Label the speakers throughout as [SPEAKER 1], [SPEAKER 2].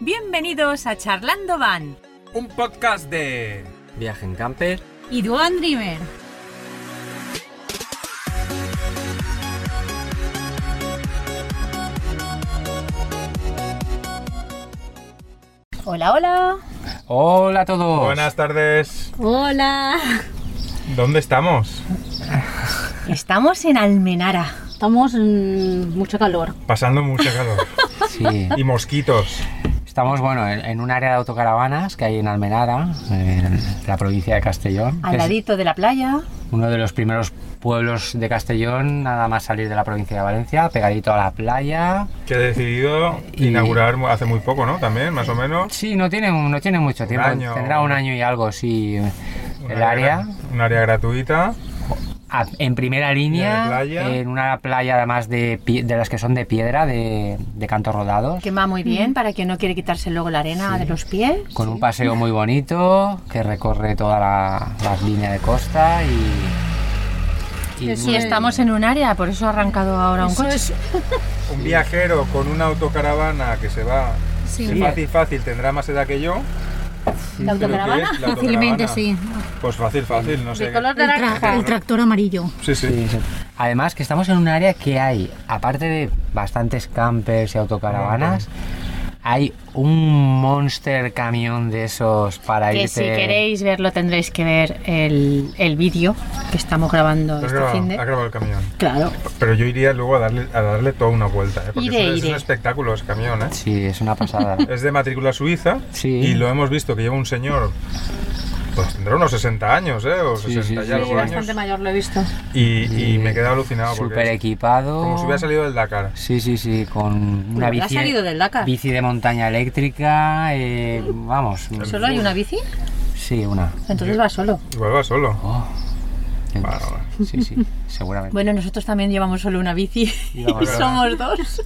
[SPEAKER 1] Bienvenidos a Charlando Van.
[SPEAKER 2] Un podcast de...
[SPEAKER 3] Viaje en camper.
[SPEAKER 4] Y Duan Dreamer. Hola, hola.
[SPEAKER 3] Hola a todos.
[SPEAKER 2] Buenas tardes.
[SPEAKER 4] Hola.
[SPEAKER 2] ¿Dónde estamos?
[SPEAKER 1] Estamos en Almenara.
[SPEAKER 4] Estamos en mucho calor.
[SPEAKER 2] Pasando mucho calor.
[SPEAKER 3] Sí.
[SPEAKER 2] y mosquitos.
[SPEAKER 3] Estamos, bueno, en, en un área de autocaravanas que hay en Almenara, en la provincia de Castellón.
[SPEAKER 2] Pues
[SPEAKER 3] que
[SPEAKER 1] Al
[SPEAKER 3] es
[SPEAKER 1] ladito de la playa.
[SPEAKER 3] uno de los primeros pueblos de Castellón, nada más salir de la provincia de Valencia, pegadito a la playa.
[SPEAKER 2] Que he decidido
[SPEAKER 3] Y-
[SPEAKER 2] inaugurar mu- hace muy poco, ¿no? También, más o menos.
[SPEAKER 3] Sí, no tiene, no tiene mucho tiempo,
[SPEAKER 2] año.
[SPEAKER 3] tendrá un año y algo, sí.
[SPEAKER 2] Un
[SPEAKER 3] El área,
[SPEAKER 2] gra- Un área gratuita.
[SPEAKER 3] a- en primera línea,
[SPEAKER 2] de playa.
[SPEAKER 3] en una playa además de, pie- de las que son de piedra, de, de canto rodados.
[SPEAKER 1] Quema muy bien para quien no quiere quitarse luego la arena de los pies.
[SPEAKER 3] con un paseo muy bonito que recorre toda la, la línea de costa y, y
[SPEAKER 4] Eso
[SPEAKER 1] Y
[SPEAKER 3] muy-
[SPEAKER 1] estamos en un área, por eso ha arrancado ahora un coche.
[SPEAKER 2] Un viajero con una autocaravana que se va...
[SPEAKER 4] Sí.
[SPEAKER 2] que
[SPEAKER 3] Sí.
[SPEAKER 2] fácil, fácil, tendrá más edad que yo.
[SPEAKER 4] ¿La
[SPEAKER 2] Pero que
[SPEAKER 4] autocaravana?
[SPEAKER 2] es la
[SPEAKER 4] Fácilmente
[SPEAKER 2] autocaravana.
[SPEAKER 4] sí.
[SPEAKER 2] Pues fácil, fácil, no sé.
[SPEAKER 4] De
[SPEAKER 2] qué-
[SPEAKER 4] color naranja.
[SPEAKER 2] el
[SPEAKER 4] tractor amarillo.
[SPEAKER 2] Sí, sí.
[SPEAKER 3] sí, sí. además que estamos en un área que hay aparte de bastantes campers y autocaravanas hay un monster camión de esos para
[SPEAKER 1] Que si
[SPEAKER 3] irte
[SPEAKER 1] queréis verlo tendréis que ver el, el vídeo que estamos grabando
[SPEAKER 2] Has
[SPEAKER 1] este
[SPEAKER 2] grabado-
[SPEAKER 1] fin de...
[SPEAKER 2] has grabado el camión.
[SPEAKER 1] Claro.
[SPEAKER 2] Pero yo iría luego a darle, a darle toda una vuelta, ¿eh? porque
[SPEAKER 1] Iré,
[SPEAKER 2] es, un- es
[SPEAKER 1] iré.
[SPEAKER 2] un espectáculo ese camión. ¿eh?
[SPEAKER 3] sí es una pasada
[SPEAKER 2] Es de matrícula suiza
[SPEAKER 3] Sí.
[SPEAKER 2] y lo hemos visto que lleva un señor, pues tendrá unos 60 años, ¿eh? o
[SPEAKER 3] Sí,
[SPEAKER 2] 60 y
[SPEAKER 3] sí, sí.
[SPEAKER 2] algo años.
[SPEAKER 4] bastante mayor, lo he visto.
[SPEAKER 2] Y, y me he quedado alucinado
[SPEAKER 3] super
[SPEAKER 2] porque es
[SPEAKER 3] equipado
[SPEAKER 2] como si hubiera salido del Dakar.
[SPEAKER 3] Sí, sí, sí, con una
[SPEAKER 1] ha
[SPEAKER 3] bici,
[SPEAKER 1] salido del Dakar.
[SPEAKER 3] bici de montaña eléctrica, eh, vamos,
[SPEAKER 1] ¿Solo hay una bici?
[SPEAKER 3] sí, una.
[SPEAKER 1] Entonces va solo.
[SPEAKER 2] Igual va solo.
[SPEAKER 3] Oh.
[SPEAKER 2] Vale, vale.
[SPEAKER 3] Sí, sí, seguramente.
[SPEAKER 1] Bueno, nosotros también llevamos solo una bici
[SPEAKER 3] Y
[SPEAKER 1] y
[SPEAKER 3] vamos a-
[SPEAKER 1] somos dos.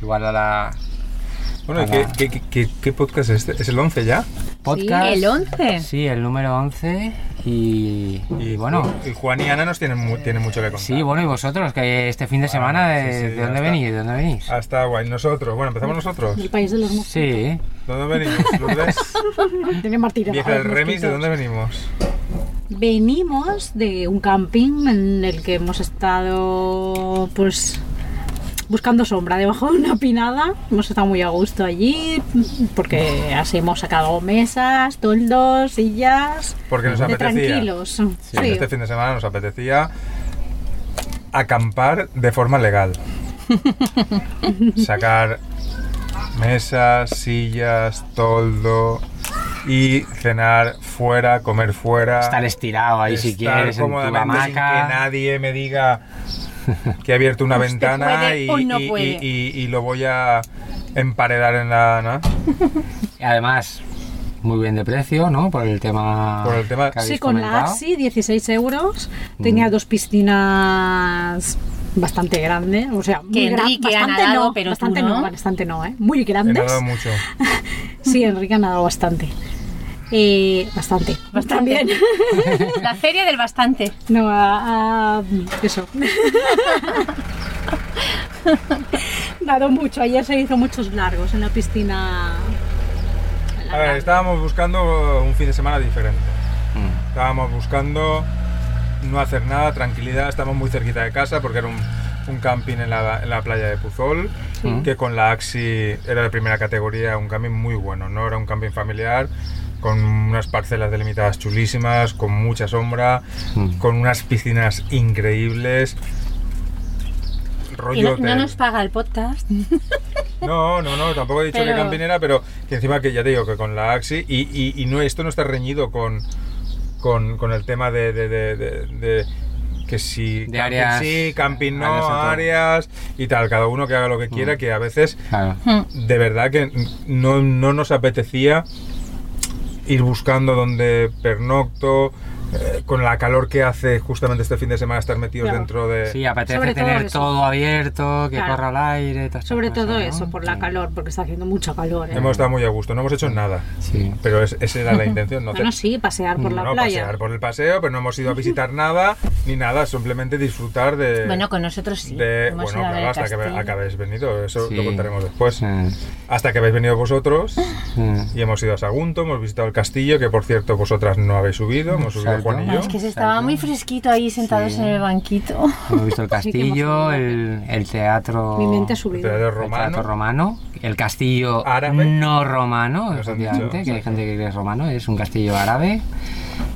[SPEAKER 3] Igual a la
[SPEAKER 2] Bueno, ¿y qué,
[SPEAKER 3] Hola.
[SPEAKER 2] qué, qué- qué- qué podcast es este? ¿Es el 11 ya?
[SPEAKER 3] podcast.
[SPEAKER 1] el 11.
[SPEAKER 3] Sí, el número 11. Y, y bueno,
[SPEAKER 2] y Juan y Ana nos tienen, mu- tienen mucho que contar.
[SPEAKER 3] sí, bueno, y vosotros, que este fin de semana, de,
[SPEAKER 2] sí, sí,
[SPEAKER 3] ¿de
[SPEAKER 2] ya
[SPEAKER 3] dónde
[SPEAKER 2] está. Ah,
[SPEAKER 3] venís? ¿De dónde venís?
[SPEAKER 2] Hasta guay. Nosotros, bueno, empezamos nosotros.
[SPEAKER 4] El país de los mosquitos.
[SPEAKER 3] Sí,
[SPEAKER 2] ¿De dónde venimos? Lourdes,
[SPEAKER 4] Tiene martirio.
[SPEAKER 2] vieja del remis, ¿de dónde venimos?
[SPEAKER 4] Venimos de un camping en el que hemos estado, pues, buscando sombra debajo de una pinada. Hemos estado muy a gusto allí, porque así hemos sacado mesas, toldos, sillas.
[SPEAKER 2] Porque nos
[SPEAKER 4] de
[SPEAKER 2] apetecía.
[SPEAKER 4] tranquilos. Sí.
[SPEAKER 2] Este fin de semana nos apetecía acampar de forma legal. Sacar mesas, sillas, toldo y cenar fuera, comer fuera.
[SPEAKER 3] estar estirado ahí si
[SPEAKER 2] estar
[SPEAKER 3] quieres, en tu
[SPEAKER 2] cómodamente sin que
[SPEAKER 3] hamaca.
[SPEAKER 2] nadie me diga que he abierto una ventana
[SPEAKER 1] puede
[SPEAKER 2] y,
[SPEAKER 1] o no
[SPEAKER 2] y- y-
[SPEAKER 1] puede.
[SPEAKER 2] y- y lo voy a emparedar en la... ¿no?
[SPEAKER 3] Y Además, muy bien de precio, ¿no? Por el tema.
[SPEAKER 2] Por el tema-
[SPEAKER 3] que habéis
[SPEAKER 4] Sí, con la
[SPEAKER 3] comentado.
[SPEAKER 4] AXI, 16 euros.
[SPEAKER 2] Mm.
[SPEAKER 4] Tenía dos piscinas bastante grandes, o sea, muy
[SPEAKER 1] Que
[SPEAKER 4] gran-
[SPEAKER 1] Enrique ha
[SPEAKER 4] bastante
[SPEAKER 1] nadado,
[SPEAKER 4] no,
[SPEAKER 1] pero tú
[SPEAKER 4] bastante
[SPEAKER 1] no.
[SPEAKER 4] bastante no, ¿eh? Muy
[SPEAKER 2] He
[SPEAKER 4] grandes.
[SPEAKER 2] nadado mucho.
[SPEAKER 4] Sí, Enrique ha nadado bastante. Eh, bastante.
[SPEAKER 1] Bastante.
[SPEAKER 4] También.
[SPEAKER 1] La feria del bastante.
[SPEAKER 4] No, a, a- eso. Nadó mucho. Ayer se hizo muchos largos en la piscina. en la
[SPEAKER 2] A ver,
[SPEAKER 4] grande.
[SPEAKER 2] estábamos buscando un fin de semana diferente.
[SPEAKER 3] Mm.
[SPEAKER 2] Estábamos buscando no hacer nada, tranquilidad, estamos muy cerquita de casa porque era un, un camping en la, en la playa de Puzol, que con la Axi era de primera categoría, un camping muy bueno, no era un camping familiar, con unas parcelas delimitadas chulísimas, con mucha sombra,
[SPEAKER 3] Mm.
[SPEAKER 2] con unas piscinas increíbles.
[SPEAKER 1] Y
[SPEAKER 2] Rollo
[SPEAKER 1] no, no
[SPEAKER 2] hotel.
[SPEAKER 1] nos paga el podcast.
[SPEAKER 2] No, no, no, tampoco he dicho
[SPEAKER 1] Pero-
[SPEAKER 2] que campinera, pero que encima que ya te digo que con la Axi y, y- y no, esto no está reñido con, con, con el tema de, de- de- de- de que si camping
[SPEAKER 3] áreas-
[SPEAKER 2] sí, camping no,
[SPEAKER 3] áreas Mm. autónomas.
[SPEAKER 2] áreas y tal, cada uno que haga lo que quiera, que a veces
[SPEAKER 3] Claro.
[SPEAKER 2] de verdad que no, no nos apetecía ir buscando donde pernocto, eh, con la calor que hace justamente este fin de semana estar metidos
[SPEAKER 4] Claro.
[SPEAKER 2] dentro de...
[SPEAKER 3] Sí, apetece
[SPEAKER 4] Sobre todo
[SPEAKER 3] tener todo,
[SPEAKER 4] eso.
[SPEAKER 3] abierto, que
[SPEAKER 4] Claro.
[SPEAKER 3] corra el aire. todas estas
[SPEAKER 4] Sobre
[SPEAKER 3] cosas,
[SPEAKER 4] todo
[SPEAKER 3] ¿no?
[SPEAKER 4] eso, por la
[SPEAKER 3] Sí.
[SPEAKER 4] calor, porque está haciendo mucho calor. ¿eh?
[SPEAKER 2] Hemos estado muy a gusto, no hemos hecho nada.
[SPEAKER 3] Sí.
[SPEAKER 2] Pero es- esa era la intención, no hacer-
[SPEAKER 4] Bueno, sí, pasear por la
[SPEAKER 2] no,
[SPEAKER 4] playa.
[SPEAKER 2] pasear por el paseo, pero no hemos ido a visitar nada ni nada, simplemente disfrutar de...
[SPEAKER 1] Bueno, con nosotros sí.
[SPEAKER 2] de-
[SPEAKER 1] Hemos
[SPEAKER 2] bueno,
[SPEAKER 1] ido a ver
[SPEAKER 2] claro,
[SPEAKER 1] el
[SPEAKER 2] hasta que
[SPEAKER 1] castillo.
[SPEAKER 2] acabéis venido, eso
[SPEAKER 3] Sí.
[SPEAKER 2] lo contaremos después.
[SPEAKER 3] Sí,
[SPEAKER 2] Hasta que habéis venido vosotros
[SPEAKER 3] sí.
[SPEAKER 2] y hemos ido a Sagunto, hemos visitado el castillo, que por cierto vosotras no habéis subido, hemos subido
[SPEAKER 3] Exacto.
[SPEAKER 2] Juan y
[SPEAKER 1] Ah,
[SPEAKER 2] yo.
[SPEAKER 1] Es que se estaba muy fresquito ahí sentados
[SPEAKER 3] Sí.
[SPEAKER 1] en el banquito.
[SPEAKER 3] Hemos visto el
[SPEAKER 4] Sí, que hemos
[SPEAKER 3] castillo,
[SPEAKER 4] ido.
[SPEAKER 3] el, el teatro.
[SPEAKER 4] Mi mente ha
[SPEAKER 2] El
[SPEAKER 4] subido.
[SPEAKER 2] teatro
[SPEAKER 3] El teatro
[SPEAKER 2] romano.
[SPEAKER 3] romano, el castillo
[SPEAKER 2] Árabe.
[SPEAKER 3] no romano,
[SPEAKER 2] Nos han dicho,
[SPEAKER 3] efectivamente, que hay gente que cree que es romano, es un castillo árabe.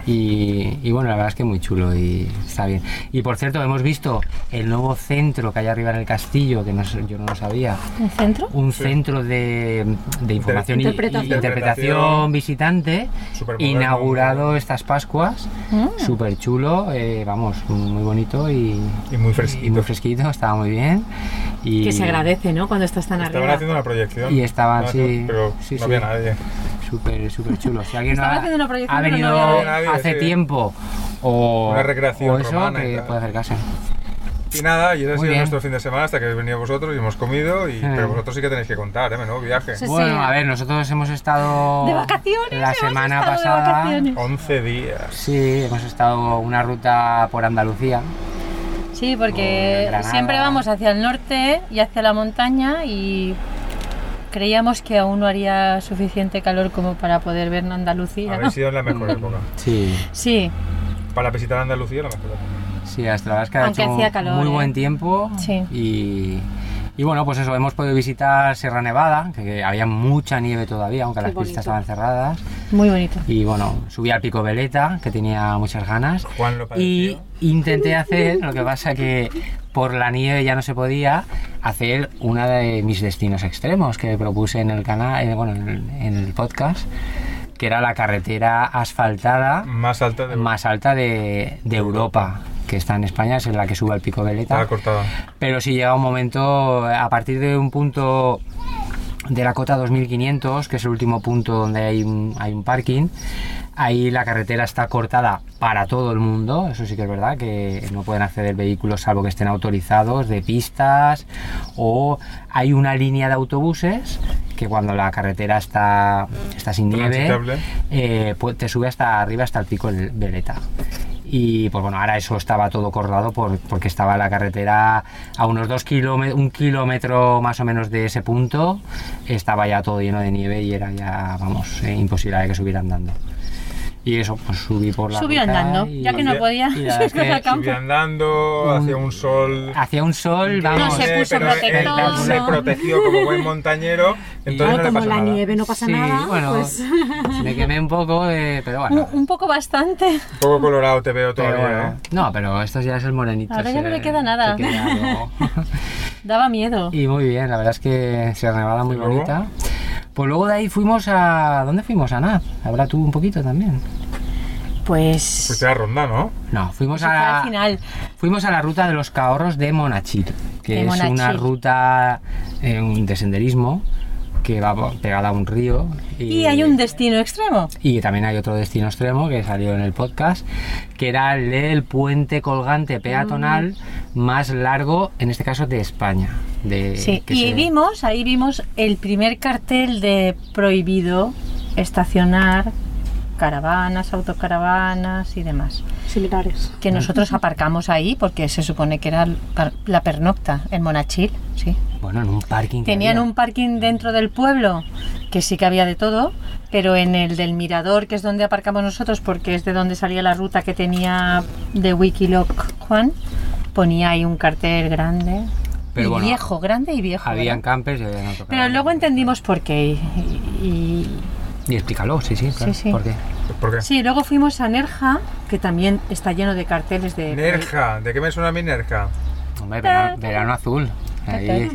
[SPEAKER 3] Y, y bueno, la verdad es que muy chulo y está bien. Y por cierto, hemos visto el nuevo centro que hay arriba en el castillo, que no sé- yo no lo sabía.
[SPEAKER 1] ¿En centro?
[SPEAKER 3] Un centro de, de información y- y
[SPEAKER 4] Interpretación.
[SPEAKER 3] interpretación visitante,
[SPEAKER 2] Supermoderno.
[SPEAKER 3] inaugurado estas Pascuas.
[SPEAKER 1] Mm.
[SPEAKER 3] Súper chulo, eh, vamos, muy bonito y,
[SPEAKER 2] Y muy
[SPEAKER 3] y muy
[SPEAKER 2] fresquito.
[SPEAKER 3] fresquito, estaba muy bien. Y,
[SPEAKER 1] Que se agradece, ¿no? Cuando estás tan
[SPEAKER 2] Estaban
[SPEAKER 1] arriba.
[SPEAKER 2] haciendo una proyección.
[SPEAKER 3] Y estaban, sí,
[SPEAKER 2] Pero
[SPEAKER 3] sí,
[SPEAKER 2] no había
[SPEAKER 3] sí.
[SPEAKER 2] nadie.
[SPEAKER 3] Súper, súper chulo. Si alguien
[SPEAKER 1] Estaba
[SPEAKER 3] ha,
[SPEAKER 1] haciendo una proyección,
[SPEAKER 3] ha
[SPEAKER 1] pero
[SPEAKER 3] venido
[SPEAKER 1] no había
[SPEAKER 2] nadie.
[SPEAKER 3] hace
[SPEAKER 2] Sí.
[SPEAKER 3] tiempo o,
[SPEAKER 2] Una recreación
[SPEAKER 3] o eso,
[SPEAKER 2] romana y
[SPEAKER 3] que
[SPEAKER 2] tal.
[SPEAKER 3] puede acercarse.
[SPEAKER 2] Y nada, y ese ha
[SPEAKER 3] Muy
[SPEAKER 2] sido
[SPEAKER 3] bien.
[SPEAKER 2] nuestro fin de semana hasta que habéis venido vosotros y hemos comido. Y,
[SPEAKER 3] Sí.
[SPEAKER 2] Pero vosotros sí que tenéis que contar, ¿eh? Menudo viaje.
[SPEAKER 1] Sí.
[SPEAKER 3] Bueno, a ver, nosotros hemos estado...
[SPEAKER 1] De vacaciones,
[SPEAKER 3] La
[SPEAKER 1] hemos
[SPEAKER 3] semana
[SPEAKER 1] estado de
[SPEAKER 3] pasada...
[SPEAKER 1] vacaciones.
[SPEAKER 2] 11 días.
[SPEAKER 3] Sí, hemos estado una ruta por Andalucía.
[SPEAKER 1] Sí,
[SPEAKER 3] O en
[SPEAKER 1] porque
[SPEAKER 3] Granada.
[SPEAKER 1] siempre vamos hacia el norte y hacia la montaña y creíamos que aún no haría suficiente calor como para poder ver Andalucía.
[SPEAKER 2] Habéis sido en la mejor época.
[SPEAKER 3] Sí,
[SPEAKER 1] Sí,
[SPEAKER 2] Para visitar Andalucía, la mejor época.
[SPEAKER 3] sí, hasta la verdad es que ha
[SPEAKER 1] Aunque
[SPEAKER 3] hecho
[SPEAKER 1] hacía calor,
[SPEAKER 3] muy
[SPEAKER 1] ¿eh?
[SPEAKER 3] buen tiempo.
[SPEAKER 1] Sí.
[SPEAKER 3] Y, y bueno, pues eso, hemos podido visitar Sierra Nevada, que, que había mucha nieve todavía, aunque
[SPEAKER 4] Qué
[SPEAKER 3] las pistas
[SPEAKER 4] bonito.
[SPEAKER 3] estaban cerradas.
[SPEAKER 1] muy bonito.
[SPEAKER 3] Y bueno, subí al pico Veleta, que tenía muchas ganas.
[SPEAKER 2] Juan lo
[SPEAKER 3] Y
[SPEAKER 2] padeció.
[SPEAKER 3] intenté hacer, lo que pasa que por la nieve ya no se podía, hacer uno de mis destinos extremos que propuse en el canal, eh, bueno, en el- en el podcast, que era la carretera asfaltada
[SPEAKER 2] Más alta de
[SPEAKER 3] más alta de, de Europa, que está en España, es en la que sube al pico Veleta.
[SPEAKER 2] Estaba cortada.
[SPEAKER 3] Pero sí llega un momento, a partir de un punto de la cota 2500, que es el último punto donde hay un, hay un parking, ahí la carretera está cortada para todo el mundo, eso sí que es verdad, que no pueden acceder vehículos salvo que estén autorizados, de pistas, o hay una línea de autobuses que cuando la carretera está, está sin nieve,
[SPEAKER 2] Transitable.
[SPEAKER 3] eh, pues te sube hasta arriba, hasta el pico del Veleta. Y pues bueno, ahora eso estaba todo cortado por- porque estaba la carretera a unos dos kilómetros, un kilómetro más o menos de ese punto, estaba ya todo lleno de nieve y era ya, vamos, eh, imposible había que subir andando. Y eso, pues subí por la
[SPEAKER 1] Subí
[SPEAKER 3] ruta
[SPEAKER 1] andando,
[SPEAKER 3] y-
[SPEAKER 1] ya que no
[SPEAKER 2] y-
[SPEAKER 1] podía.
[SPEAKER 3] y la verdad es que
[SPEAKER 1] al campo.
[SPEAKER 2] Subí andando hacia un sol.
[SPEAKER 3] Hacía un sol,
[SPEAKER 2] increíble,
[SPEAKER 3] vamos.
[SPEAKER 1] No se puso
[SPEAKER 2] pero él- él
[SPEAKER 1] protector,
[SPEAKER 2] se
[SPEAKER 1] no.
[SPEAKER 2] protegió como buen montañero, entonces no
[SPEAKER 4] Claro,
[SPEAKER 2] le
[SPEAKER 4] como
[SPEAKER 2] pasó
[SPEAKER 4] la
[SPEAKER 2] nada.
[SPEAKER 4] nieve no pasa
[SPEAKER 3] Sí,
[SPEAKER 4] nada,
[SPEAKER 3] bueno,
[SPEAKER 4] pues
[SPEAKER 3] me quemé un poco, eh, pero
[SPEAKER 1] Un,
[SPEAKER 3] bueno.
[SPEAKER 1] un poco bastante.
[SPEAKER 2] Un poco colorado te veo
[SPEAKER 3] Pero
[SPEAKER 2] todavía,
[SPEAKER 3] bueno,
[SPEAKER 2] ¿eh?
[SPEAKER 3] no, pero esto ya es el morenito.
[SPEAKER 1] Ahora ya no
[SPEAKER 3] ese
[SPEAKER 1] le queda nada.
[SPEAKER 3] que queda luego.
[SPEAKER 1] Daba miedo.
[SPEAKER 3] Y muy bien, la verdad es que Sierra Nevada muy
[SPEAKER 2] ¿Y luego?
[SPEAKER 3] bonita. Pues luego de ahí fuimos a... ¿Dónde fuimos? A Naz. Habrá tú un poquito también.
[SPEAKER 1] Pues.
[SPEAKER 2] Fuiste a la ronda, ¿no?
[SPEAKER 3] No, fuimos
[SPEAKER 1] eso fue
[SPEAKER 3] a,
[SPEAKER 1] al final.
[SPEAKER 3] fuimos a la ruta de los Cahorros de Monachil, que
[SPEAKER 1] De
[SPEAKER 3] es
[SPEAKER 1] Monachil.
[SPEAKER 3] una ruta eh, un- de senderismo que va po- pegada a un río.
[SPEAKER 1] Y hay un destino extremo.
[SPEAKER 3] Y también hay otro destino extremo que salió en el podcast, que era el del puente colgante peatonal
[SPEAKER 1] Mm.
[SPEAKER 3] más largo, en este caso de España. De,
[SPEAKER 1] Sí.
[SPEAKER 3] que
[SPEAKER 1] Y
[SPEAKER 3] se-
[SPEAKER 1] vimos, ahí vimos el primer cartel de prohibido estacionar caravanas, autocaravanas y demás.
[SPEAKER 4] similares.
[SPEAKER 1] Que nosotros aparcamos ahí porque se supone que era par- la pernocta en Monachil, sí.
[SPEAKER 3] Bueno, en un parking. que
[SPEAKER 1] Tenían
[SPEAKER 3] había.
[SPEAKER 1] un parking dentro del pueblo, que sí que había de todo, pero en el del mirador, que es donde aparcamos nosotros, porque es de donde salía la ruta que tenía de Wikiloc Juan, ponía ahí un cartel grande
[SPEAKER 3] Pero
[SPEAKER 1] y
[SPEAKER 3] bueno,
[SPEAKER 1] viejo, grande y viejo.
[SPEAKER 3] Habían
[SPEAKER 1] ¿verdad?
[SPEAKER 3] campers y habían autocaravanas.
[SPEAKER 1] Pero luego entendimos por qué. y- y-
[SPEAKER 3] Y explícalo, sí, sí, claro.
[SPEAKER 1] Sí, sí.
[SPEAKER 3] ¿Por qué?
[SPEAKER 2] ¿Por
[SPEAKER 3] Ah.
[SPEAKER 2] qué?
[SPEAKER 1] y- sí, luego fuimos a Nerja, que también está lleno de carteles de...
[SPEAKER 2] Nerja, ¿de qué me suena a mí Nerja?
[SPEAKER 3] Hombre, verano, verano azul. Ahí.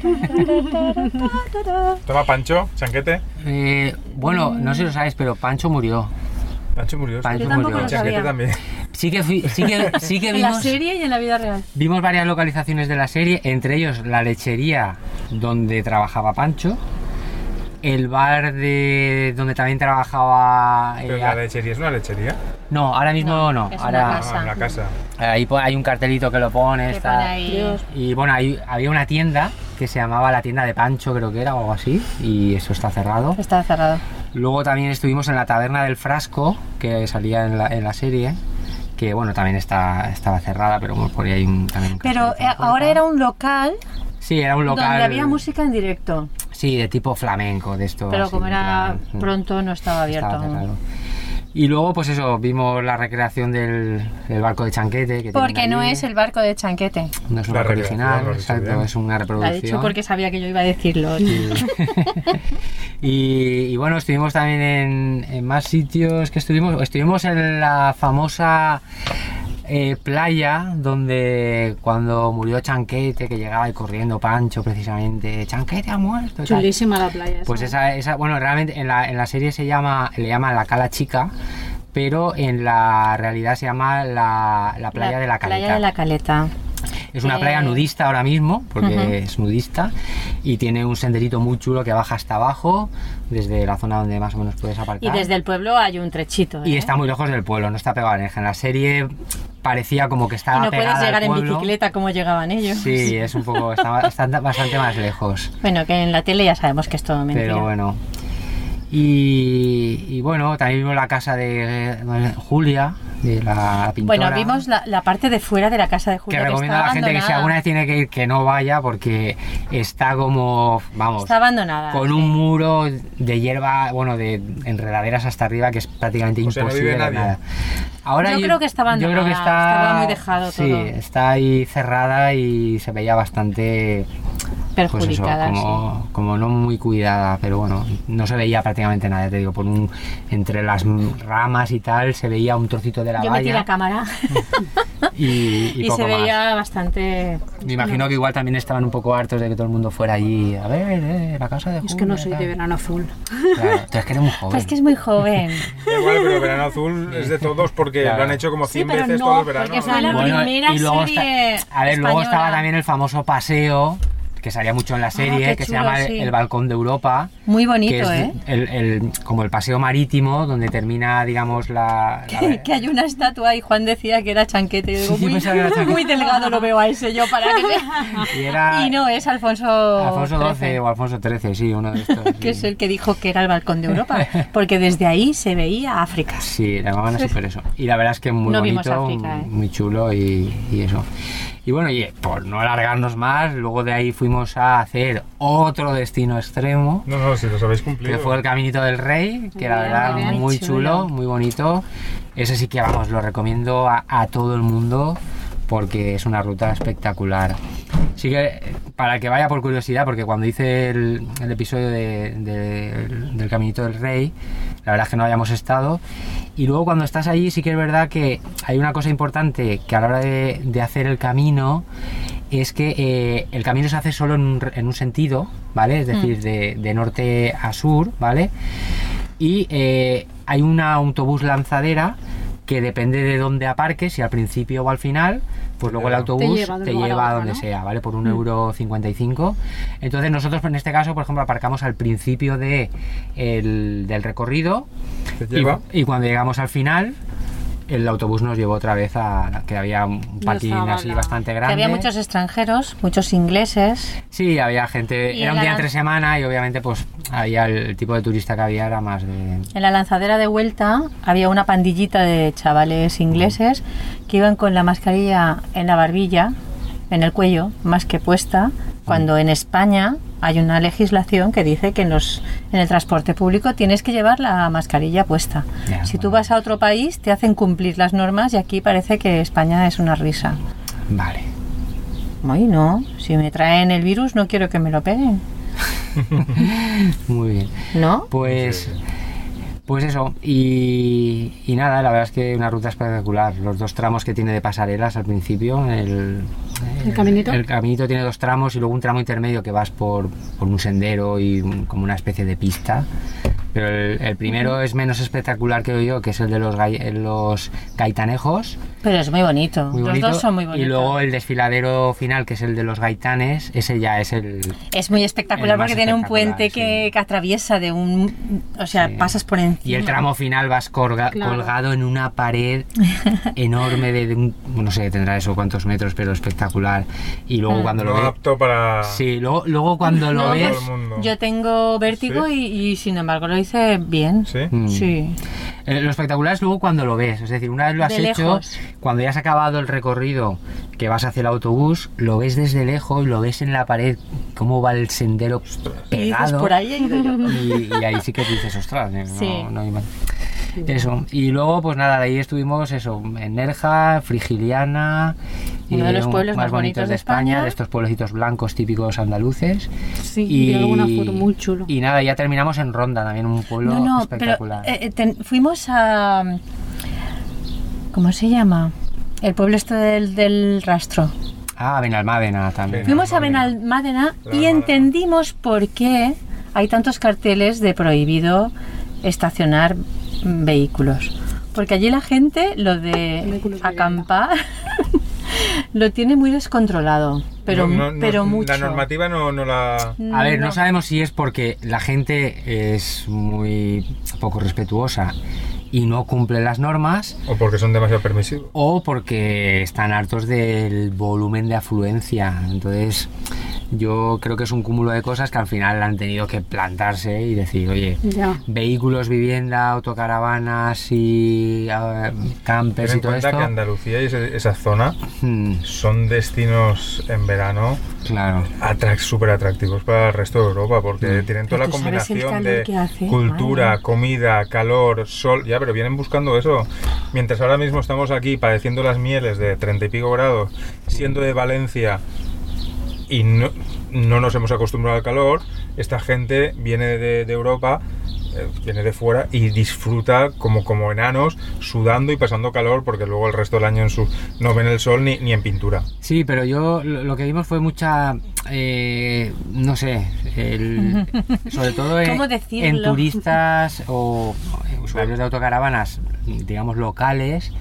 [SPEAKER 2] Toma Pancho, chanquete.
[SPEAKER 3] Eh, bueno, no sé si lo sabes, pero Pancho murió.
[SPEAKER 2] Pancho murió.
[SPEAKER 3] Pancho
[SPEAKER 1] Yo
[SPEAKER 2] sí.
[SPEAKER 1] tampoco
[SPEAKER 3] murió.
[SPEAKER 1] lo
[SPEAKER 2] Chanquete
[SPEAKER 1] sabía.
[SPEAKER 2] también.
[SPEAKER 3] Sí que, fui- sí que, sí que
[SPEAKER 1] En la
[SPEAKER 3] vimos,
[SPEAKER 1] serie y en la vida real.
[SPEAKER 3] vimos varias localizaciones de la serie, entre ellos la lechería donde trabajaba Pancho el bar de donde también trabajaba... eh,
[SPEAKER 2] Pero la lechería es una lechería.
[SPEAKER 3] no, ahora mismo
[SPEAKER 1] No,
[SPEAKER 3] no.
[SPEAKER 1] es una
[SPEAKER 3] ahora,
[SPEAKER 1] casa.
[SPEAKER 2] Ah, una casa.
[SPEAKER 3] Ahí po- hay un cartelito que lo pone.
[SPEAKER 1] Que
[SPEAKER 3] está-
[SPEAKER 1] pone ahí.
[SPEAKER 4] Dios.
[SPEAKER 3] Y bueno, ahí había una tienda que se llamaba la tienda de Pancho, creo que era, o algo así, y eso está cerrado.
[SPEAKER 1] Está cerrado.
[SPEAKER 3] Luego también estuvimos en la taberna del frasco, que salía en la, en la serie, que bueno, también está, estaba cerrada, pero bueno, por ahí hay un, también un
[SPEAKER 1] Pero
[SPEAKER 3] cartelito
[SPEAKER 1] eh, ahora
[SPEAKER 3] de
[SPEAKER 1] era un local,
[SPEAKER 3] puerta. Sí, era un local...
[SPEAKER 1] donde había música en directo,
[SPEAKER 3] Sí, de tipo flamenco, de esto.
[SPEAKER 1] pero
[SPEAKER 3] así,
[SPEAKER 1] como
[SPEAKER 3] en
[SPEAKER 1] era
[SPEAKER 3] plan, Oh, mm,
[SPEAKER 1] pronto no estaba abierto
[SPEAKER 3] estaba
[SPEAKER 1] aún.
[SPEAKER 3] cerrado. Y luego, pues eso, vimos la recreación del, del barco de chanquete. Que
[SPEAKER 1] Porque
[SPEAKER 3] tienen
[SPEAKER 1] no
[SPEAKER 3] allí.
[SPEAKER 1] es el barco de Chanquete.
[SPEAKER 3] No es un
[SPEAKER 2] La
[SPEAKER 3] barco
[SPEAKER 2] recreación,
[SPEAKER 3] original,
[SPEAKER 2] la recreación.
[SPEAKER 3] exacto, es una
[SPEAKER 1] Lo ha
[SPEAKER 3] reproducción.
[SPEAKER 1] dicho porque sabía que yo iba a decirlo.
[SPEAKER 3] Y, y bueno, estuvimos también en, en más sitios que estuvimos. Estuvimos en la famosa eh, playa donde cuando murió Chanquete, que llegaba y corriendo Pancho precisamente, Chanquete ha muerto. y tal.
[SPEAKER 4] Chulísima la playa.
[SPEAKER 3] Pues esa, esa bueno, realmente en la, en la serie se llama, le llama La Cala Chica, pero en la realidad se llama la, la Playa de la Caleta.
[SPEAKER 1] Playa de la Caleta.
[SPEAKER 3] Es una
[SPEAKER 1] Eh,
[SPEAKER 3] playa nudista ahora mismo, porque
[SPEAKER 1] Ujú.
[SPEAKER 3] es nudista, y tiene un senderito muy chulo que baja hasta abajo, desde la zona donde más o menos puedes aparcar.
[SPEAKER 1] Y desde el pueblo hay un trechito.
[SPEAKER 3] Ah. Y
[SPEAKER 1] ¿eh?
[SPEAKER 3] está muy lejos del pueblo, no está pegado a la En la serie parecía como que
[SPEAKER 1] Y
[SPEAKER 3] estaba
[SPEAKER 1] no
[SPEAKER 3] pegada
[SPEAKER 1] puedes
[SPEAKER 3] al
[SPEAKER 1] llegar en
[SPEAKER 3] pueblo.
[SPEAKER 1] bicicleta como llegaban ellos.
[SPEAKER 3] Sí, es un poco, está, está bastante más lejos.
[SPEAKER 1] Bueno, que en la tele ya sabemos que es todo mentira.
[SPEAKER 3] Pero bueno. Y, y bueno, también vimos la casa de eh, Julia, de la pintora.
[SPEAKER 1] Bueno, vimos la, la parte de fuera de la casa de
[SPEAKER 3] que
[SPEAKER 1] Julia. Que,
[SPEAKER 3] recomiendo a
[SPEAKER 1] está
[SPEAKER 3] la gente que si
[SPEAKER 1] abandonada.
[SPEAKER 3] alguna vez tiene que ir, que no vaya porque está como, vamos,
[SPEAKER 1] Está abandonada.
[SPEAKER 3] con pues un muro de hierba, bueno, de enredaderas hasta arriba que es prácticamente
[SPEAKER 2] O sea, no
[SPEAKER 3] imposible
[SPEAKER 2] vive
[SPEAKER 3] ver
[SPEAKER 2] nadie.
[SPEAKER 3] nada. Ahora
[SPEAKER 1] Yo creo que está
[SPEAKER 3] yo creo
[SPEAKER 1] abandonada,
[SPEAKER 3] que está-
[SPEAKER 1] estaba muy dejado
[SPEAKER 3] sí,
[SPEAKER 1] todo.
[SPEAKER 3] está ahí cerrada y se veía bastante pues eso,
[SPEAKER 1] perjudicada. sí.
[SPEAKER 3] como, como no muy cuidada, pero bueno, no se veía prácticamente nada, ya te digo, por un entre las ramas y tal se veía un trocito de la
[SPEAKER 1] Yo metí
[SPEAKER 3] valla
[SPEAKER 1] la cámara
[SPEAKER 3] y, y
[SPEAKER 1] y,
[SPEAKER 3] poco
[SPEAKER 1] se
[SPEAKER 3] más.
[SPEAKER 1] veía bastante.
[SPEAKER 3] Me imagino que igual también estaban un poco hartos de que todo el mundo fuera allí. A ver, eh, la casa de
[SPEAKER 4] Es que no
[SPEAKER 3] Julia,
[SPEAKER 4] soy
[SPEAKER 3] tal.
[SPEAKER 4] de verano azul.
[SPEAKER 3] Claro, tú es que eres muy joven.
[SPEAKER 1] Pues que es muy joven.
[SPEAKER 2] Da Igual, pero Verano Azul es de todos porque
[SPEAKER 3] Claro.
[SPEAKER 2] lo han hecho como
[SPEAKER 1] Sí,
[SPEAKER 2] 100
[SPEAKER 1] pero
[SPEAKER 2] veces
[SPEAKER 1] no,
[SPEAKER 2] todos los veranos.
[SPEAKER 1] porque fue la- primera
[SPEAKER 3] está-
[SPEAKER 1] serie
[SPEAKER 3] a ver,
[SPEAKER 1] española.
[SPEAKER 3] luego
[SPEAKER 1] Ah,
[SPEAKER 3] estaba también el famoso paseo que salía mucho en la serie,
[SPEAKER 1] qué
[SPEAKER 3] que se
[SPEAKER 1] chulo,
[SPEAKER 3] llama el-
[SPEAKER 1] sí.
[SPEAKER 3] el balcón de Europa.
[SPEAKER 1] Muy bonito,
[SPEAKER 3] que es
[SPEAKER 1] ¿eh?
[SPEAKER 3] el, el- como el paseo marítimo donde termina, digamos, la... la-
[SPEAKER 1] Que, que hay una estatua y Juan decía que era chanquete. Yo digo,
[SPEAKER 3] Sí,
[SPEAKER 1] muy,
[SPEAKER 3] pensaba que era chanquete".
[SPEAKER 1] muy delgado lo veo a ese yo para que sea.
[SPEAKER 3] y era
[SPEAKER 1] Y no, es Alfonso,
[SPEAKER 3] Alfonso XII
[SPEAKER 1] XIII,
[SPEAKER 3] o Alfonso XIII, sí, uno de estos.
[SPEAKER 1] que es
[SPEAKER 3] sí.
[SPEAKER 1] el que dijo que era el balcón de Europa, porque desde ahí se veía África.
[SPEAKER 3] Sí, la llamaban así por eso. Y la verdad es que muy
[SPEAKER 1] No vimos
[SPEAKER 3] bonito,
[SPEAKER 1] África, ¿eh?
[SPEAKER 3] muy chulo y, y eso. Y bueno, y eh, por no alargarnos más, luego de ahí fuimos a hacer otro destino extremo,
[SPEAKER 2] No, no, si los habéis
[SPEAKER 3] que
[SPEAKER 2] cumplido.
[SPEAKER 3] fue el Caminito del Rey, que la
[SPEAKER 1] Muy bien,
[SPEAKER 3] verdad
[SPEAKER 1] muy bien.
[SPEAKER 3] muy
[SPEAKER 1] Muy
[SPEAKER 3] chulo,
[SPEAKER 1] chulo.
[SPEAKER 3] muy bonito. Ese sí que, vamos, lo recomiendo a, a todo el mundo porque es una ruta espectacular. Sí que, eh, para el que vaya por curiosidad, porque cuando hice el, el episodio de- de- del Caminito del Rey, la verdad es que no habíamos estado. Y luego cuando estás allí sí que es verdad que hay una cosa importante que a la hora de, de hacer el camino es que eh, el camino se hace solo en un, re- en un sentido, ¿vale? Es decir, de, de norte a sur, ¿vale? Y eh, hay un autobús lanzadera que depende de dónde aparques, si al principio o al final, pues luego el
[SPEAKER 2] Claro.
[SPEAKER 3] autobús
[SPEAKER 4] lleva de un
[SPEAKER 3] te
[SPEAKER 4] lugar a
[SPEAKER 3] lleva a
[SPEAKER 4] otro,
[SPEAKER 3] donde
[SPEAKER 4] ¿no? Mm.
[SPEAKER 3] sea, ¿vale? Por un euro 55. Entonces nosotros en este caso, por ejemplo, aparcamos al principio de el- del recorrido
[SPEAKER 2] Te lleva.
[SPEAKER 3] y, y cuando llegamos al final, el autobús nos llevó otra vez a que había un parking
[SPEAKER 4] estaba
[SPEAKER 3] así
[SPEAKER 4] la-
[SPEAKER 3] bastante
[SPEAKER 1] Que
[SPEAKER 3] grande.
[SPEAKER 1] había muchos extranjeros, muchos ingleses.
[SPEAKER 3] Sí, había gente.
[SPEAKER 1] Y
[SPEAKER 3] Era un
[SPEAKER 1] era
[SPEAKER 3] día
[SPEAKER 1] la-
[SPEAKER 3] entre semana y obviamente pues había el, el tipo de turista que había era más de.
[SPEAKER 1] En la lanzadera de vuelta había una pandillita de chavales ingleses que iban con la mascarilla en la barbilla, en el cuello, más que puesta, cuando en España hay una legislación que dice que en, los, en el transporte público tienes que llevar la mascarilla puesta.
[SPEAKER 3] Ya,
[SPEAKER 1] si tú
[SPEAKER 3] bueno.
[SPEAKER 1] vas a otro país te hacen cumplir las normas y aquí parece que España es una risa.
[SPEAKER 3] Vale.
[SPEAKER 1] Ay, no, si me traen el virus no quiero que me lo peguen,
[SPEAKER 3] Muy bien.
[SPEAKER 1] ¿no?
[SPEAKER 3] Pues.
[SPEAKER 2] Sí.
[SPEAKER 3] Pues eso, y, y nada, la verdad es que una ruta espectacular. Los dos tramos que tiene de pasarelas al principio, el,
[SPEAKER 4] ¿El caminito?
[SPEAKER 3] el caminito tiene dos tramos y luego un tramo intermedio que vas por, por un sendero y un- como una especie de pista Pero el, el primero es menos espectacular que yo, que es el de los, gai- eh, los gaitanejos.
[SPEAKER 1] Pero es muy bonito.
[SPEAKER 3] Muy
[SPEAKER 1] Los
[SPEAKER 3] bonito.
[SPEAKER 1] dos son muy bonitos.
[SPEAKER 3] Y luego el desfiladero final, que es el de los gaitanes, ese ya es el...
[SPEAKER 1] Es muy espectacular
[SPEAKER 3] El más
[SPEAKER 1] porque tiene un
[SPEAKER 3] espectacular,
[SPEAKER 1] puente que,
[SPEAKER 3] sí.
[SPEAKER 1] que atraviesa de un... O sea,
[SPEAKER 3] Sí.
[SPEAKER 1] pasas por encima.
[SPEAKER 3] Y el tramo final vas corga-
[SPEAKER 4] Claro.
[SPEAKER 3] colgado en una pared enorme de, de un- no sé, tendrá eso cuántos metros, pero espectacular. Y luego
[SPEAKER 1] Mm.
[SPEAKER 3] cuando lo
[SPEAKER 2] No
[SPEAKER 3] ves...
[SPEAKER 2] apto para
[SPEAKER 3] Sí, luego, luego cuando lo
[SPEAKER 2] para
[SPEAKER 3] ves...
[SPEAKER 2] todo el mundo.
[SPEAKER 1] Yo tengo vértigo
[SPEAKER 2] Sí.
[SPEAKER 1] y, y, sin embargo lo hice bien.
[SPEAKER 2] ¿Sí?
[SPEAKER 3] Mm.
[SPEAKER 1] Sí.
[SPEAKER 3] Eh, Lo espectacular es luego cuando lo ves, es decir, una vez lo has
[SPEAKER 1] De
[SPEAKER 3] hecho,
[SPEAKER 1] lejos.
[SPEAKER 3] cuando ya has acabado el recorrido que vas hacia el autobús, lo ves desde lejos, lo ves en la pared, cómo va el sendero
[SPEAKER 1] Y dices,
[SPEAKER 3] pegado.
[SPEAKER 1] por ahí he ido yo.
[SPEAKER 3] y, y ahí sí que dices, ostras, eh, no,
[SPEAKER 1] Sí.
[SPEAKER 3] no hay más. Eso. Y luego, pues nada, de ahí estuvimos eso, en Nerja, Frigiliana.
[SPEAKER 1] Uno de los
[SPEAKER 3] un-
[SPEAKER 1] pueblos más bonitos de España.
[SPEAKER 3] de estos pueblecitos blancos típicos andaluces.
[SPEAKER 4] Sí, vi alguna foto muy chulo.
[SPEAKER 3] Y nada, ya terminamos en Ronda, también un pueblo
[SPEAKER 1] No, no, pero
[SPEAKER 3] espectacular.
[SPEAKER 1] eh, eh, ten- fuimos a... ¿Cómo se llama? El pueblo este del, del rastro.
[SPEAKER 3] Ah, Benalmádena también.
[SPEAKER 1] Fuimos a
[SPEAKER 2] Benalmádena.
[SPEAKER 1] Benalmádena y
[SPEAKER 2] Benalmádena.
[SPEAKER 1] entendimos por qué hay tantos carteles de prohibido estacionar mm, vehículos. Porque allí la gente lo de
[SPEAKER 4] Vehículos de
[SPEAKER 1] acampar lo tiene muy descontrolado, pero,
[SPEAKER 2] No, no, no,
[SPEAKER 1] pero mucho.
[SPEAKER 2] La normativa no, no la...
[SPEAKER 3] A ver, no
[SPEAKER 1] No.
[SPEAKER 3] sabemos si es porque la gente es muy poco respetuosa y no cumple las normas
[SPEAKER 2] O porque son demasiado permisivos.
[SPEAKER 3] o porque están hartos del volumen de afluencia. Entonces, yo creo que es un cúmulo de cosas que al final han tenido que plantarse y decir, oye,
[SPEAKER 4] Ya.
[SPEAKER 3] vehículos, vivienda, autocaravanas y eh,
[SPEAKER 2] Ten
[SPEAKER 3] campers y
[SPEAKER 2] en
[SPEAKER 3] todo
[SPEAKER 2] cuenta
[SPEAKER 3] esto.
[SPEAKER 2] que Andalucía y ese- esa zona
[SPEAKER 3] Mm,
[SPEAKER 2] son destinos en verano
[SPEAKER 3] claro.
[SPEAKER 2] atrac súper atractivos para el resto de Europa porque
[SPEAKER 3] Mm.
[SPEAKER 2] tienen
[SPEAKER 1] Pero
[SPEAKER 2] toda la
[SPEAKER 1] tú sabes el
[SPEAKER 2] combinación
[SPEAKER 1] calor
[SPEAKER 2] de
[SPEAKER 1] que hace,
[SPEAKER 2] cultura,
[SPEAKER 1] madre.
[SPEAKER 2] comida, calor, sol. Ya, pero vienen buscando eso. Mientras ahora mismo estamos aquí padeciendo las mieles de treinta y pico grados, siendo de Valencia y no, no nos hemos acostumbrado al calor, esta gente viene de, de Europa. eh, Viene de fuera y disfruta como, como enanos, sudando y pasando calor, porque luego el resto del año en su, no ven el sol ni, ni en pintura.
[SPEAKER 3] Sí, pero yo lo lo que vimos fue mucha, eh, no sé, el- sobre todo en,
[SPEAKER 1] ¿Cómo
[SPEAKER 3] en
[SPEAKER 1] decirlo?
[SPEAKER 3] turistas o usuarios de autocaravanas, digamos locales,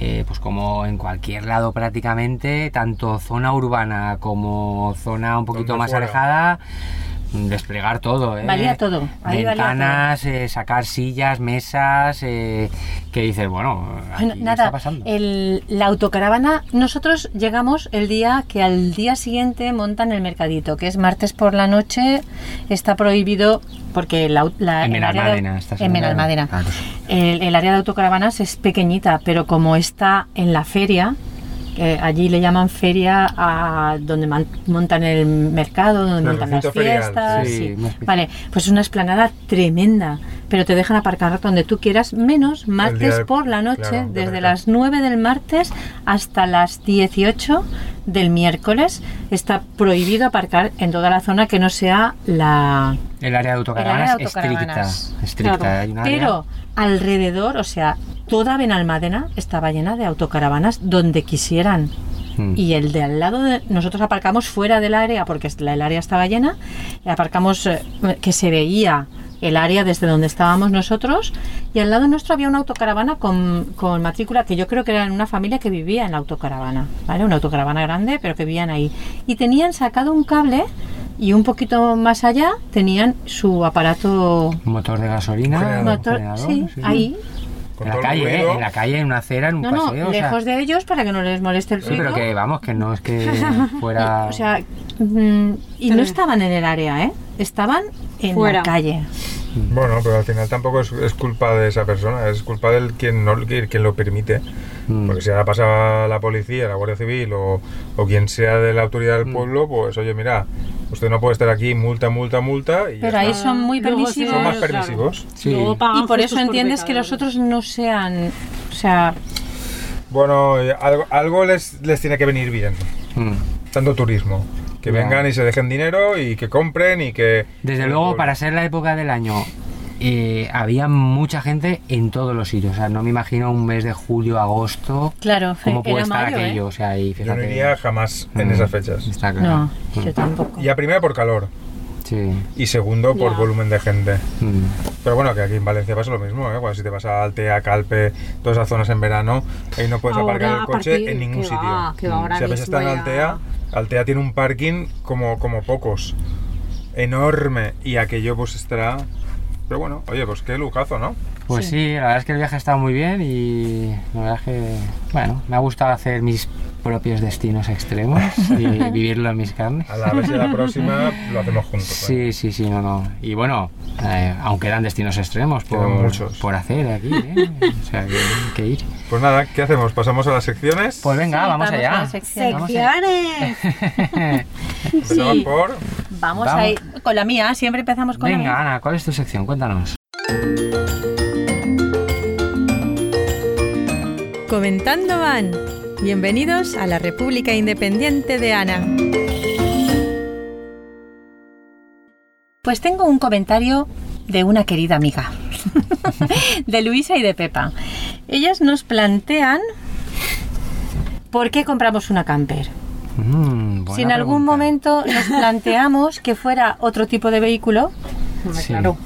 [SPEAKER 3] eh, pues como en cualquier lado prácticamente, tanto zona urbana como zona un poquito
[SPEAKER 2] Donde
[SPEAKER 3] más
[SPEAKER 2] fuera.
[SPEAKER 3] alejada, desplegar todo. ¿eh?
[SPEAKER 1] Valía todo, ahí valía
[SPEAKER 3] Ventanas, eh, sacar sillas, mesas, eh, que dices, bueno, aquí
[SPEAKER 1] Bueno,
[SPEAKER 3] ¿qué está
[SPEAKER 1] nada, eh,
[SPEAKER 3] pasando.
[SPEAKER 1] el- la autocaravana, nosotros llegamos el día que al día siguiente montan el mercadito, que es martes por la noche, está prohibido porque la, la-
[SPEAKER 3] En
[SPEAKER 1] el área de-
[SPEAKER 3] Benalmádena, estás
[SPEAKER 1] en
[SPEAKER 3] en
[SPEAKER 1] Benalmádena.
[SPEAKER 2] Ah,
[SPEAKER 3] Benalmádena.
[SPEAKER 1] El, el área de autocaravanas es pequeñita, pero como está en la feria, que allí le llaman feria a donde man- montan el mercado, donde
[SPEAKER 2] El
[SPEAKER 1] montan las
[SPEAKER 2] recinto ferial,
[SPEAKER 1] fiestas.
[SPEAKER 3] sí.
[SPEAKER 1] sí.
[SPEAKER 3] Sí, más-
[SPEAKER 1] Vale, pues es una esplanada tremenda, pero te dejan aparcar donde tú quieras, menos martes
[SPEAKER 2] del-
[SPEAKER 1] por la noche,
[SPEAKER 2] claro, de
[SPEAKER 1] desde
[SPEAKER 2] mercado.
[SPEAKER 1] las 9 del martes hasta las 18 del miércoles. Está prohibido aparcar en toda la zona que no sea la,
[SPEAKER 3] El área de autocaravanas,
[SPEAKER 1] El área de autocaravanas.
[SPEAKER 3] estricta. Estricta.
[SPEAKER 4] Claro.
[SPEAKER 3] Hay un área-
[SPEAKER 1] Pero alrededor, o sea, toda Benalmádena estaba llena de autocaravanas donde quisieran.
[SPEAKER 3] Mm.
[SPEAKER 1] Y el de al lado de nosotros aparcamos fuera del área porque est- la- el área estaba llena, y aparcamos eh, que se veía el área desde donde estábamos nosotros y al lado nuestro había una autocaravana con, con matrícula que yo creo que era una familia que vivía en la autocaravana, ¿vale? Una autocaravana grande, pero que vivían ahí. Y tenían sacado un cable y un poquito más allá tenían su aparato
[SPEAKER 3] Un motor de gasolina.
[SPEAKER 2] Un
[SPEAKER 3] un
[SPEAKER 2] generador.
[SPEAKER 1] motor,
[SPEAKER 3] generador,
[SPEAKER 1] sí, ahí,
[SPEAKER 2] Con
[SPEAKER 3] En la
[SPEAKER 2] todo el
[SPEAKER 3] calle, ¿eh?
[SPEAKER 2] ruido,
[SPEAKER 3] En la calle, en una acera, en un
[SPEAKER 1] No, no,
[SPEAKER 3] paseo. o sea-
[SPEAKER 1] lejos de ellos para que no les moleste el
[SPEAKER 3] Sí,
[SPEAKER 1] ruido.
[SPEAKER 3] pero que vamos, que no es que fuera.
[SPEAKER 1] Y, o sea, mm, y no estaban en el área, ¿eh? Estaban en
[SPEAKER 4] Fuera.
[SPEAKER 1] la calle.
[SPEAKER 2] Bueno, pero al final tampoco es, es culpa de esa persona, es culpa del quien, no, quien quien lo permite.
[SPEAKER 3] Mm.
[SPEAKER 2] Porque si ahora pasa la policía, la Guardia Civil o, o quien sea de la autoridad
[SPEAKER 3] Mm.
[SPEAKER 2] del pueblo, pues oye, mira, usted no puede estar aquí, multa, multa, multa. Y ya
[SPEAKER 1] Pero ahí
[SPEAKER 2] está.
[SPEAKER 1] son muy
[SPEAKER 4] Luego
[SPEAKER 1] permisivos.
[SPEAKER 2] Son más
[SPEAKER 4] claro.
[SPEAKER 2] permisivos.
[SPEAKER 3] Sí.
[SPEAKER 4] Luego pagan
[SPEAKER 1] Y por eso
[SPEAKER 4] justos
[SPEAKER 1] entiendes que los
[SPEAKER 4] pecadores.
[SPEAKER 1] otros no sean. O sea,
[SPEAKER 2] Bueno, eh, algo, algo les, les tiene que venir bien,
[SPEAKER 3] Mm.
[SPEAKER 2] tanto turismo. Que
[SPEAKER 3] Ya.
[SPEAKER 2] vengan y se dejen dinero y que compren y que... eh, pues,
[SPEAKER 3] Desde luego, para ser la época del año, eh, había mucha gente en todos los sitios. O sea, no me imagino un mes de julio, agosto.
[SPEAKER 1] claro,
[SPEAKER 3] ¿Cómo
[SPEAKER 1] era
[SPEAKER 3] puede estar
[SPEAKER 1] mayo, ¿eh?
[SPEAKER 3] aquello? O sea, y
[SPEAKER 2] Yo no
[SPEAKER 3] fíjate.
[SPEAKER 2] iría jamás en
[SPEAKER 3] Mm.
[SPEAKER 2] esas fechas.
[SPEAKER 3] Está claro.
[SPEAKER 1] No, yo tampoco.
[SPEAKER 2] Y a primera por calor.
[SPEAKER 3] Sí. Sí.
[SPEAKER 2] y segundo por
[SPEAKER 4] Ya.
[SPEAKER 2] volumen de gente.
[SPEAKER 3] Mm.
[SPEAKER 2] Pero bueno, que aquí en Valencia pasa lo mismo, ¿eh? Cuando si te vas a Altea, Calpe, todas esas zonas en verano, ahí no puedes aparcar el
[SPEAKER 4] a
[SPEAKER 2] coche
[SPEAKER 4] partir-
[SPEAKER 2] en ningún
[SPEAKER 4] que
[SPEAKER 2] sitio. Mm.
[SPEAKER 4] va, que va, ahora
[SPEAKER 2] si habéis
[SPEAKER 4] mismo
[SPEAKER 2] estado en
[SPEAKER 4] ya-
[SPEAKER 2] Altea, Altea tiene un parking como, como pocos, enorme, y aquello pues estará... Pero bueno, oye, pues qué lujazo, ¿no?
[SPEAKER 3] Pues
[SPEAKER 1] Sí.
[SPEAKER 3] sí. la verdad es que el viaje ha estado muy bien y la verdad es que, bueno, me ha gustado hacer mis propios destinos extremos y vivirlo en mis carnes.
[SPEAKER 2] A la vez de la próxima lo hacemos juntos. ¿eh?
[SPEAKER 3] Sí, sí, sí, no, no. Y bueno, eh, aún quedan destinos extremos por,
[SPEAKER 2] Quedan muchos.
[SPEAKER 3] por hacer aquí, ¿eh? O sea, que, que ir.
[SPEAKER 2] Pues nada, ¿qué hacemos? ¿Pasamos a las secciones?
[SPEAKER 3] Pues venga,
[SPEAKER 1] Sí,
[SPEAKER 3] vamos,
[SPEAKER 1] vamos
[SPEAKER 3] allá.
[SPEAKER 1] a la sección.
[SPEAKER 3] Vamos a-
[SPEAKER 4] ¡Secciones!
[SPEAKER 2] Empezamos
[SPEAKER 4] sí.
[SPEAKER 2] por...
[SPEAKER 1] Vamos,
[SPEAKER 3] Vamos.
[SPEAKER 1] a ir con la mía, siempre empezamos con la
[SPEAKER 3] Venga,
[SPEAKER 1] mía.
[SPEAKER 3] Ana, ¿cuál es tu sección? Cuéntanos.
[SPEAKER 1] Comentando van. Bienvenidos a la República Independiente de Ana. Pues tengo un comentario de una querida amiga, de Luisa y de Pepa. Ellas nos plantean por qué compramos una camper.
[SPEAKER 3] Mm, buena
[SPEAKER 1] si en algún
[SPEAKER 3] pregunta.
[SPEAKER 1] momento nos planteamos que fuera otro tipo de vehículo,
[SPEAKER 4] Hombre,
[SPEAKER 3] Sí.
[SPEAKER 4] Claro.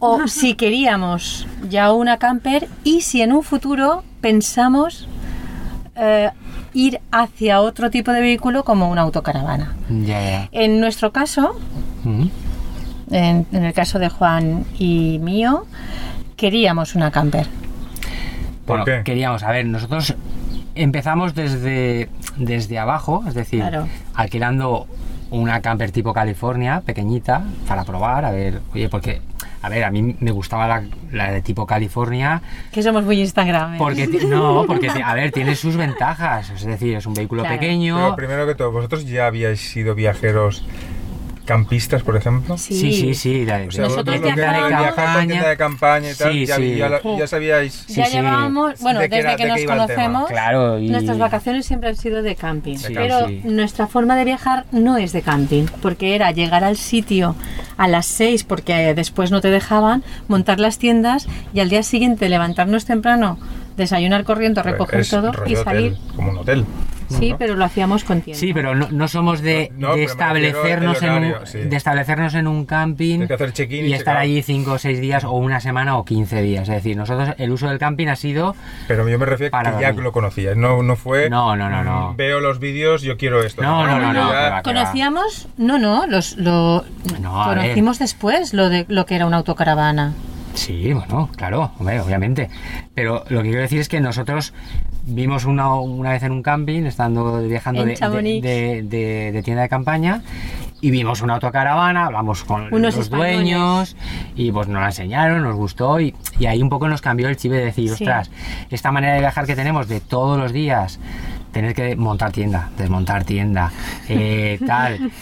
[SPEAKER 1] o si queríamos ya una camper y si en un futuro pensamos eh, ir hacia otro tipo de vehículo como una autocaravana.
[SPEAKER 3] Ya, ya.
[SPEAKER 1] En nuestro caso,
[SPEAKER 3] Mm.
[SPEAKER 1] en, en el caso de Juan y mío, queríamos una camper.
[SPEAKER 2] ¿Por
[SPEAKER 3] Bueno,
[SPEAKER 2] qué?
[SPEAKER 3] queríamos, a ver, nosotros empezamos desde, desde abajo, es decir,
[SPEAKER 1] Claro.
[SPEAKER 3] alquilando una camper tipo California, pequeñita, para probar, a ver, oye, porque, a ver, a mí me gustaba la, la de tipo California,
[SPEAKER 1] Que somos muy Instagram.
[SPEAKER 3] porque, ti- no, porque, ti- a ver, tiene sus ventajas, es decir, es un vehículo
[SPEAKER 1] Claro.
[SPEAKER 3] pequeño,
[SPEAKER 2] Pero primero que todo, ¿vosotros ya habíais sido viajeros campistas, por ejemplo?
[SPEAKER 3] sí, sí, sí, de-
[SPEAKER 2] O sea,
[SPEAKER 3] de-
[SPEAKER 1] Nosotros
[SPEAKER 2] vosotros lo que
[SPEAKER 1] viajábamos-
[SPEAKER 2] era viajar con tienda de campaña y tal,
[SPEAKER 3] Sí,
[SPEAKER 2] ya,
[SPEAKER 3] sí.
[SPEAKER 2] ya lo- ya sabíais.
[SPEAKER 1] Ya
[SPEAKER 3] Sí, sí.
[SPEAKER 1] llevábamos, bueno,
[SPEAKER 2] ¿De qué
[SPEAKER 1] desde
[SPEAKER 2] era-
[SPEAKER 1] que
[SPEAKER 2] de qué
[SPEAKER 1] nos
[SPEAKER 2] iba el tema?
[SPEAKER 1] conocemos,
[SPEAKER 3] claro, y...
[SPEAKER 1] Nuestras vacaciones siempre han sido de camping,
[SPEAKER 3] Sí,
[SPEAKER 1] pero
[SPEAKER 3] sí.
[SPEAKER 1] nuestra forma de viajar no es de camping, porque era llegar al sitio a las 6 porque después no te dejaban, montar las tiendas y al día siguiente levantarnos temprano, desayunar corriendo,
[SPEAKER 3] Pues
[SPEAKER 1] recoger
[SPEAKER 2] Pues Es
[SPEAKER 1] todo y
[SPEAKER 2] rollo
[SPEAKER 1] salir.
[SPEAKER 2] hotel, como un hotel.
[SPEAKER 1] Sí,
[SPEAKER 2] ¿no?
[SPEAKER 1] pero lo hacíamos con tiendas.
[SPEAKER 3] Sí, pero no, no somos de,
[SPEAKER 2] No, pero
[SPEAKER 3] de
[SPEAKER 2] me refiero
[SPEAKER 3] establecernos
[SPEAKER 2] el
[SPEAKER 3] en un,
[SPEAKER 2] horario, sí.
[SPEAKER 3] de establecernos en un camping
[SPEAKER 2] Tienes que hacer check-in y
[SPEAKER 3] y estar
[SPEAKER 2] check-out.
[SPEAKER 3] allí 5 o 6 días o una semana o 15 días. Es decir, nosotros el uso del camping ha sido...
[SPEAKER 2] Pero yo me refiero a
[SPEAKER 3] Para
[SPEAKER 2] que ya
[SPEAKER 3] dormir.
[SPEAKER 2] lo conocías, no, no fue...
[SPEAKER 3] No, no, no, no.
[SPEAKER 2] Veo los vídeos, yo quiero esto.
[SPEAKER 3] No, no,
[SPEAKER 2] ya-
[SPEAKER 3] no, no, que va.
[SPEAKER 1] Ah, Conocíamos, no, no, los, lo
[SPEAKER 3] No, a ver.
[SPEAKER 1] conocimos después lo de lo que era una autocaravana.
[SPEAKER 3] Sí, bueno, claro, hombre, obviamente. Pero lo que quiero decir es que nosotros vimos una, una vez en un camping, estando viajando
[SPEAKER 1] En
[SPEAKER 3] de,
[SPEAKER 1] Chamonix.
[SPEAKER 3] de- de- de- de tienda de campaña, y vimos una autocaravana, hablamos con
[SPEAKER 1] Unos
[SPEAKER 3] los
[SPEAKER 1] españoles.
[SPEAKER 3] dueños, y pues nos la enseñaron, nos gustó, y, y ahí un poco nos cambió el chip de decir,
[SPEAKER 1] Sí.
[SPEAKER 3] ostras, esta manera de viajar que tenemos de todos los días, tener que montar tienda, desmontar tienda, eh, tal,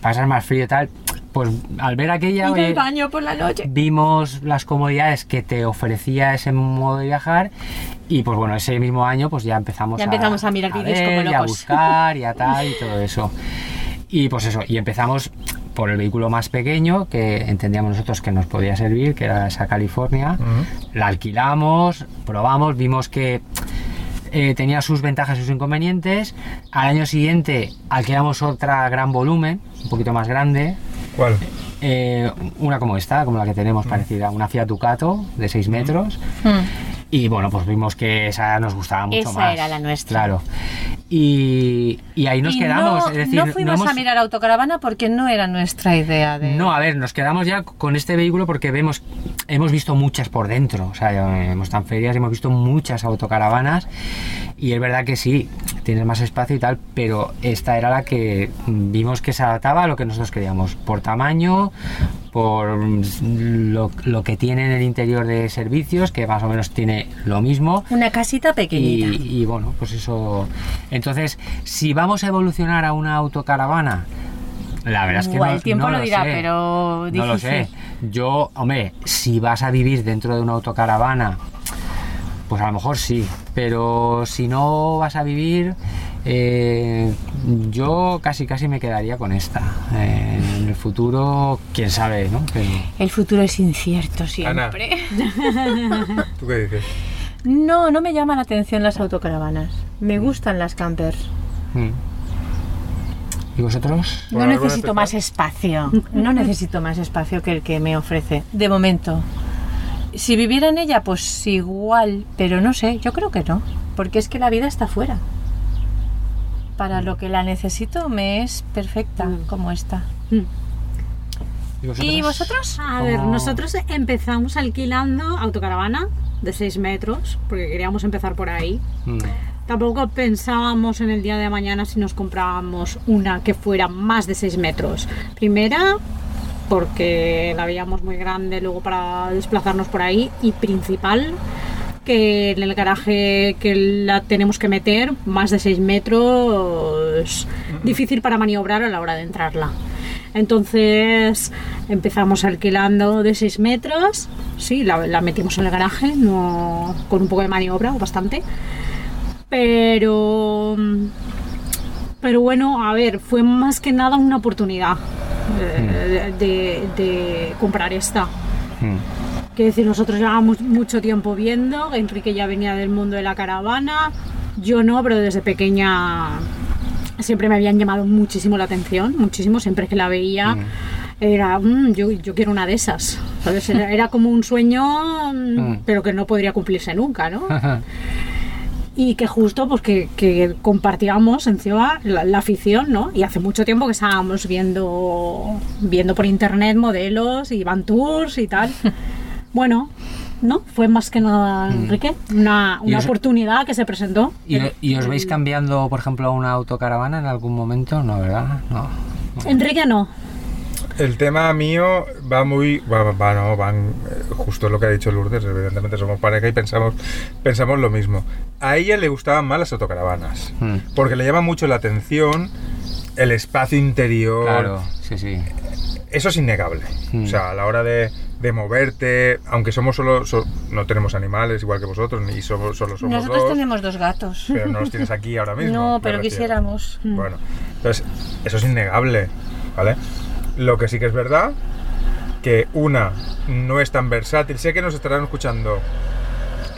[SPEAKER 3] pasar más frío, tal, pues al ver aquella...
[SPEAKER 1] Ir al
[SPEAKER 3] oye,
[SPEAKER 1] baño por la noche.
[SPEAKER 3] vimos las comodidades que te ofrecía ese modo de viajar y pues bueno, ese mismo año pues ya empezamos,
[SPEAKER 1] Ya empezamos a mirar vídeos
[SPEAKER 3] ver,
[SPEAKER 1] como
[SPEAKER 3] y a
[SPEAKER 1] locos.
[SPEAKER 3] buscar y a tal y todo eso. Y pues eso, y empezamos por el vehículo más pequeño que entendíamos nosotros que nos podía servir, que era esa California.
[SPEAKER 2] Ujú.
[SPEAKER 3] La alquilamos, probamos, vimos que eh, tenía sus ventajas y sus inconvenientes. Al año siguiente alquilamos otra gran volumen, un poquito más grande,
[SPEAKER 2] ¿Cuál?
[SPEAKER 3] eh, una como esta, como la que tenemos parecida, una Fiat Ducato de 6 metros.
[SPEAKER 1] Mm,
[SPEAKER 3] Y bueno, pues vimos que esa nos gustaba mucho
[SPEAKER 1] Esa
[SPEAKER 3] más.
[SPEAKER 1] era la nuestra.
[SPEAKER 3] Claro. Y, y ahí nos
[SPEAKER 1] Y
[SPEAKER 3] quedamos.
[SPEAKER 1] no,
[SPEAKER 3] es decir,
[SPEAKER 1] no fuimos
[SPEAKER 3] hemos-
[SPEAKER 1] a mirar autocaravana porque no era nuestra idea de
[SPEAKER 3] No, a ver, nos quedamos ya con este vehículo porque vemos, hemos visto muchas por dentro. O sea, hemos estado en ferias y hemos visto muchas autocaravanas. Y es verdad que sí, tienes más espacio y tal, pero esta era la que vimos que se adaptaba a lo que nosotros queríamos. Por tamaño, por mm, lo, lo que tiene en el interior de servicios, que más o menos tiene lo mismo.
[SPEAKER 1] Una casita
[SPEAKER 3] Y,
[SPEAKER 1] pequeñita.
[SPEAKER 3] y bueno, pues eso. Entonces, si vamos a evolucionar a una autocaravana, la verdad es que
[SPEAKER 1] Buah,
[SPEAKER 3] no-
[SPEAKER 1] el tiempo
[SPEAKER 3] no
[SPEAKER 1] lo dirá,
[SPEAKER 3] sé.
[SPEAKER 1] pero
[SPEAKER 3] No lo
[SPEAKER 1] difícil.
[SPEAKER 3] sé. Yo, hombre, si vas a vivir dentro de una autocaravana, pues a lo mejor sí. Pero si no vas a vivir, eh, yo casi casi me quedaría con esta. Eh, en el futuro, quién sabe, ¿no? Pero-
[SPEAKER 1] El futuro es incierto
[SPEAKER 2] Ana.
[SPEAKER 1] siempre.
[SPEAKER 2] ¿Tú qué dices?
[SPEAKER 1] No, no me llaman la atención las autocaravanas. Me gustan las campers.
[SPEAKER 3] Mm. ¿Y vosotros?
[SPEAKER 2] ¿Por
[SPEAKER 1] No
[SPEAKER 2] algo
[SPEAKER 1] necesito más
[SPEAKER 2] especial?
[SPEAKER 1] espacio. No necesito más espacio que el que me ofrece. De momento. Si viviera en ella, pues igual, pero no sé, yo creo que no. Porque es que la vida está fuera. Para lo que la necesito me es perfecta
[SPEAKER 4] Mm.
[SPEAKER 1] como está.
[SPEAKER 3] ¿Y vosotros?
[SPEAKER 1] ¿Y vosotros?
[SPEAKER 4] A ver,
[SPEAKER 3] ¿Cómo?
[SPEAKER 4] nosotros empezamos alquilando autocaravana de 6 metros, porque queríamos empezar por ahí.
[SPEAKER 3] Mm.
[SPEAKER 4] Tampoco pensábamos en el día de mañana si nos comprábamos una que fuera más de 6 metros. Primera, porque la veíamos muy grande luego para desplazarnos por ahí. Y principal, que en el garaje que la tenemos que meter, más de 6 metros, difícil para maniobrar a la hora de entrarla. Entonces empezamos alquilando de 6 metros, sí, la, la metimos en el garaje, no, con un poco de maniobra o bastante pero mm, pero bueno a ver fue más que nada una oportunidad eh, de, de comprar esta
[SPEAKER 3] Mm.
[SPEAKER 4] Quiero decir, nosotros llevábamos mucho tiempo viendo, Enrique ya venía del mundo de la caravana, yo no, pero desde pequeña siempre me habían llamado muchísimo la atención, muchísimo, siempre que la veía
[SPEAKER 3] Mm.
[SPEAKER 4] era, "Mm, yo, yo quiero una de esas, ¿sabes? Era, era como un sueño, mm,
[SPEAKER 3] Mm.
[SPEAKER 4] pero que no podría cumplirse nunca, ¿no?
[SPEAKER 3] Ajá.
[SPEAKER 4] y que justo pues que, que compartíamos encima la, la afición, ¿no? Y hace mucho tiempo que estábamos viendo viendo por internet modelos y van tours y tal. Bueno, no, fue más que nada, Enrique, una,
[SPEAKER 3] Mm. Y
[SPEAKER 4] una
[SPEAKER 3] os-
[SPEAKER 4] oportunidad que se presentó.
[SPEAKER 3] ¿Y, y os
[SPEAKER 4] mm.
[SPEAKER 3] veis cambiando, por ejemplo, a una autocaravana en algún momento? No, ¿verdad? No.
[SPEAKER 4] Enrique no.
[SPEAKER 2] El tema mío va muy. Va, va- va- no, van eh, justo lo que ha dicho Lourdes. Evidentemente somos pareja y pensamos, pensamos lo mismo. A ella le gustaban más las autocaravanas.
[SPEAKER 3] Mm.
[SPEAKER 2] Porque le llama mucho la atención el espacio interior.
[SPEAKER 3] Claro, sí, sí.
[SPEAKER 2] Eso es innegable.
[SPEAKER 3] Mm.
[SPEAKER 2] O sea, a la hora de, de moverte, aunque somos solo. so- no tenemos animales igual que vosotros, ni somos, solo somos
[SPEAKER 1] Nosotros
[SPEAKER 2] dos.
[SPEAKER 1] tenemos dos gatos.
[SPEAKER 2] Pero no los tienes aquí ahora mismo.
[SPEAKER 1] no,
[SPEAKER 2] me
[SPEAKER 1] pero
[SPEAKER 2] refiero.
[SPEAKER 1] quisiéramos.
[SPEAKER 2] Bueno, entonces, eso es innegable, ¿vale? Lo que sí que es verdad, que una, no es tan versátil. Sé que nos estarán escuchando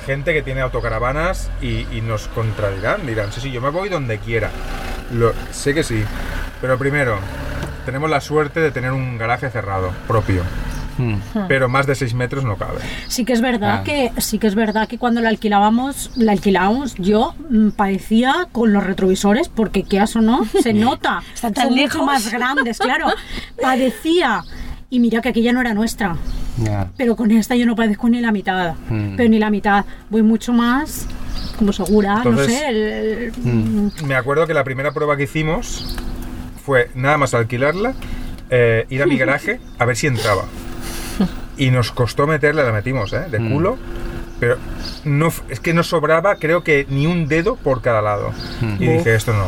[SPEAKER 2] gente que tiene autocaravanas y, y nos contradirán, dirán, sí, sí, yo me voy donde quiera. Lo, sé que sí, pero primero, tenemos la suerte de tener un garaje cerrado, propio,
[SPEAKER 3] Mm.
[SPEAKER 2] pero más de 6 metros no cabe.
[SPEAKER 4] Sí que es verdad
[SPEAKER 3] Ah.
[SPEAKER 4] que sí que es verdad que cuando la alquilábamos, la alquilábamos, yo mm, padecía con los retrovisores porque quieras o no, se nota.
[SPEAKER 1] Están tan
[SPEAKER 4] Son
[SPEAKER 1] lejos.
[SPEAKER 4] mucho más grandes, claro. Padecía. Y mira que aquella no era nuestra.
[SPEAKER 3] Ya.
[SPEAKER 4] Pero con esta yo no padezco ni la mitad.
[SPEAKER 3] Mm.
[SPEAKER 4] Pero ni la mitad. Voy mucho más como segura,
[SPEAKER 2] Entonces-
[SPEAKER 4] no sé. el- el-
[SPEAKER 3] Mm.
[SPEAKER 2] Me acuerdo que la primera prueba que hicimos fue nada más alquilarla, eh, ir a mi garaje a ver si entraba. Y nos costó meterla, la metimos, ¿eh? De
[SPEAKER 3] Mm.
[SPEAKER 2] culo. Pero no, f- es que no sobraba, creo que ni un dedo por cada lado.
[SPEAKER 3] Mm.
[SPEAKER 2] Y
[SPEAKER 4] Uf.
[SPEAKER 2] dije, esto no.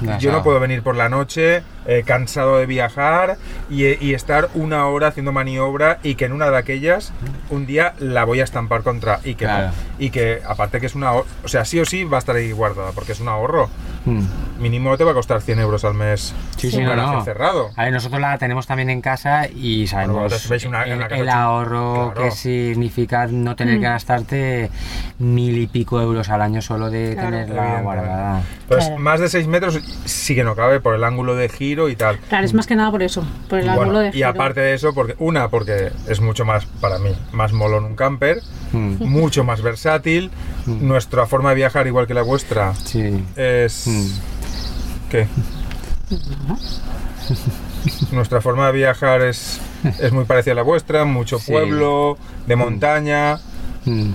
[SPEAKER 3] Ya,
[SPEAKER 2] Yo
[SPEAKER 3] claro.
[SPEAKER 2] no puedo venir por la noche eh, cansado de viajar y, eh, y estar una hora haciendo maniobra y que en una de aquellas un día la voy a estampar contra y que no.
[SPEAKER 3] Claro.
[SPEAKER 2] y que aparte que es una o o sea sí o sí va a estar ahí guardada porque es un ahorro
[SPEAKER 3] Mm.
[SPEAKER 2] mínimo te va a costar 100 euros al mes
[SPEAKER 3] Sí,
[SPEAKER 2] un
[SPEAKER 3] sí, no,
[SPEAKER 2] garaje
[SPEAKER 3] no.
[SPEAKER 2] cerrado.
[SPEAKER 3] A ver, nosotros la tenemos también en casa y sabemos
[SPEAKER 2] vosotros veis una-
[SPEAKER 3] el,
[SPEAKER 2] una casa
[SPEAKER 3] el
[SPEAKER 2] chula.
[SPEAKER 3] ahorro
[SPEAKER 2] Claro.
[SPEAKER 3] que significa no tener
[SPEAKER 4] Mm.
[SPEAKER 3] que gastarte mil y pico euros al año solo de
[SPEAKER 4] Claro.
[SPEAKER 3] tenerla
[SPEAKER 2] Evidentemente.
[SPEAKER 3] guardada.
[SPEAKER 2] Entonces,
[SPEAKER 1] Claro.
[SPEAKER 2] más de 6 metros sí que no cabe por el ángulo de giro y tal.
[SPEAKER 4] Claro, es más que nada por eso. Por el
[SPEAKER 2] Bueno,
[SPEAKER 4] ángulo de
[SPEAKER 2] y
[SPEAKER 4] giro.
[SPEAKER 2] aparte de eso, porque una, porque es mucho más, para mí, más molón un camper,
[SPEAKER 3] Mm.
[SPEAKER 2] mucho más versátil.
[SPEAKER 3] Mm.
[SPEAKER 2] Nuestra forma de viajar, igual que la vuestra,
[SPEAKER 3] Sí. Mm.
[SPEAKER 2] es... ¿Qué? Nuestra forma de viajar es, es muy parecida a la vuestra, mucho
[SPEAKER 3] Sí.
[SPEAKER 2] pueblo, de montaña,
[SPEAKER 3] Mm.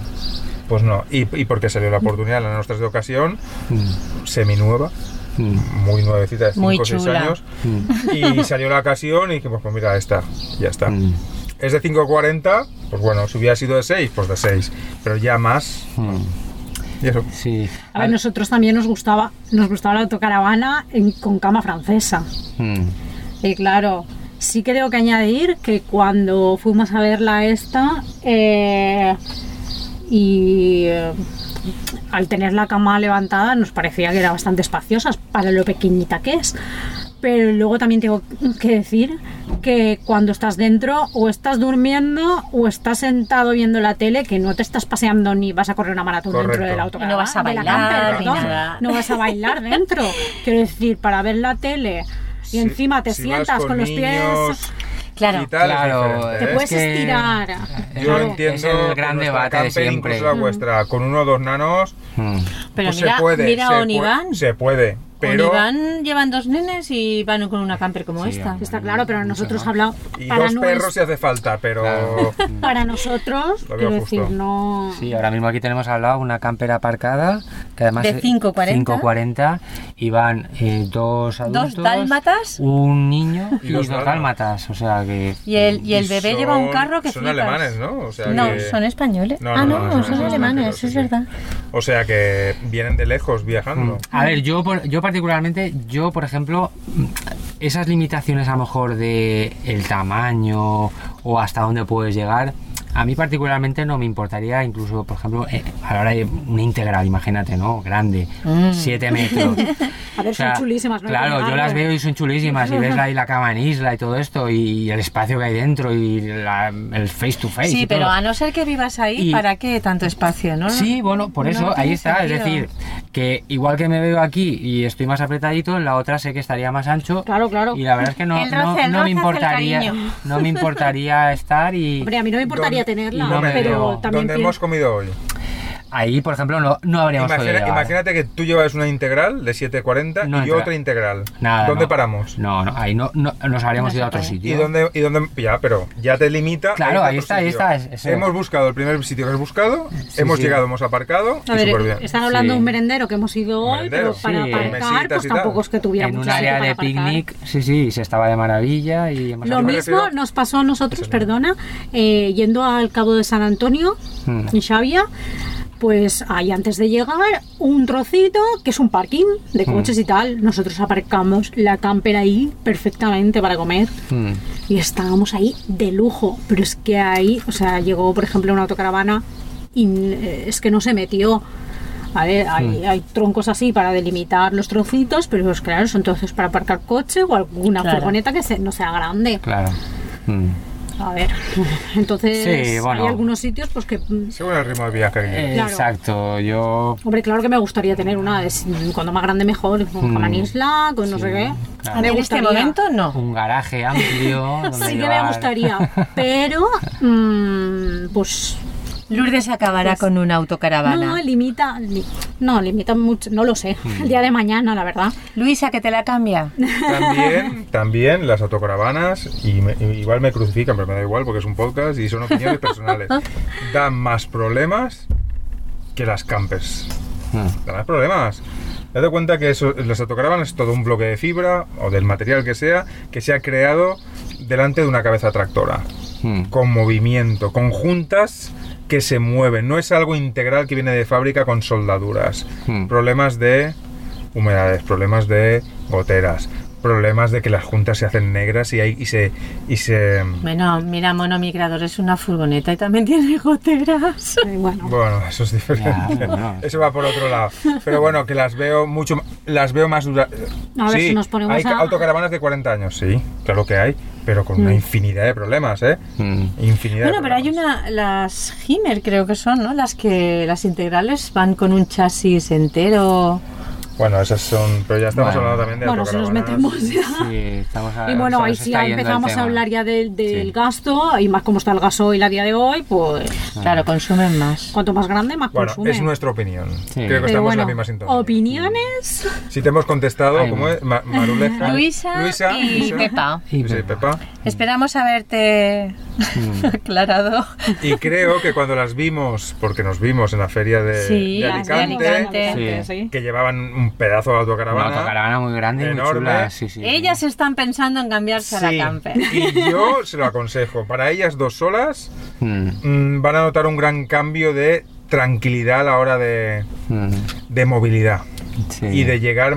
[SPEAKER 2] pues no. Y, y porque salió la oportunidad, la nuestra es de ocasión,
[SPEAKER 3] Mm.
[SPEAKER 2] seminueva,
[SPEAKER 3] Mm.
[SPEAKER 2] muy nuevecita de 5
[SPEAKER 1] Muy
[SPEAKER 2] o 6
[SPEAKER 1] chula.
[SPEAKER 2] años.
[SPEAKER 3] Mm.
[SPEAKER 2] Y salió la ocasión y dijimos, pues mira, esta, ya está.
[SPEAKER 3] Mm.
[SPEAKER 2] Es de 5.40, pues bueno, si hubiera sido de 6, pues de 6. Pero ya más,
[SPEAKER 3] Mm.
[SPEAKER 2] y eso.
[SPEAKER 3] Sí.
[SPEAKER 4] A ver, nosotros también nos gustaba, nos gustaba la autocaravana en- con cama francesa.
[SPEAKER 3] Mm.
[SPEAKER 4] Y claro, sí que tengo que añadir que cuando fuimos a verla esta eh, y eh, al tener la cama levantada nos parecía que era bastante espaciosa para lo pequeñita que es. Pero luego también tengo que decir que cuando estás dentro o estás durmiendo o estás sentado viendo la tele que no te estás paseando ni vas a correr una maratón dentro
[SPEAKER 2] Correcto.
[SPEAKER 4] del
[SPEAKER 1] Y
[SPEAKER 4] autocaravana.
[SPEAKER 1] no vas a
[SPEAKER 4] de la
[SPEAKER 1] bailar
[SPEAKER 4] camper,
[SPEAKER 1] ni
[SPEAKER 4] perdón
[SPEAKER 1] nada.
[SPEAKER 4] no vas a bailar dentro. Quiero decir, para ver la tele y encima te
[SPEAKER 2] si vas
[SPEAKER 4] sientas con, los
[SPEAKER 2] niños
[SPEAKER 4] pies.
[SPEAKER 2] Y
[SPEAKER 1] Claro.
[SPEAKER 2] tal, es
[SPEAKER 3] Claro,
[SPEAKER 2] diferente,
[SPEAKER 4] Te
[SPEAKER 2] ¿eh?
[SPEAKER 4] puedes estirar.
[SPEAKER 2] Yo
[SPEAKER 4] Claro.
[SPEAKER 2] entiendo
[SPEAKER 3] es el gran
[SPEAKER 2] que nuestra
[SPEAKER 3] debate de
[SPEAKER 2] camper,
[SPEAKER 3] siempre.
[SPEAKER 4] Mm.
[SPEAKER 2] incluso la vuestra, con uno o dos nanos,
[SPEAKER 3] Mm.
[SPEAKER 1] Pero
[SPEAKER 2] pues
[SPEAKER 1] mira,
[SPEAKER 2] se puede.
[SPEAKER 1] mira
[SPEAKER 2] se
[SPEAKER 1] a
[SPEAKER 2] pue-
[SPEAKER 1] Oniván.
[SPEAKER 2] Se puede, pero...
[SPEAKER 1] Oniván llevan dos nenes y van con una camper como
[SPEAKER 3] Sí,
[SPEAKER 1] esta.
[SPEAKER 3] hombre.
[SPEAKER 4] Está claro, pero
[SPEAKER 3] Mucho,
[SPEAKER 4] nosotros
[SPEAKER 3] ¿no?
[SPEAKER 4] hablamos
[SPEAKER 2] Y
[SPEAKER 4] para,
[SPEAKER 2] dos
[SPEAKER 4] nues-
[SPEAKER 2] perros si hace falta, pero...
[SPEAKER 3] Claro.
[SPEAKER 4] para nosotros,
[SPEAKER 2] Lo veo
[SPEAKER 4] quiero
[SPEAKER 2] justo.
[SPEAKER 4] decir, no.
[SPEAKER 3] Sí, ahora mismo aquí tenemos al lado una campera aparcada que además
[SPEAKER 1] De
[SPEAKER 3] es
[SPEAKER 1] 5,40.
[SPEAKER 3] 5,40 y van eh, dos adultos,
[SPEAKER 1] dálmatas.
[SPEAKER 3] un niño y,
[SPEAKER 2] Y dos
[SPEAKER 3] dos, dálmatas, o sea que
[SPEAKER 1] Y el, y el bebé lleva un
[SPEAKER 2] son-
[SPEAKER 1] carro que
[SPEAKER 2] Son
[SPEAKER 1] flipas.
[SPEAKER 2] alemanes, ¿no? O sea
[SPEAKER 1] No,
[SPEAKER 2] que-
[SPEAKER 1] son españoles.
[SPEAKER 2] No,
[SPEAKER 1] ah,
[SPEAKER 2] no,
[SPEAKER 1] no,
[SPEAKER 2] no,
[SPEAKER 1] son,
[SPEAKER 2] son
[SPEAKER 1] alemanes,
[SPEAKER 2] extranjeros, sí,
[SPEAKER 1] es
[SPEAKER 2] sí.
[SPEAKER 1] verdad.
[SPEAKER 2] O sea que vienen de lejos viajando.
[SPEAKER 3] A ver, yo, por- yo particularmente, yo por ejemplo, esas limitaciones a lo mejor de el tamaño o hasta dónde puedes llegar, a mí particularmente no me importaría, incluso por ejemplo, eh, a la hora de una integral, imagínate, ¿no? Grande, 7 metros.
[SPEAKER 4] Mm. A ver,
[SPEAKER 3] O sea,
[SPEAKER 4] son chulísimas. no hay que
[SPEAKER 3] Claro, yo
[SPEAKER 4] negarlo.
[SPEAKER 3] las veo y son chulísimas. Y ves ahí la cama en isla y todo esto, y el espacio que hay dentro, y la- el face to face. y
[SPEAKER 1] Sí, pero
[SPEAKER 3] todo.
[SPEAKER 1] a no ser que vivas ahí,
[SPEAKER 3] Y-
[SPEAKER 1] ¿para qué tanto espacio?
[SPEAKER 4] Ah,
[SPEAKER 1] ¿no?
[SPEAKER 3] Sí, bueno, por
[SPEAKER 1] No
[SPEAKER 3] eso ahí
[SPEAKER 1] tiene
[SPEAKER 3] está. Es
[SPEAKER 1] sentido.
[SPEAKER 3] decir, que igual que me veo aquí y estoy más apretadito, en la otra sé que estaría más ancho.
[SPEAKER 4] Claro, claro.
[SPEAKER 3] Y la verdad es que no,
[SPEAKER 1] El
[SPEAKER 3] no-
[SPEAKER 1] roce, el roce
[SPEAKER 3] no me
[SPEAKER 1] hace el
[SPEAKER 3] importaría,
[SPEAKER 1] cariño.
[SPEAKER 3] no me importaría estar y
[SPEAKER 4] Hombre, a mí no me
[SPEAKER 2] ¿Dónde-
[SPEAKER 4] importaría tenerla,
[SPEAKER 2] un momento,
[SPEAKER 4] pero
[SPEAKER 3] veo-
[SPEAKER 4] también.
[SPEAKER 2] ¿Dónde
[SPEAKER 4] pienso-
[SPEAKER 2] hemos comido hoy?
[SPEAKER 3] ahí, por ejemplo, no, no habríamos
[SPEAKER 2] Imagina-
[SPEAKER 3] podido llegar.
[SPEAKER 2] imagínate que tú llevas una integral de 7,40
[SPEAKER 3] No
[SPEAKER 2] y yo
[SPEAKER 3] entra-
[SPEAKER 2] otra integral.
[SPEAKER 3] Nada,
[SPEAKER 2] ¿Dónde
[SPEAKER 3] no.
[SPEAKER 2] paramos?
[SPEAKER 3] No, no, ahí no, no- nos habríamos
[SPEAKER 1] No
[SPEAKER 3] ido a
[SPEAKER 1] se
[SPEAKER 3] otro
[SPEAKER 1] puede.
[SPEAKER 2] ¿Y
[SPEAKER 3] sitio.
[SPEAKER 2] dónde, ¿Y dónde? Ya, pero ya te limita. a
[SPEAKER 3] Claro,
[SPEAKER 2] irte a
[SPEAKER 3] ahí
[SPEAKER 2] otro
[SPEAKER 3] está, ahí
[SPEAKER 2] sitio.
[SPEAKER 3] está, es- es-
[SPEAKER 2] hemos buscado el primer sitio que has buscado, hemos
[SPEAKER 3] sí.
[SPEAKER 2] llegado, hemos aparcado.
[SPEAKER 4] A
[SPEAKER 2] y
[SPEAKER 4] ver,
[SPEAKER 2] superbién.
[SPEAKER 4] están hablando de un
[SPEAKER 3] Sí.
[SPEAKER 4] merendero que hemos ido
[SPEAKER 2] Un
[SPEAKER 4] hoy, pero
[SPEAKER 2] merendero,
[SPEAKER 4] para
[SPEAKER 3] sí.
[SPEAKER 4] aparcar,
[SPEAKER 2] Mesitas
[SPEAKER 4] pues
[SPEAKER 2] y tal.
[SPEAKER 4] tampoco es que tuviera
[SPEAKER 3] en
[SPEAKER 4] mucho
[SPEAKER 3] un
[SPEAKER 4] sitio
[SPEAKER 3] área
[SPEAKER 4] para
[SPEAKER 3] de
[SPEAKER 4] aparcar.
[SPEAKER 3] picnic, sí, sí, se estaba de maravilla y hemos
[SPEAKER 4] Lo
[SPEAKER 2] Yo me
[SPEAKER 4] mismo
[SPEAKER 2] refiero-
[SPEAKER 4] nos pasó a nosotros,
[SPEAKER 2] Eso no.
[SPEAKER 4] perdona, eh, yendo al Cabo de San Antonio,
[SPEAKER 3] Mm.
[SPEAKER 4] en Xavia, pues ahí antes de llegar, un trocito que es un parking de coches y tal. Nosotros aparcamos la camper ahí perfectamente para comer
[SPEAKER 3] Mm.
[SPEAKER 4] y estábamos ahí de lujo. Pero es que ahí, o sea, llegó por ejemplo una autocaravana y eh, es que no se metió. A ver, hay, hay troncos así para delimitar los trocitos, pero pues, claro, son trozos para aparcar coche o alguna
[SPEAKER 1] Claro.
[SPEAKER 4] furgoneta que se- no sea grande.
[SPEAKER 3] Claro. Mm.
[SPEAKER 4] A ver, entonces
[SPEAKER 3] Sí, bueno.
[SPEAKER 4] hay algunos sitios pues que... mm,
[SPEAKER 2] Según el ritmo de viaje que lleves.
[SPEAKER 3] Eh,
[SPEAKER 4] Claro.
[SPEAKER 3] Exacto, yo...
[SPEAKER 4] Hombre, claro que me gustaría tener una, es- cuando más grande mejor, con
[SPEAKER 3] Mm.
[SPEAKER 4] una isla, con no sé qué.
[SPEAKER 3] claro.
[SPEAKER 4] Me
[SPEAKER 1] En este
[SPEAKER 4] gustaría.
[SPEAKER 1] momento no.
[SPEAKER 3] Un garaje amplio. donde
[SPEAKER 4] Sí que me
[SPEAKER 3] llevar-
[SPEAKER 4] gustaría, pero mm, pues
[SPEAKER 1] Lourdes acabará con una autocaravana.
[SPEAKER 4] no limita, li- no limita mucho, no lo sé.
[SPEAKER 3] Mm.
[SPEAKER 4] El día de mañana, la verdad.
[SPEAKER 1] Luisa, que te la cambia.
[SPEAKER 2] También, también las autocaravanas, y me- y igual me crucifican, pero me da igual porque es un podcast y son opiniones personales, dan más problemas que las campers.
[SPEAKER 3] Mm.
[SPEAKER 2] Dan más problemas. Te das cuenta que eso, las autocaravanas es todo un bloque de fibra o del material que sea que se ha creado delante de una cabeza tractora,
[SPEAKER 3] Mm.
[SPEAKER 2] con movimiento, con juntas que se mueven. No es algo integral que viene de fábrica con soldaduras.
[SPEAKER 3] Hmm.
[SPEAKER 2] Problemas de humedades, problemas de goteras, problemas de que las juntas se hacen negras y, hay, y se... Y se
[SPEAKER 1] Bueno, mira, monomigrador es una furgoneta y también tiene goteras.
[SPEAKER 4] Eh, Bueno,
[SPEAKER 2] Bueno, eso es diferente.
[SPEAKER 3] Ya, bueno.
[SPEAKER 2] Eso va por otro lado. Pero bueno, que las veo mucho, ma- las veo más duras.
[SPEAKER 4] A ver si nos ponemos
[SPEAKER 2] hay
[SPEAKER 4] a- Mm.
[SPEAKER 2] autocaravanas de 40 años, sí, claro que hay, pero con una infinidad de problemas, ¿eh?
[SPEAKER 3] Mm.
[SPEAKER 2] Infinidad.
[SPEAKER 1] Bueno,
[SPEAKER 2] de
[SPEAKER 1] pero hay
[SPEAKER 2] problemas.
[SPEAKER 1] una, las Himer creo que son, ¿no? Las que las integrales van con un chasis entero.
[SPEAKER 2] Bueno, esas son, pero ya estamos
[SPEAKER 3] Bueno.
[SPEAKER 2] hablando también de
[SPEAKER 4] bueno si nos
[SPEAKER 2] autocaravanas.
[SPEAKER 4] metemos ya.
[SPEAKER 3] Sí, estamos a-
[SPEAKER 4] Y bueno,
[SPEAKER 3] se nos
[SPEAKER 4] ahí
[SPEAKER 3] está
[SPEAKER 4] sí ya
[SPEAKER 3] yendo el
[SPEAKER 4] empezamos a
[SPEAKER 3] tema.
[SPEAKER 4] hablar ya del, del
[SPEAKER 3] Sí.
[SPEAKER 4] gasto, y más como está el gasoil a día de hoy, pues
[SPEAKER 3] Ah.
[SPEAKER 1] Claro, consumen más.
[SPEAKER 4] cuanto más grande, más
[SPEAKER 2] Bueno,
[SPEAKER 4] consume.
[SPEAKER 2] es nuestra opinión.
[SPEAKER 3] Sí.
[SPEAKER 2] Creo que estamos
[SPEAKER 3] Pero
[SPEAKER 4] pues Pero
[SPEAKER 2] en la
[SPEAKER 4] bueno,
[SPEAKER 2] misma sintonía.
[SPEAKER 4] Opiniones.
[SPEAKER 2] Si te hemos contestado,
[SPEAKER 3] Ay,
[SPEAKER 2] ¿cómo
[SPEAKER 3] bueno.
[SPEAKER 2] es? Ma- Maruleja.
[SPEAKER 1] Luisa, y
[SPEAKER 2] Luisa.
[SPEAKER 1] Pepa.
[SPEAKER 3] Y
[SPEAKER 2] Luisa y
[SPEAKER 3] Pepa.
[SPEAKER 2] Pepa.
[SPEAKER 1] Esperamos haberte
[SPEAKER 3] Mm.
[SPEAKER 1] aclarado.
[SPEAKER 2] Y creo que cuando las vimos, porque nos vimos en la feria de,
[SPEAKER 1] Sí,
[SPEAKER 2] de
[SPEAKER 1] las de
[SPEAKER 2] Alicante,
[SPEAKER 1] Alicante.
[SPEAKER 4] sí.
[SPEAKER 2] que llevaban un pedazo de
[SPEAKER 3] Una
[SPEAKER 2] autocaravana.
[SPEAKER 3] autocaravana muy grande y muy
[SPEAKER 2] Enorme.
[SPEAKER 3] chula. Sí, sí.
[SPEAKER 1] Ellas están pensando en cambiarse a
[SPEAKER 2] Sí.
[SPEAKER 1] la camper.
[SPEAKER 2] Y yo se lo aconsejo. Para ellas dos solas
[SPEAKER 3] Mm,
[SPEAKER 2] mm, van a notar un gran cambio de tranquilidad a la hora de,
[SPEAKER 3] mm,
[SPEAKER 2] de movilidad
[SPEAKER 3] sí.
[SPEAKER 2] y de llegar,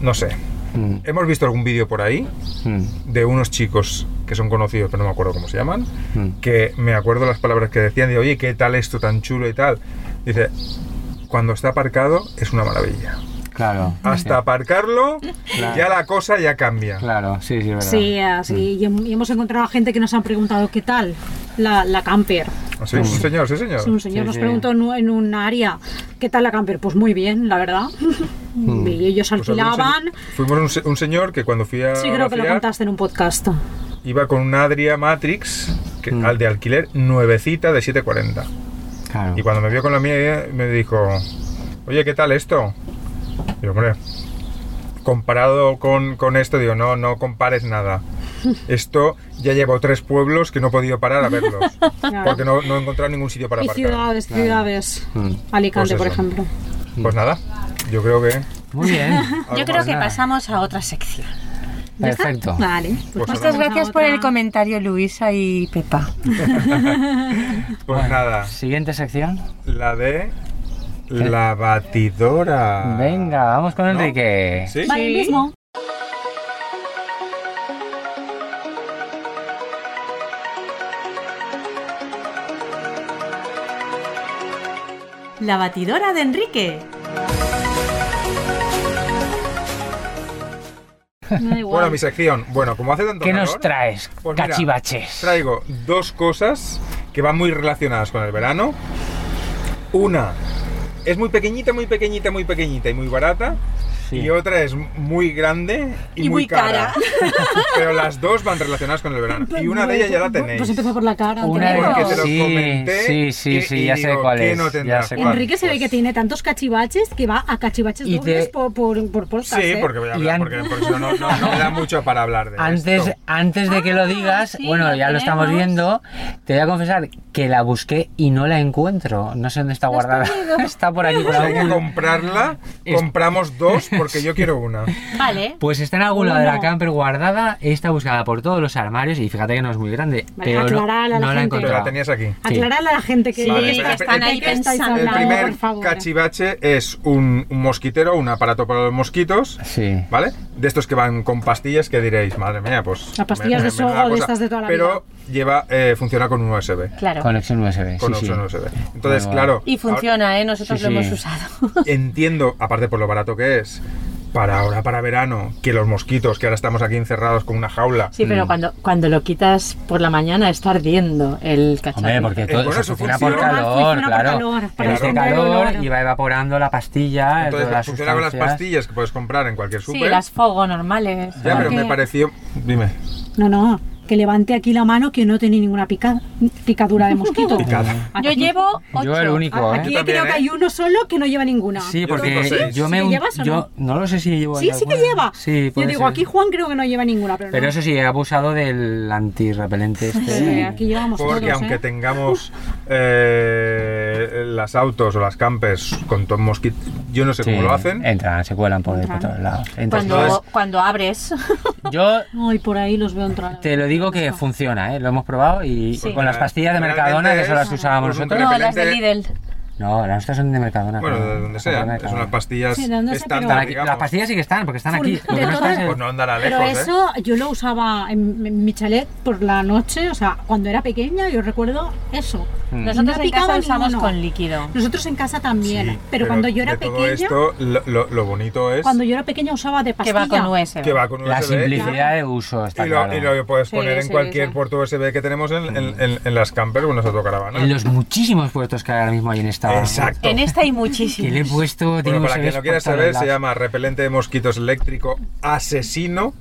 [SPEAKER 2] no sé.
[SPEAKER 3] Mm,
[SPEAKER 2] Hemos visto algún vídeo por ahí
[SPEAKER 3] mm,
[SPEAKER 2] de unos chicos que son conocidos, pero no me acuerdo cómo se llaman,
[SPEAKER 3] mm.
[SPEAKER 2] que me acuerdo las palabras que decían, de oye, ¿qué tal esto tan chulo y tal? Dice, cuando está aparcado es una maravilla.
[SPEAKER 3] Claro.
[SPEAKER 2] Hasta aparcarlo,
[SPEAKER 3] Claro.
[SPEAKER 2] ya la cosa ya cambia.
[SPEAKER 3] sí, Claro, sí, sí, es verdad.
[SPEAKER 4] Sí, así.
[SPEAKER 2] Mm.
[SPEAKER 4] Y hem- y hemos encontrado a gente que nos han preguntado qué tal la, la camper.
[SPEAKER 2] Sí, sí, señor, sí, señor.
[SPEAKER 4] Sí, Un señor
[SPEAKER 3] Sí,
[SPEAKER 4] nos
[SPEAKER 3] sí.
[SPEAKER 4] preguntó en un- en un área, ¿qué tal la camper? Pues muy bien, la verdad. Y ellos
[SPEAKER 2] Pues había un
[SPEAKER 4] alquilaban.
[SPEAKER 2] señor- fuimos un, se- un señor que cuando fui a.
[SPEAKER 4] Sí, creo que lo
[SPEAKER 2] vaciar,
[SPEAKER 4] contaste en un podcast.
[SPEAKER 2] Iba con un Adria Matrix que-
[SPEAKER 3] Mm.
[SPEAKER 2] al de alquiler nuevecita de 740.
[SPEAKER 3] Claro.
[SPEAKER 2] Y cuando me vio con la mía, me dijo, oye, ¿qué tal esto? Y yo, hombre, comparado con, con esto, digo, no, no compares nada. Esto ya llevo tres pueblos que no he podido parar a verlos.
[SPEAKER 4] Claro.
[SPEAKER 2] Porque no, no he encontrado ningún sitio para
[SPEAKER 4] y
[SPEAKER 2] aparcar.
[SPEAKER 4] ciudades, ciudades.
[SPEAKER 3] Mm.
[SPEAKER 4] Alicante,
[SPEAKER 2] Pues
[SPEAKER 4] por
[SPEAKER 2] eso.
[SPEAKER 4] ejemplo.
[SPEAKER 2] Pues nada, yo creo que...
[SPEAKER 3] Muy bien.
[SPEAKER 1] Yo
[SPEAKER 2] Algo
[SPEAKER 1] creo
[SPEAKER 2] más
[SPEAKER 1] que
[SPEAKER 3] pues nada.
[SPEAKER 1] pasamos a otra sección.
[SPEAKER 4] ¿Ya está?
[SPEAKER 3] Perfecto.
[SPEAKER 4] Vale.
[SPEAKER 2] Pues
[SPEAKER 4] pasamos
[SPEAKER 1] Muchas
[SPEAKER 4] a
[SPEAKER 1] gracias por el
[SPEAKER 4] otra.
[SPEAKER 1] comentario, Luisa y Pepa.
[SPEAKER 2] Pues
[SPEAKER 3] Bueno,
[SPEAKER 2] nada,
[SPEAKER 3] Siguiente sección.
[SPEAKER 2] la de... La batidora.
[SPEAKER 3] Venga, vamos con
[SPEAKER 2] ¿No?
[SPEAKER 3] Enrique.
[SPEAKER 2] ¿Sí?
[SPEAKER 4] Vale,
[SPEAKER 1] Sí.
[SPEAKER 4] mismo.
[SPEAKER 5] La batidora de Enrique.
[SPEAKER 4] Me da
[SPEAKER 2] Bueno,
[SPEAKER 4] igual.
[SPEAKER 2] mi sección. Bueno, como hace tanto
[SPEAKER 3] ¿Qué nos
[SPEAKER 2] calor,
[SPEAKER 3] traes,
[SPEAKER 2] Pues mira,
[SPEAKER 3] cachivaches?
[SPEAKER 2] traigo dos cosas que van muy relacionadas con el verano. Una es muy pequeñita, muy pequeñita, muy pequeñita y muy barata.
[SPEAKER 3] Sí.
[SPEAKER 2] Y otra es muy grande y,
[SPEAKER 5] Y
[SPEAKER 2] muy
[SPEAKER 5] muy cara.
[SPEAKER 2] cara. Pero las dos van relacionadas con el verano. Y una de ellas ya la tenéis.
[SPEAKER 4] Pues empieza por la cara.
[SPEAKER 3] Una
[SPEAKER 4] Antonio.
[SPEAKER 2] Porque te lo
[SPEAKER 3] Sí,
[SPEAKER 2] comenté
[SPEAKER 3] sí, sí,
[SPEAKER 2] y-
[SPEAKER 3] sí,
[SPEAKER 2] y
[SPEAKER 3] ya sé
[SPEAKER 2] digo,
[SPEAKER 3] cuál
[SPEAKER 2] ¿qué
[SPEAKER 3] es,
[SPEAKER 2] no
[SPEAKER 3] ya
[SPEAKER 2] tendrá
[SPEAKER 3] sé cuál.
[SPEAKER 4] Enrique se ve
[SPEAKER 2] Pues
[SPEAKER 4] que tiene tantos cachivaches que va a cachivaches
[SPEAKER 3] Y
[SPEAKER 4] dobles
[SPEAKER 3] te-
[SPEAKER 4] por, por, por podcast.
[SPEAKER 2] Sí,
[SPEAKER 4] ¿eh?
[SPEAKER 2] porque voy a
[SPEAKER 3] Y
[SPEAKER 2] hablar,
[SPEAKER 3] an-
[SPEAKER 2] porque, porque si no, no, no- no me da mucho para hablar de
[SPEAKER 3] Antes,
[SPEAKER 2] esto.
[SPEAKER 3] antes de que
[SPEAKER 4] Ah,
[SPEAKER 3] lo digas,
[SPEAKER 1] sí,
[SPEAKER 3] bueno,
[SPEAKER 1] lo
[SPEAKER 3] ya lo estamos
[SPEAKER 1] tenemos.
[SPEAKER 3] viendo, te voy a confesar que la busqué y no la encuentro. No sé dónde está guardada. está por aquí. Por
[SPEAKER 2] Pues hay que
[SPEAKER 3] algún-
[SPEAKER 2] comprarla.
[SPEAKER 3] Es-
[SPEAKER 2] Compramos dos porque yo quiero una.
[SPEAKER 1] Vale.
[SPEAKER 3] Pues está en algún lado de la
[SPEAKER 4] Uno.
[SPEAKER 3] camper guardada, está buscada por todos los armarios y fíjate que no es muy grande.
[SPEAKER 4] Vale,
[SPEAKER 3] pero no,
[SPEAKER 4] aclarala a la
[SPEAKER 3] no la he
[SPEAKER 4] gente.
[SPEAKER 2] Pero la
[SPEAKER 3] encontrado.
[SPEAKER 2] tenías aquí.
[SPEAKER 4] Aclararle a la gente que,
[SPEAKER 1] Sí,
[SPEAKER 2] Vale,
[SPEAKER 4] que
[SPEAKER 2] espera,
[SPEAKER 4] está-
[SPEAKER 2] espera,
[SPEAKER 4] de qué estáis
[SPEAKER 1] pensando.
[SPEAKER 2] El
[SPEAKER 1] Hablando,
[SPEAKER 4] hablando,
[SPEAKER 2] primer
[SPEAKER 4] por favor. ¿eh?
[SPEAKER 2] cachivache es un, un mosquitero, un aparato para los mosquitos,
[SPEAKER 3] Sí.
[SPEAKER 2] ¿vale? De estos que van con pastillas que diréis, madre mía, pues...
[SPEAKER 4] Las pastillas de
[SPEAKER 2] me- me- me da
[SPEAKER 4] sogo de
[SPEAKER 2] cosa.
[SPEAKER 4] estas de toda la
[SPEAKER 2] Pero lleva, eh, funciona con un USB.
[SPEAKER 1] Claro.
[SPEAKER 3] Conexión USB.
[SPEAKER 2] Con
[SPEAKER 3] sí, sí.
[SPEAKER 2] opción USB. Entonces,
[SPEAKER 3] Vale,
[SPEAKER 2] claro...
[SPEAKER 1] Y funciona, ¿eh? Nosotros
[SPEAKER 3] Sí,
[SPEAKER 1] lo
[SPEAKER 3] sí.
[SPEAKER 1] hemos usado.
[SPEAKER 2] ahora Entiendo, aparte por lo barato que es, para ahora, para verano, que los mosquitos, que ahora estamos aquí encerrados con una jaula...
[SPEAKER 1] Sí,
[SPEAKER 3] Mm.
[SPEAKER 1] pero cuando, cuando lo quitas por la mañana está ardiendo el cacharro.
[SPEAKER 3] Hombre, porque todo
[SPEAKER 2] Eh, bueno,
[SPEAKER 3] eso
[SPEAKER 2] eso
[SPEAKER 3] funciona por
[SPEAKER 2] funciona.
[SPEAKER 3] calor,
[SPEAKER 4] Funciona por
[SPEAKER 3] claro.
[SPEAKER 4] calor,
[SPEAKER 3] en
[SPEAKER 4] para
[SPEAKER 3] este
[SPEAKER 4] esconder el
[SPEAKER 3] calor
[SPEAKER 4] olor.
[SPEAKER 3] y va evaporando la pastilla,
[SPEAKER 2] Entonces,
[SPEAKER 3] todas Ah, las
[SPEAKER 2] funciona con las
[SPEAKER 3] sustancias.
[SPEAKER 2] pastillas que puedes comprar en cualquier súper.
[SPEAKER 1] Sí, las fogo normales.
[SPEAKER 2] Ya, pero me
[SPEAKER 4] Porque-
[SPEAKER 2] pareció... Dime.
[SPEAKER 4] No, no, que levante aquí la mano que no tiene ninguna pica- picadura de mosquito. ¿eh?
[SPEAKER 2] Picada.
[SPEAKER 1] Yo llevo ocho.
[SPEAKER 3] Yo el único, ¿eh?
[SPEAKER 4] Ah, Aquí
[SPEAKER 2] Yo también,
[SPEAKER 4] creo
[SPEAKER 2] ¿eh?
[SPEAKER 4] que hay uno solo que no lleva ninguna.
[SPEAKER 3] Sí,
[SPEAKER 2] Yo tengo
[SPEAKER 3] porque
[SPEAKER 2] seis.
[SPEAKER 3] yo
[SPEAKER 4] ¿Sí
[SPEAKER 3] me...
[SPEAKER 4] que llevas o
[SPEAKER 3] yo no lo sé si llevo
[SPEAKER 4] Sí,
[SPEAKER 3] en
[SPEAKER 4] sí que
[SPEAKER 3] alguna.
[SPEAKER 4] lleva.
[SPEAKER 3] Sí,
[SPEAKER 4] Yo
[SPEAKER 3] puede
[SPEAKER 4] digo,
[SPEAKER 3] ser.
[SPEAKER 4] aquí Juan creo que no lleva ninguna, pero,
[SPEAKER 3] Pero
[SPEAKER 4] no.
[SPEAKER 3] eso sí, he abusado del antirrepelente este.
[SPEAKER 4] Sí, aquí llevamos
[SPEAKER 2] Porque
[SPEAKER 4] todos,
[SPEAKER 2] aunque
[SPEAKER 4] ¿eh?
[SPEAKER 2] tengamos eh, las autos o las campes con todo mosquito, yo no sé
[SPEAKER 3] Sí,
[SPEAKER 2] cómo lo hacen.
[SPEAKER 3] Entran, se cuelan por, por
[SPEAKER 4] Entran.
[SPEAKER 3] todos lados. Entonces,
[SPEAKER 1] Cuando, cuando abres.
[SPEAKER 3] yo
[SPEAKER 4] Ay, por ahí los veo entrar.
[SPEAKER 3] te lo digo que funciona, ¿eh? lo hemos probado y y con las pastillas de
[SPEAKER 2] Realmente
[SPEAKER 3] Mercadona, que eso
[SPEAKER 2] es
[SPEAKER 3] las usábamos
[SPEAKER 2] un
[SPEAKER 3] nosotros.
[SPEAKER 1] No, las de
[SPEAKER 2] repelente.
[SPEAKER 1] Lidl.
[SPEAKER 3] No, las nuestras son de Mercadona.
[SPEAKER 2] Bueno,
[SPEAKER 3] pero
[SPEAKER 2] de donde
[SPEAKER 3] las
[SPEAKER 2] sea,
[SPEAKER 3] compro en
[SPEAKER 2] es unas
[SPEAKER 3] Mercadona.
[SPEAKER 2] pastillas
[SPEAKER 4] Sí, de donde sea, pero-
[SPEAKER 2] estándar,
[SPEAKER 3] Están aquí-
[SPEAKER 2] digamos.
[SPEAKER 3] Las pastillas sí que están, porque están aquí. Lo
[SPEAKER 4] de
[SPEAKER 3] que no está
[SPEAKER 4] todas-
[SPEAKER 3] es el-
[SPEAKER 2] Pues no andará
[SPEAKER 4] Pero
[SPEAKER 2] lejos, ¿eh?
[SPEAKER 4] eso yo lo usaba en, en mi chalet por la noche, o sea, cuando era pequeña, yo recuerdo eso.
[SPEAKER 3] Mm.
[SPEAKER 1] Nosotros
[SPEAKER 4] No
[SPEAKER 1] en casa
[SPEAKER 4] picaba
[SPEAKER 1] usamos
[SPEAKER 4] ninguno.
[SPEAKER 1] con líquido.
[SPEAKER 4] Nosotros en casa también,
[SPEAKER 2] Sí,
[SPEAKER 4] pero, cuando yo era
[SPEAKER 2] de
[SPEAKER 4] pequeña,
[SPEAKER 2] Todo esto, lo, lo- lo bonito es
[SPEAKER 4] cuando yo era pequeña usaba de
[SPEAKER 1] Que
[SPEAKER 4] pastilla.
[SPEAKER 1] va con USB.
[SPEAKER 2] que va con un
[SPEAKER 3] La
[SPEAKER 2] USB
[SPEAKER 3] simplicidad de uso está
[SPEAKER 2] y lo,
[SPEAKER 3] claro.
[SPEAKER 2] y lo puedes
[SPEAKER 4] Sí,
[SPEAKER 2] poner en
[SPEAKER 4] sí,
[SPEAKER 2] cualquier
[SPEAKER 4] sí.
[SPEAKER 2] puerto USB que tenemos en, en- en- en las campers o en las autocaravanas.
[SPEAKER 3] En los muchísimos puestos que ahora mismo hay en esta.
[SPEAKER 2] Exacto.
[SPEAKER 1] En esta hay
[SPEAKER 3] Que le he
[SPEAKER 1] muchísimos.
[SPEAKER 3] puesto. tiene
[SPEAKER 2] Bueno, para quien
[SPEAKER 3] USBs
[SPEAKER 2] lo quiera
[SPEAKER 3] por todos
[SPEAKER 2] saber, se
[SPEAKER 3] lados.
[SPEAKER 2] llama repelente de mosquitos eléctrico asesino.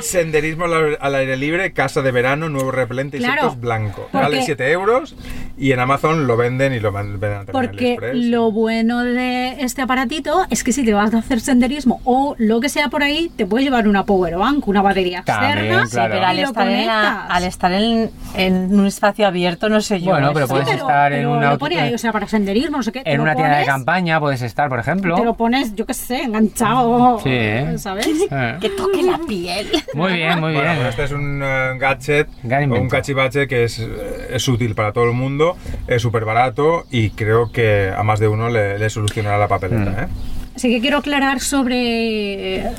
[SPEAKER 2] Senderismo al aire- al aire libre, casa de verano, nuevo repelente
[SPEAKER 4] Claro,
[SPEAKER 2] insectos blanco.
[SPEAKER 4] porque-
[SPEAKER 2] Vale 7 euros y en Amazon lo venden y lo van- venden también en
[SPEAKER 4] Porque
[SPEAKER 2] AliExpress.
[SPEAKER 4] lo bueno de este aparatito es que si te vas a hacer senderismo o lo que sea por ahí, te puedes llevar una power bank, una batería
[SPEAKER 3] También,
[SPEAKER 4] externa.
[SPEAKER 3] Sí, claro.
[SPEAKER 1] Pero al
[SPEAKER 4] y lo
[SPEAKER 1] estar, en, la-
[SPEAKER 4] conectas.
[SPEAKER 1] al estar en, en un espacio abierto, no sé yo.
[SPEAKER 3] Bueno, pero
[SPEAKER 1] eso.
[SPEAKER 3] puedes
[SPEAKER 4] Sí,
[SPEAKER 3] estar en
[SPEAKER 4] pero
[SPEAKER 3] una
[SPEAKER 4] lo
[SPEAKER 3] auto-
[SPEAKER 4] pone ahí, o sea, para senderismo, no sé qué. te
[SPEAKER 3] En
[SPEAKER 4] lo
[SPEAKER 3] una tienda de
[SPEAKER 4] pones,
[SPEAKER 3] campaña puedes estar, por
[SPEAKER 4] Te lo
[SPEAKER 2] Eh.
[SPEAKER 3] ejemplo.
[SPEAKER 4] pones, yo qué sé, enganchado.
[SPEAKER 3] Sí, ¿eh?
[SPEAKER 4] ¿Sabes?
[SPEAKER 3] Eh,
[SPEAKER 1] Que toque la piel.
[SPEAKER 3] Muy bien, muy
[SPEAKER 2] Bueno,
[SPEAKER 3] bien.
[SPEAKER 2] pues este es un eh, gadget
[SPEAKER 3] Gran
[SPEAKER 2] o un
[SPEAKER 3] invento.
[SPEAKER 2] cachivache que es, eh, es útil para todo el mundo, es súper barato y creo que a más de uno le, le solucionará la papeleta. ¿eh?
[SPEAKER 4] Así que quiero aclarar sobre eh,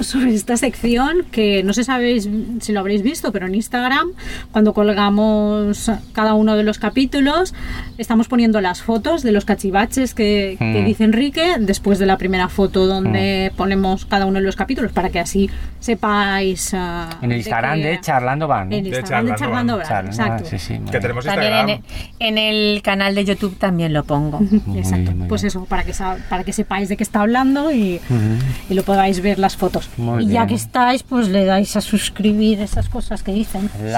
[SPEAKER 4] sobre esta sección que no sé si, habéis- si lo habréis visto, pero en Instagram, cuando colgamos cada uno de los capítulos, estamos poniendo las fotos de los cachivaches que, que
[SPEAKER 3] Mm.
[SPEAKER 4] dice Enrique después de la primera foto donde ponemos cada uno de los capítulos para que así sepáis. ah,
[SPEAKER 3] En el Instagram
[SPEAKER 4] qué-
[SPEAKER 3] de Charlando Van. ¿no?
[SPEAKER 4] En Instagram de
[SPEAKER 2] Charlando
[SPEAKER 4] Charlando
[SPEAKER 2] Van.
[SPEAKER 4] Van,
[SPEAKER 3] Charlando Van,
[SPEAKER 4] exacto.
[SPEAKER 3] Ah, sí, sí, muy
[SPEAKER 2] Que
[SPEAKER 3] bien.
[SPEAKER 2] tenemos
[SPEAKER 1] También
[SPEAKER 2] Instagram.
[SPEAKER 1] en, en el canal de YouTube también lo pongo.
[SPEAKER 3] Muy
[SPEAKER 4] Exacto.
[SPEAKER 3] bien, muy
[SPEAKER 4] Pues
[SPEAKER 3] bien.
[SPEAKER 4] eso, para que, sa- para que sepáis de qué está hablando y,
[SPEAKER 3] Ujú.
[SPEAKER 4] y lo podáis ver las fotos.
[SPEAKER 3] Muy
[SPEAKER 1] y ya
[SPEAKER 3] bien.
[SPEAKER 1] que estáis, pues le dais a suscribir esas cosas que dicen.
[SPEAKER 3] Like,
[SPEAKER 1] sí, nos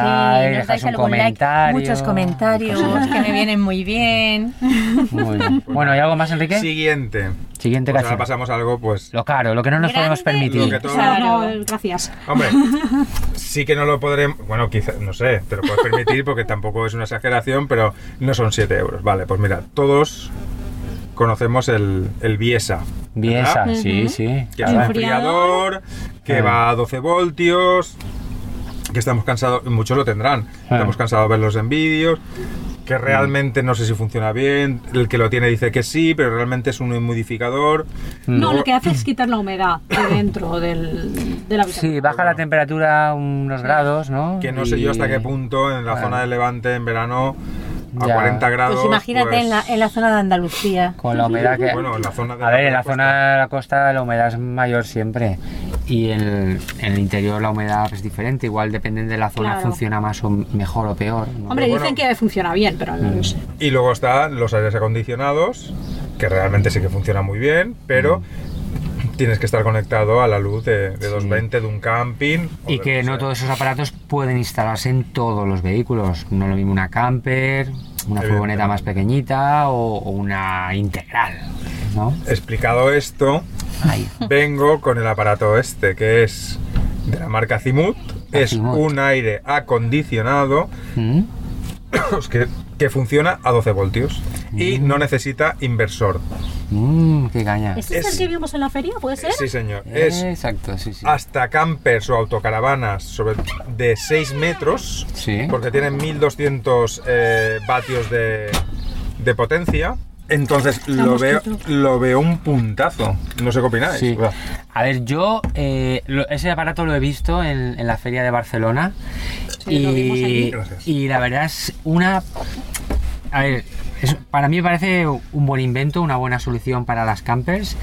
[SPEAKER 3] dejas
[SPEAKER 1] dais
[SPEAKER 3] un
[SPEAKER 1] algún like,
[SPEAKER 3] comentario,
[SPEAKER 1] muchos comentarios
[SPEAKER 3] cosas.
[SPEAKER 1] que me vienen muy bien. Pues
[SPEAKER 3] Muy bien. Bueno, ¿y algo más, Enrique?
[SPEAKER 2] Siguiente.
[SPEAKER 3] Siguiente
[SPEAKER 2] Pues
[SPEAKER 3] canción.
[SPEAKER 2] ahora pasamos a algo, pues.
[SPEAKER 3] Lo caro, lo que no nos
[SPEAKER 1] Grande.
[SPEAKER 3] podemos
[SPEAKER 2] Lo que
[SPEAKER 3] permitir.
[SPEAKER 2] todo-
[SPEAKER 4] No, no, gracias.
[SPEAKER 2] Hombre, sí que no lo podremos. Bueno, quizás, no sé, te lo puedes permitir porque tampoco es una exageración, pero no son 7 euros. Vale, pues mira, todos conocemos el, el Biesa.
[SPEAKER 3] Biesa,
[SPEAKER 2] ¿verdad?
[SPEAKER 3] sí, sí.
[SPEAKER 2] Que es un
[SPEAKER 3] Claro.
[SPEAKER 2] enfriador, que
[SPEAKER 3] Ah.
[SPEAKER 2] va a 12 voltios, que estamos cansados, muchos lo tendrán,
[SPEAKER 3] Ah. Mm.
[SPEAKER 2] estamos cansados de verlos en vídeos, que realmente no sé si funciona bien, el que lo tiene dice que sí, pero realmente es un humidificador.
[SPEAKER 4] No,
[SPEAKER 2] Luego-
[SPEAKER 4] lo que hace es quitar la humedad de dentro del, de la
[SPEAKER 3] Sí,
[SPEAKER 4] habitación.
[SPEAKER 3] baja la temperatura unos grados, ¿no?
[SPEAKER 2] Que no
[SPEAKER 3] Y-
[SPEAKER 2] sé yo hasta qué punto en la
[SPEAKER 3] Claro.
[SPEAKER 2] zona de Levante en verano a
[SPEAKER 3] Ya.
[SPEAKER 2] 40 grados.
[SPEAKER 1] Pues imagínate
[SPEAKER 2] pues,
[SPEAKER 1] en, la, en la zona de Andalucía.
[SPEAKER 3] Con la humedad que...
[SPEAKER 2] Bueno, en la zona de
[SPEAKER 3] A ver, en la
[SPEAKER 2] costa.
[SPEAKER 3] zona de la costa la humedad es mayor siempre y en el, en el interior la humedad pues, es diferente. Igual dependen de la zona
[SPEAKER 4] Claro.
[SPEAKER 3] funciona más o mejor o peor. ¿no?
[SPEAKER 4] Hombre,
[SPEAKER 2] Pero
[SPEAKER 4] dicen
[SPEAKER 2] bueno.
[SPEAKER 4] que funciona bien, pero
[SPEAKER 3] Mm.
[SPEAKER 4] no lo sé.
[SPEAKER 2] Y luego están los aires acondicionados, que realmente sí que funcionan muy bien, pero
[SPEAKER 3] Mm.
[SPEAKER 2] tienes que estar conectado a la luz de, de 220 de un camping. o
[SPEAKER 3] Y
[SPEAKER 2] de
[SPEAKER 3] que
[SPEAKER 2] lo
[SPEAKER 3] no
[SPEAKER 2] sea.
[SPEAKER 3] todos esos aparatos pueden instalarse en todos los vehículos. No lo mismo una camper, una furgoneta más pequeñita o, o una integral, ¿no?
[SPEAKER 2] Explicado esto,
[SPEAKER 3] Ahí.
[SPEAKER 2] vengo con el aparato este, que es de la marca Zimut. Es
[SPEAKER 3] Azimut.
[SPEAKER 2] un aire acondicionado
[SPEAKER 3] ¿Mm?
[SPEAKER 2] Pues que, que funciona a 12 voltios y no necesita inversor.
[SPEAKER 3] Mm, qué caña. Eh,
[SPEAKER 4] ¿Este
[SPEAKER 2] Es-
[SPEAKER 4] es,
[SPEAKER 2] eh,
[SPEAKER 4] el que vimos en la feria? ¿Puede ser?
[SPEAKER 2] Sí, señor. Es
[SPEAKER 3] Exacto, sí, sí.
[SPEAKER 2] hasta campers o autocaravanas sobre de 6 metros,
[SPEAKER 3] Sí.
[SPEAKER 2] porque tienen 1200 eh, vatios de, de potencia. Entonces lo veo,
[SPEAKER 4] mosquito.
[SPEAKER 2] lo veo un puntazo. No sé qué opináis.
[SPEAKER 3] Sí.
[SPEAKER 2] Va.
[SPEAKER 3] A ver, yo eh, lo- ese aparato lo he visto en, en la feria de Barcelona
[SPEAKER 4] Sí, lo vimos allí.
[SPEAKER 3] y,
[SPEAKER 2] Gracias.
[SPEAKER 3] y la verdad es una... A ver, es- para mí me parece un buen invento, una buena solución para las campers,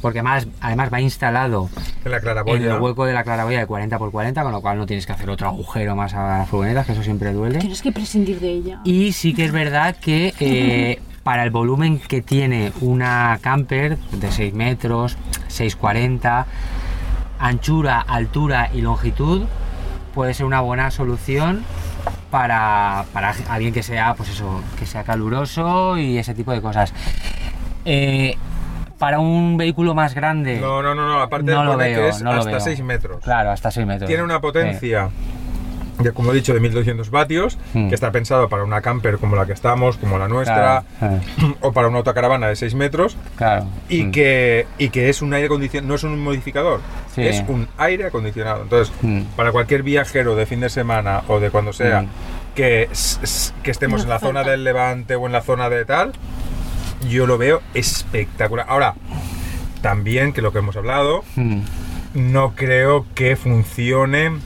[SPEAKER 3] porque más, además va instalado
[SPEAKER 2] En la
[SPEAKER 3] en
[SPEAKER 2] claraboya.
[SPEAKER 3] el hueco de la claraboya de 40 x 40, con lo cual no tienes que hacer otro agujero más a las furgonetas, que eso siempre duele.
[SPEAKER 4] Tienes que prescindir de ella.
[SPEAKER 3] Y sí que es verdad que eh, para el volumen que tiene una camper de 6 metros, 6,40, anchura, altura y longitud, puede ser una buena solución para, para alguien que sea, pues eso, que sea caluroso y ese tipo de cosas. Eh, para un vehículo más grande,
[SPEAKER 2] No, no, no, no. Aparte
[SPEAKER 3] no lo
[SPEAKER 2] pone
[SPEAKER 3] veo,
[SPEAKER 2] que es
[SPEAKER 3] no lo
[SPEAKER 2] hasta
[SPEAKER 3] veo.
[SPEAKER 2] 6 metros.
[SPEAKER 3] claro, hasta 6 metros.
[SPEAKER 2] Tiene una
[SPEAKER 3] Eh,
[SPEAKER 2] potencia de, como he dicho, de 1200 vatios,
[SPEAKER 3] Mm.
[SPEAKER 2] que está pensado para una camper como la que estamos, como la nuestra,
[SPEAKER 3] claro, eh,
[SPEAKER 2] o para una autocaravana de 6 metros.
[SPEAKER 3] claro.
[SPEAKER 2] y
[SPEAKER 3] Mm.
[SPEAKER 2] que y que es un aire acondicionado, no es un modificador,
[SPEAKER 3] Sí.
[SPEAKER 2] es un aire acondicionado. Entonces,
[SPEAKER 3] Mm.
[SPEAKER 2] para cualquier viajero de fin de semana o de cuando sea
[SPEAKER 3] Mm.
[SPEAKER 2] que, s- s- que estemos
[SPEAKER 4] Nos
[SPEAKER 2] en la zona
[SPEAKER 4] falta.
[SPEAKER 2] del Levante o en la zona de tal, yo lo veo espectacular. Ahora, también que lo que hemos hablado,
[SPEAKER 3] Mm.
[SPEAKER 2] no creo que funcione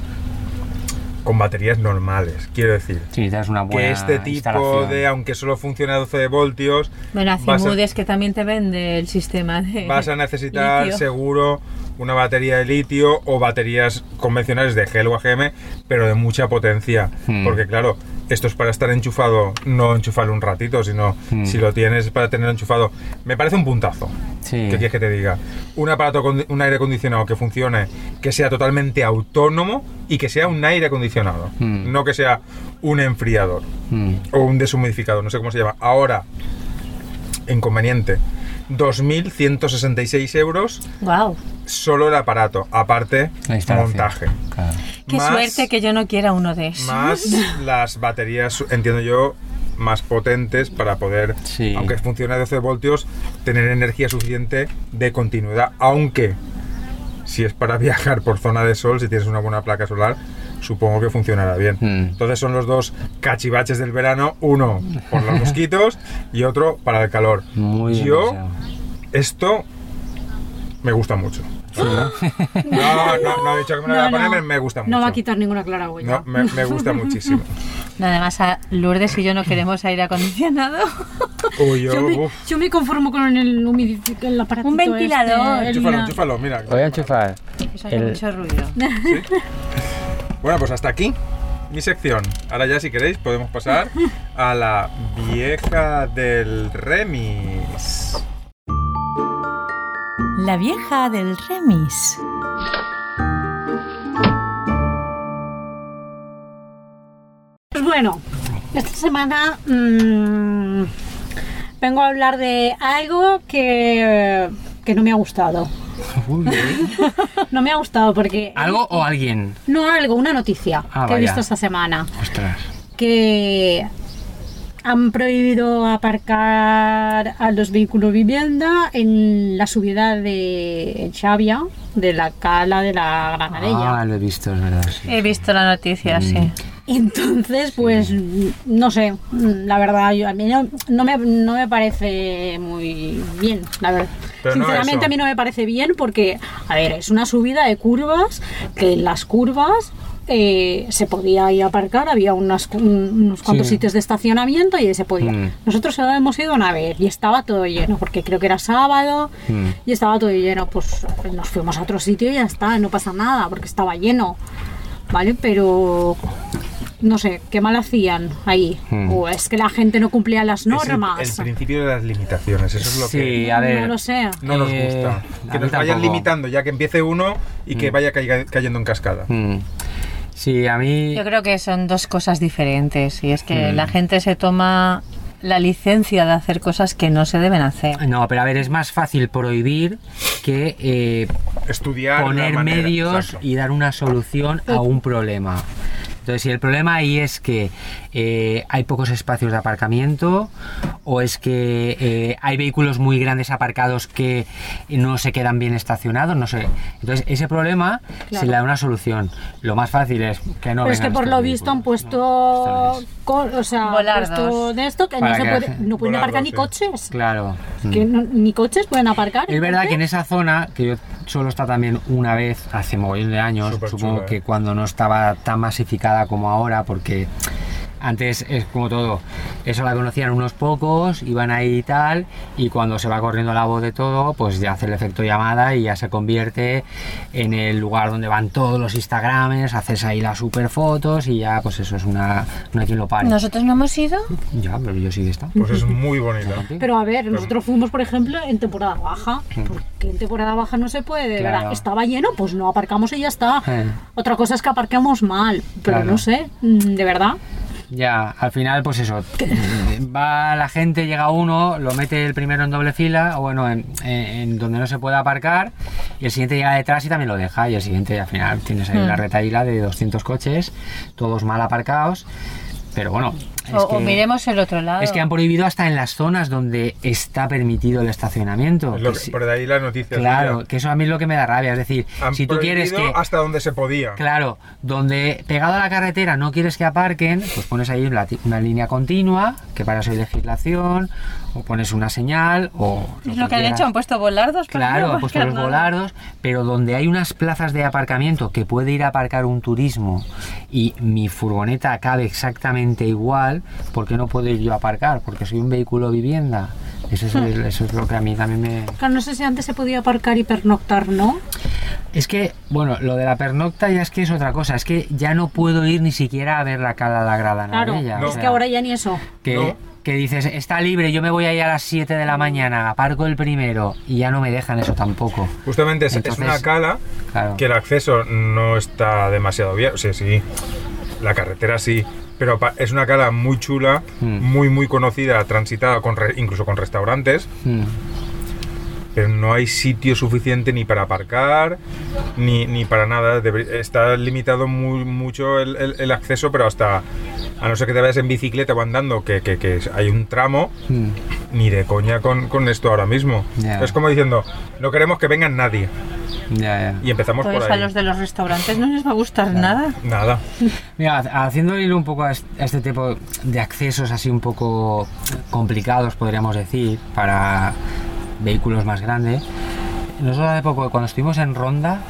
[SPEAKER 2] con baterías normales, quiero decir.
[SPEAKER 3] Sí, esa es una buena
[SPEAKER 2] Que este tipo
[SPEAKER 3] instalación.
[SPEAKER 2] de, aunque solo funcione a 12 voltios,
[SPEAKER 1] Bueno,
[SPEAKER 2] Vas a-
[SPEAKER 1] Azimud es que también te vende el sistema de.
[SPEAKER 2] vas a necesitar
[SPEAKER 1] litio.
[SPEAKER 2] seguro una batería de litio o baterías convencionales de gel o AGM, pero de mucha potencia.
[SPEAKER 3] Hmm.
[SPEAKER 2] Porque claro, esto es para estar enchufado, no enchufarlo un ratito, sino
[SPEAKER 3] Hmm.
[SPEAKER 2] si lo tienes para tener enchufado. Me parece un puntazo.
[SPEAKER 3] Sí.
[SPEAKER 2] ¿Qué quieres que te diga? Un aparato con un aire acondicionado que funcione, que sea totalmente autónomo y que sea un aire acondicionado,
[SPEAKER 3] Hmm.
[SPEAKER 2] no que sea un enfriador
[SPEAKER 3] Mm.
[SPEAKER 2] o un deshumidificador, no sé cómo se llama. Ahora, inconveniente, 2.166 euros
[SPEAKER 1] Guau.
[SPEAKER 2] solo el aparato, aparte
[SPEAKER 3] La instalación.
[SPEAKER 2] montaje.
[SPEAKER 3] Claro.
[SPEAKER 1] Qué
[SPEAKER 2] Más-
[SPEAKER 1] suerte que yo no quiera uno de esos.
[SPEAKER 2] Más las baterías, entiendo yo, más potentes para poder,
[SPEAKER 3] Sí.
[SPEAKER 2] aunque funcione a 12 voltios, tener energía suficiente de continuidad, aunque... Si es para viajar por zona de sol, si tienes una buena placa solar, supongo que funcionará bien.
[SPEAKER 3] Mm.
[SPEAKER 2] Entonces son los dos cachivaches del verano, uno por los mosquitos y otro para el calor.
[SPEAKER 3] Muy bien
[SPEAKER 2] Yo,
[SPEAKER 3] pensado.
[SPEAKER 2] esto me gusta mucho. No, no, no he dicho que me la voy a
[SPEAKER 4] No,
[SPEAKER 2] poner,
[SPEAKER 4] no.
[SPEAKER 2] me- me gusta mucho.
[SPEAKER 4] No va a quitar ninguna clara huella.
[SPEAKER 2] No, me, me gusta muchísimo.
[SPEAKER 1] No, además, a Lourdes y yo no queremos aire acondicionado.
[SPEAKER 2] Uy, yo,
[SPEAKER 4] Yo me,
[SPEAKER 2] uf.
[SPEAKER 4] yo me conformo con el humidificador, el aparatito
[SPEAKER 1] Un ventilador.
[SPEAKER 4] este, el-
[SPEAKER 2] Enchúfalo, enchúfalo, mira.
[SPEAKER 3] Voy a enchufar.
[SPEAKER 1] Eso hace
[SPEAKER 3] El-
[SPEAKER 1] mucho ruido.
[SPEAKER 2] Bueno, pues hasta aquí mi sección. Ahora ya, si queréis, podemos pasar a la vieja del remis.
[SPEAKER 5] La vieja del remis.
[SPEAKER 4] Pues bueno, esta semana mm, vengo a hablar de algo que, que no me ha gustado. No me ha gustado porque...
[SPEAKER 3] ¿Algo o alguien?
[SPEAKER 4] No algo, una noticia
[SPEAKER 3] Ah,
[SPEAKER 4] que he
[SPEAKER 3] vaya.
[SPEAKER 4] visto esta semana.
[SPEAKER 3] Ostras.
[SPEAKER 4] que han prohibido aparcar a los vehículos vivienda en la subida de Xavia, de la cala de la Granadella.
[SPEAKER 3] Ah, lo he visto, es verdad. sí.
[SPEAKER 1] He visto la noticia, sí.
[SPEAKER 4] Entonces, pues, no sé, la verdad, yo, a mí no, no me, no me parece muy bien, la verdad.
[SPEAKER 2] Pero no
[SPEAKER 4] Sinceramente
[SPEAKER 2] eso.
[SPEAKER 4] a mí no me parece bien porque, a ver, es una subida de curvas, que en las curvas eh, se podía ir a aparcar, había unas, cu- un- unos cuantos
[SPEAKER 3] Sí.
[SPEAKER 4] sitios de estacionamiento y ahí se podía.
[SPEAKER 3] Mm.
[SPEAKER 4] Nosotros solo hemos ido una vez y estaba todo lleno, porque creo que era sábado
[SPEAKER 3] Mm.
[SPEAKER 4] y estaba todo lleno, pues nos fuimos a otro sitio y ya está, no pasa nada, porque estaba lleno. ¿vale? Pero no sé, qué mal hacían ahí.
[SPEAKER 3] Hmm.
[SPEAKER 4] O es que la gente no cumplía las
[SPEAKER 2] Es el-
[SPEAKER 4] normas.
[SPEAKER 2] el, principio de las limitaciones, eso es lo
[SPEAKER 3] Sí,
[SPEAKER 2] que
[SPEAKER 3] a ver.
[SPEAKER 4] No lo sé.
[SPEAKER 2] no nos
[SPEAKER 3] Eh,
[SPEAKER 2] gusta.
[SPEAKER 3] a
[SPEAKER 2] Que
[SPEAKER 3] mí
[SPEAKER 2] nos vayan
[SPEAKER 3] tampoco.
[SPEAKER 2] limitando ya que empiece uno y que vaya caiga- cayendo en cascada.
[SPEAKER 3] Mm. Sí, a mí.
[SPEAKER 1] Yo creo que son dos cosas diferentes y es que la gente se toma la licencia de hacer cosas que no se deben hacer.
[SPEAKER 3] No, pero a ver, es más fácil prohibir que eh,
[SPEAKER 2] Estudiar. la
[SPEAKER 3] poner
[SPEAKER 2] manera,
[SPEAKER 3] medios
[SPEAKER 2] exacto.
[SPEAKER 3] y dar una solución a un problema. Entonces, si el problema ahí es que eh, hay pocos espacios de aparcamiento o es que eh, hay vehículos muy grandes aparcados que no se quedan bien estacionados, no sé. Entonces, ese problema
[SPEAKER 4] Claro.
[SPEAKER 3] se le da una solución. Lo más fácil es que no
[SPEAKER 4] Pero es que
[SPEAKER 3] vengan
[SPEAKER 4] por
[SPEAKER 3] estos
[SPEAKER 4] lo visto han
[SPEAKER 3] vehículos,
[SPEAKER 4] puesto,
[SPEAKER 3] ¿no? Esto es.
[SPEAKER 4] co- o sea, han
[SPEAKER 1] Volardos.
[SPEAKER 4] puesto de esto que no,
[SPEAKER 3] Para
[SPEAKER 4] se
[SPEAKER 3] que-
[SPEAKER 4] puede, no pueden
[SPEAKER 2] Volardos,
[SPEAKER 4] aparcar ni
[SPEAKER 2] sí.
[SPEAKER 4] coches.
[SPEAKER 3] Claro. Mm.
[SPEAKER 4] pues, Que no- ni coches pueden aparcar.
[SPEAKER 3] Es verdad que en
[SPEAKER 4] entonces,
[SPEAKER 3] esa zona, que yo solo está también una vez hace mogollón de años,
[SPEAKER 2] Superchula,
[SPEAKER 3] supongo
[SPEAKER 2] ¿eh?
[SPEAKER 3] que cuando no estaba tan masificada como ahora, porque antes es como todo, eso la conocían unos pocos, iban ahí y tal, y cuando se va corriendo la voz de todo, pues ya hace el efecto llamada y ya se convierte en el lugar donde van todos los Instagrames, haces ahí las super fotos y ya, pues eso es una, una quien lo pare.
[SPEAKER 1] ¿Nosotros no hemos ido?
[SPEAKER 3] Ya, pero yo sí que está.
[SPEAKER 2] Pues es muy bonito.
[SPEAKER 4] Pero a ver, nosotros fuimos, por ejemplo, en temporada baja, porque en temporada baja no se puede, de
[SPEAKER 3] Hmm. Claro.
[SPEAKER 4] ¿verdad? Estaba lleno, pues no aparcamos y ya está.
[SPEAKER 3] Eh.
[SPEAKER 4] Otra cosa es que aparcamos mal, pero
[SPEAKER 3] Claro.
[SPEAKER 4] no sé, mm, de verdad.
[SPEAKER 3] Ya, al final, pues eso. Va la gente, llega uno, lo mete el primero en doble fila, o bueno, en, en- en donde no se puede aparcar, y el siguiente llega detrás y también lo deja, y el siguiente, al final, tienes ahí
[SPEAKER 1] Hmm.
[SPEAKER 3] la retaíla de 200 coches, todos mal aparcados, pero bueno. es
[SPEAKER 1] O, o
[SPEAKER 3] que-
[SPEAKER 1] miremos el otro lado.
[SPEAKER 3] Es que han prohibido hasta en las zonas donde está permitido el estacionamiento.
[SPEAKER 2] Es lo
[SPEAKER 3] que
[SPEAKER 2] que-
[SPEAKER 3] si-
[SPEAKER 2] por ahí las noticias.
[SPEAKER 3] pues claro,
[SPEAKER 2] mira.
[SPEAKER 3] que eso a mí es lo que me da rabia. Es decir,
[SPEAKER 2] Han
[SPEAKER 3] si tú quieres que.
[SPEAKER 2] prohibido hasta donde se podía.
[SPEAKER 3] Claro, donde pegado a la carretera no quieres que aparquen, pues pones ahí una, ti- una línea continua, que para eso hay legislación, o pones una señal, o...
[SPEAKER 1] Es lo que han
[SPEAKER 3] quieras.
[SPEAKER 1] hecho, han puesto volardos. pero no
[SPEAKER 3] Claro,
[SPEAKER 1] hemos
[SPEAKER 3] pues por los
[SPEAKER 1] ganado.
[SPEAKER 3] volardos, pero donde hay unas plazas de aparcamiento que puede ir a aparcar un turismo y mi furgoneta cabe exactamente igual, ¿por qué no puedo ir yo a aparcar? Porque soy un vehículo vivienda. Eso
[SPEAKER 1] Hmm.
[SPEAKER 3] es, el- eso es lo que a mí también me...
[SPEAKER 4] Claro, no sé si antes se podía aparcar y pernoctar, ¿no?
[SPEAKER 3] Es que, bueno, lo de la pernocta ya es que es otra cosa. Es que ya no puedo ir ni siquiera a ver la cala de la grada.
[SPEAKER 4] Claro,
[SPEAKER 3] Navella,
[SPEAKER 2] No.
[SPEAKER 3] o
[SPEAKER 4] es que
[SPEAKER 3] sea,
[SPEAKER 4] ahora ya ni eso.
[SPEAKER 3] que,
[SPEAKER 2] No.
[SPEAKER 3] que dices, está libre, yo me voy ahí a las 7 de la mañana, aparco el primero y ya no me dejan eso tampoco.
[SPEAKER 2] Justamente es, es
[SPEAKER 3] Entonces-
[SPEAKER 2] una cala
[SPEAKER 3] Claro.
[SPEAKER 2] que el acceso no está demasiado bien. O sea, sí, la carretera sí, pero pa- es una cala muy chula,
[SPEAKER 3] Mm.
[SPEAKER 2] muy, muy conocida, transitada, con re- incluso con restaurantes,
[SPEAKER 3] Mm.
[SPEAKER 2] pero no hay sitio suficiente ni para aparcar, ni, ni para nada. Debe- está limitado muy, mucho el, el- el acceso, pero hasta, a no ser que te vayas en bicicleta o andando, que, que- que hay un tramo,
[SPEAKER 3] Mm.
[SPEAKER 2] ni de coña con, con esto ahora mismo.
[SPEAKER 3] Ya.
[SPEAKER 2] Es como diciendo, no queremos que venga nadie.
[SPEAKER 3] Ya, ya.
[SPEAKER 2] Y empezamos
[SPEAKER 1] Pues
[SPEAKER 2] por
[SPEAKER 1] a
[SPEAKER 2] ahí.
[SPEAKER 1] los de los restaurantes no les va a gustar nada.
[SPEAKER 2] Nada.
[SPEAKER 3] Mira, ha- haciendo hilo un poco a est- a este tipo de accesos así un poco complicados, podríamos decir, para vehículos más grandes, Nosotros hace poco, cuando estuvimos en Ronda,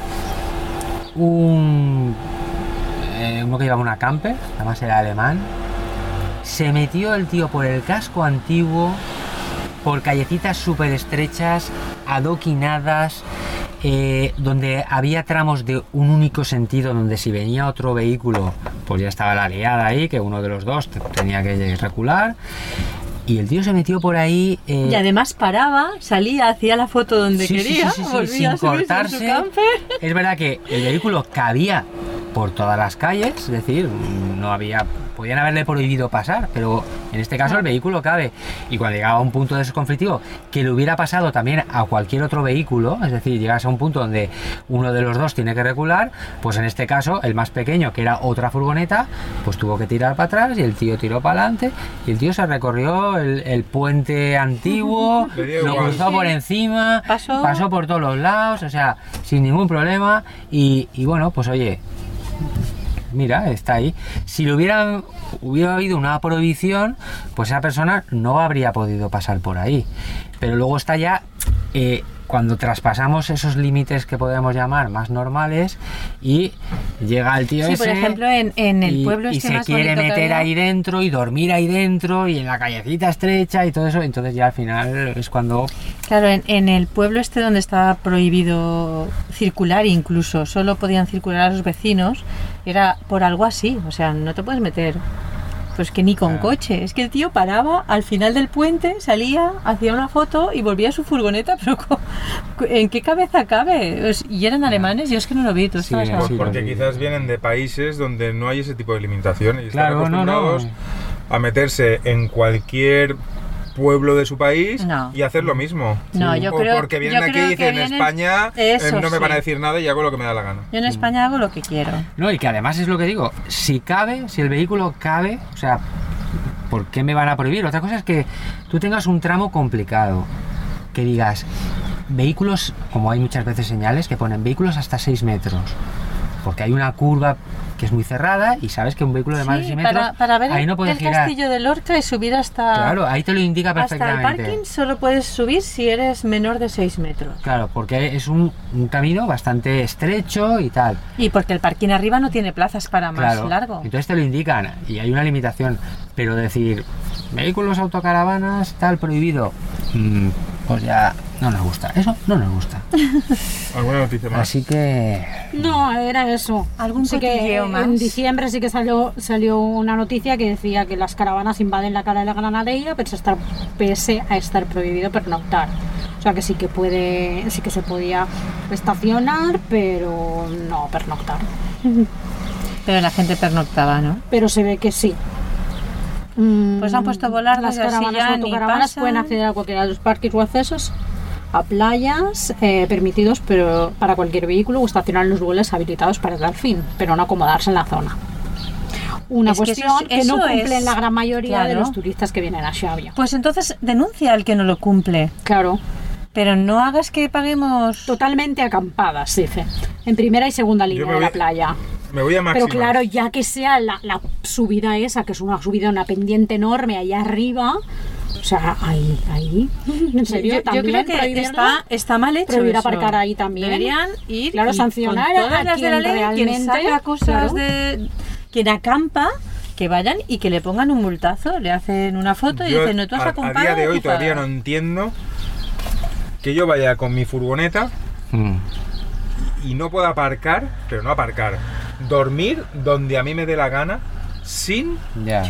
[SPEAKER 3] un, eh, uno que llevaba una camper, además era alemán, se metió el tío por el casco antiguo, por callecitas súper estrechas, adoquinadas, eh, donde había tramos de un único sentido, donde si venía otro vehículo, pues ya estaba la liada ahí, que uno de los dos te- tenía que recular. Y el tío se metió por ahí. eh,
[SPEAKER 1] Y además paraba, salía, hacía la foto donde
[SPEAKER 3] Sí, sí,
[SPEAKER 1] quería,
[SPEAKER 3] sí, sí, sí,
[SPEAKER 1] volvía
[SPEAKER 3] sin
[SPEAKER 1] a subirse a su
[SPEAKER 3] cortarse.
[SPEAKER 1] camper.
[SPEAKER 3] Es verdad que el vehículo cabía por todas las calles, es decir, no había, podían haberle prohibido pasar, pero en este
[SPEAKER 1] Ah.
[SPEAKER 3] caso el vehículo cabe. Y cuando llegaba a un punto de esos conflictivos que le hubiera pasado también a cualquier otro vehículo, es decir, llegas a un punto donde uno de los dos tiene que recular, pues en este caso el más pequeño, que era otra furgoneta, pues tuvo que tirar para atrás y el tío tiró para adelante y el tío se recorrió el, el puente antiguo,
[SPEAKER 2] Le dio
[SPEAKER 3] lo
[SPEAKER 2] igual.
[SPEAKER 3] cruzó por encima,
[SPEAKER 1] Pasó.
[SPEAKER 3] pasó por todos los lados, o sea, sin ningún problema. Y, y bueno, pues oye, mira, está ahí. Si le hubieran, hubiera habido una prohibición, pues esa persona no habría podido pasar por ahí. Pero luego está ya. eh, cuando traspasamos esos límites que podemos llamar más normales y llega el tío
[SPEAKER 1] Sí,
[SPEAKER 3] ese
[SPEAKER 1] por ejemplo, en, en el
[SPEAKER 3] y-
[SPEAKER 1] pueblo
[SPEAKER 3] y
[SPEAKER 1] este
[SPEAKER 3] se
[SPEAKER 1] más
[SPEAKER 3] quiere
[SPEAKER 1] bonito que
[SPEAKER 3] meter
[SPEAKER 1] había,
[SPEAKER 3] ahí dentro y dormir ahí dentro y en la callecita estrecha y todo eso entonces ya al final es cuando
[SPEAKER 1] Claro, en, en el pueblo este donde estaba prohibido circular incluso, solo podían circular a los vecinos, era por algo así, o sea, no te puedes meter. Pues que ni con coche, es que el tío paraba al final del puente, salía, hacía una foto y volvía a su furgoneta, pero co- ¿en qué cabeza cabe? Es- Y eran alemanes, yo es que no lo vi, tú
[SPEAKER 3] Sí,
[SPEAKER 1] estabas
[SPEAKER 3] era
[SPEAKER 1] a-
[SPEAKER 2] Pues
[SPEAKER 3] sí.
[SPEAKER 2] porque
[SPEAKER 3] lo vi.
[SPEAKER 2] quizás vienen de países donde no hay ese tipo de limitaciones y
[SPEAKER 3] Claro, no,
[SPEAKER 2] están acostumbrados
[SPEAKER 3] no.
[SPEAKER 2] a meterse en cualquier pueblo de su país
[SPEAKER 1] No.
[SPEAKER 2] y hacer lo mismo.
[SPEAKER 1] No, yo
[SPEAKER 2] O
[SPEAKER 1] creo-
[SPEAKER 2] porque vienen
[SPEAKER 1] yo
[SPEAKER 2] aquí
[SPEAKER 1] creo
[SPEAKER 2] y
[SPEAKER 1] que
[SPEAKER 2] dicen en
[SPEAKER 1] vienen-
[SPEAKER 2] España eh,
[SPEAKER 1] Eso
[SPEAKER 2] no me van a
[SPEAKER 1] sí.
[SPEAKER 2] decir nada y hago lo que me da la gana.
[SPEAKER 3] Mm.
[SPEAKER 1] Yo en España hago lo que quiero.
[SPEAKER 3] No, y que además es lo que digo, si cabe, si el vehículo cabe, o sea, ¿por qué me van a prohibir? Otra cosa es que tú tengas un tramo complicado, que digas, vehículos, como hay muchas veces señales que ponen vehículos hasta 6 metros, porque hay una curva que es muy cerrada y sabes que un vehículo de más de
[SPEAKER 1] Sí,
[SPEAKER 3] 6 metros
[SPEAKER 1] para, para ver
[SPEAKER 3] ahí
[SPEAKER 1] el,
[SPEAKER 3] no puedes
[SPEAKER 1] el
[SPEAKER 3] girar.
[SPEAKER 1] castillo de Lorca y subir hasta...
[SPEAKER 3] Claro, ahí te lo indica
[SPEAKER 1] Hasta el
[SPEAKER 3] perfectamente.
[SPEAKER 1] parking solo puedes subir si eres menor de 6 metros.
[SPEAKER 3] Claro, porque es un, un camino bastante estrecho y tal.
[SPEAKER 1] Y porque el parking arriba no tiene plazas para más
[SPEAKER 3] Claro.
[SPEAKER 1] largo.
[SPEAKER 3] Entonces te lo indican y hay una limitación. Pero decir, vehículos autocaravanas, tal, prohibido, mm, pues ya no nos gusta. Eso no nos gusta.
[SPEAKER 2] ¿Alguna noticia
[SPEAKER 1] Ah,
[SPEAKER 2] más?
[SPEAKER 3] Así que...
[SPEAKER 4] No, era eso.
[SPEAKER 1] Algún
[SPEAKER 4] sí que
[SPEAKER 1] cotilleo más.
[SPEAKER 4] En diciembre sí que salió, salió una noticia que decía que las caravanas invaden la cara de la Granadella pese a estar, pese a estar prohibido pernoctar. O sea que sí que puede, sí que se podía estacionar, pero no pernoctar.
[SPEAKER 1] Pero la gente pernoctaba, ¿no?
[SPEAKER 4] Pero se ve que sí. Mm,
[SPEAKER 1] Pues han puesto volardos
[SPEAKER 4] las
[SPEAKER 1] y así
[SPEAKER 4] caravanas
[SPEAKER 1] ya
[SPEAKER 4] o
[SPEAKER 1] ni
[SPEAKER 4] autocaravanas
[SPEAKER 1] pasan.
[SPEAKER 4] pueden acceder a cualquiera de los parques o accesos a playas eh, permitidos pero para cualquier vehículo o estacionar en los lugares habilitados para tal fin, pero no acomodarse en la zona. Una
[SPEAKER 1] Es que eso
[SPEAKER 4] cuestión que,
[SPEAKER 1] es- eso
[SPEAKER 4] no cumplen
[SPEAKER 1] es-
[SPEAKER 4] la gran mayoría de
[SPEAKER 1] claro.
[SPEAKER 4] los turistas que vienen a Xavia.
[SPEAKER 1] Pues entonces denuncia al que no lo cumple.
[SPEAKER 4] Claro,
[SPEAKER 1] Pero no hagas que paguemos.
[SPEAKER 4] totalmente acampadas, dice, en primera y segunda línea
[SPEAKER 2] me
[SPEAKER 4] de la
[SPEAKER 2] voy-
[SPEAKER 4] playa.
[SPEAKER 2] Me voy a máxima.
[SPEAKER 4] Pero claro, ya que sea la, la subida esa, que es una subida, una pendiente enorme allá arriba, o sea, ahí, ahí, en
[SPEAKER 1] Yo,
[SPEAKER 4] serio,
[SPEAKER 1] yo
[SPEAKER 4] también
[SPEAKER 1] creo que
[SPEAKER 4] prohibirlo?
[SPEAKER 1] está, está mal hecho.
[SPEAKER 4] prohibir
[SPEAKER 1] eso.
[SPEAKER 4] aparcar ahí también.
[SPEAKER 1] Deberían ir
[SPEAKER 4] Claro,
[SPEAKER 1] y
[SPEAKER 4] sancionar
[SPEAKER 1] con todas
[SPEAKER 4] a
[SPEAKER 1] las de la
[SPEAKER 4] quien
[SPEAKER 1] ley, quien
[SPEAKER 4] realmente,
[SPEAKER 1] saca cosas
[SPEAKER 4] claro.
[SPEAKER 1] de. quien acampa, que vayan y que le pongan un multazo. Le hacen una foto y
[SPEAKER 2] Yo
[SPEAKER 1] dicen, no, tú has
[SPEAKER 2] a- a,
[SPEAKER 1] acampado.
[SPEAKER 2] día de hoy
[SPEAKER 1] tú
[SPEAKER 2] todavía no
[SPEAKER 1] pagas".
[SPEAKER 2] entiendo que yo vaya con mi furgoneta
[SPEAKER 3] mm,
[SPEAKER 2] y no puedo aparcar, pero no aparcar, dormir donde a mí me dé la gana sin
[SPEAKER 3] ya.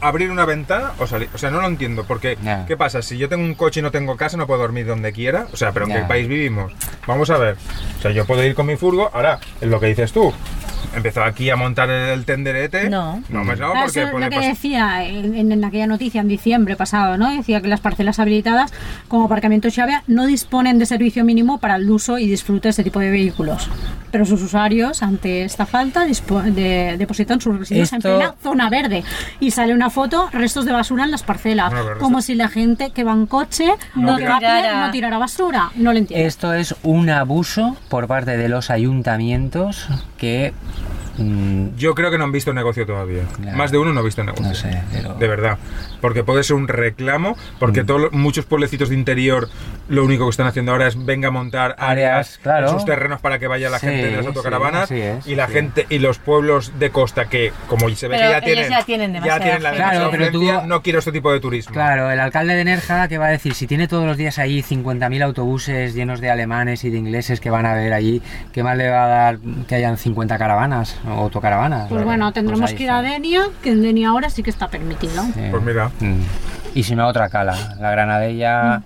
[SPEAKER 2] abrir una ventana o salir. O sea, no lo entiendo, porque
[SPEAKER 3] Ya.
[SPEAKER 2] ¿qué pasa? Si yo tengo un coche y no tengo casa, no puedo dormir donde quiera. O sea, pero ¿en
[SPEAKER 3] Ya.
[SPEAKER 2] qué país vivimos? Vamos a ver. O sea, yo puedo ir con mi furgo, ahora, es lo que dices tú. Empezó aquí a montar el tenderete.
[SPEAKER 1] No.
[SPEAKER 2] No, pues no,
[SPEAKER 4] Claro,
[SPEAKER 2] porque
[SPEAKER 4] Ah, eso es
[SPEAKER 2] puede
[SPEAKER 4] lo que
[SPEAKER 2] pasar-
[SPEAKER 4] decía en, en- en aquella noticia en diciembre pasado, ¿no? Decía que las parcelas habilitadas como aparcamiento Xavia no disponen de servicio mínimo para el uso y disfrute de este tipo de vehículos. Pero sus usuarios, ante esta falta, dispo- de- depositan sus residuos en
[SPEAKER 3] Esto-
[SPEAKER 4] plena zona verde. Y sale una foto, restos de basura en las parcelas.
[SPEAKER 2] Bueno, pero
[SPEAKER 4] como
[SPEAKER 2] restos-
[SPEAKER 4] si la gente que va en coche
[SPEAKER 1] No
[SPEAKER 4] o que va a pie,
[SPEAKER 1] tirara.
[SPEAKER 4] no tirara basura. No lo entiendo.
[SPEAKER 3] Esto es un abuso por parte de los ayuntamientos que mm,
[SPEAKER 2] Yo creo que no han visto negocio todavía.
[SPEAKER 3] Claro.
[SPEAKER 2] Más de uno no ha visto negocio.
[SPEAKER 3] no sé, pero...
[SPEAKER 2] De verdad. Porque puede ser un reclamo,
[SPEAKER 3] Mm.
[SPEAKER 2] porque todos los- muchos pueblecitos de interior lo único que están haciendo ahora es venga a montar áreas,
[SPEAKER 3] Áreas, claro.
[SPEAKER 2] en sus terrenos para que vaya la
[SPEAKER 3] Sí,
[SPEAKER 2] gente de las
[SPEAKER 3] sí,
[SPEAKER 2] autocaravanas
[SPEAKER 3] así es,
[SPEAKER 2] y la
[SPEAKER 3] sí.
[SPEAKER 2] gente y los pueblos de costa que como se ve
[SPEAKER 1] Pero
[SPEAKER 2] que ya
[SPEAKER 1] ellos
[SPEAKER 2] tienen,
[SPEAKER 1] ya tienen demasiada
[SPEAKER 2] tienen la
[SPEAKER 1] gente.
[SPEAKER 2] demasiada
[SPEAKER 3] Claro, pero tú-
[SPEAKER 2] afluencia, no quiero este tipo de turismo.
[SPEAKER 3] Claro, el alcalde de Nerja que va a decir, si tiene todos los días ahí 50.000 autobuses llenos de alemanes y de ingleses que van a ver allí, ¿qué más le va a dar que hayan 50 caravanas o autocaravanas?
[SPEAKER 4] Pues bueno, tendremos
[SPEAKER 3] ahí
[SPEAKER 4] que ir a
[SPEAKER 3] está.
[SPEAKER 4] Denia, que en Denia ahora sí que está permitido.
[SPEAKER 3] Eh,
[SPEAKER 2] Pues mira.
[SPEAKER 3] mm. Y si no, otra cala. La granadella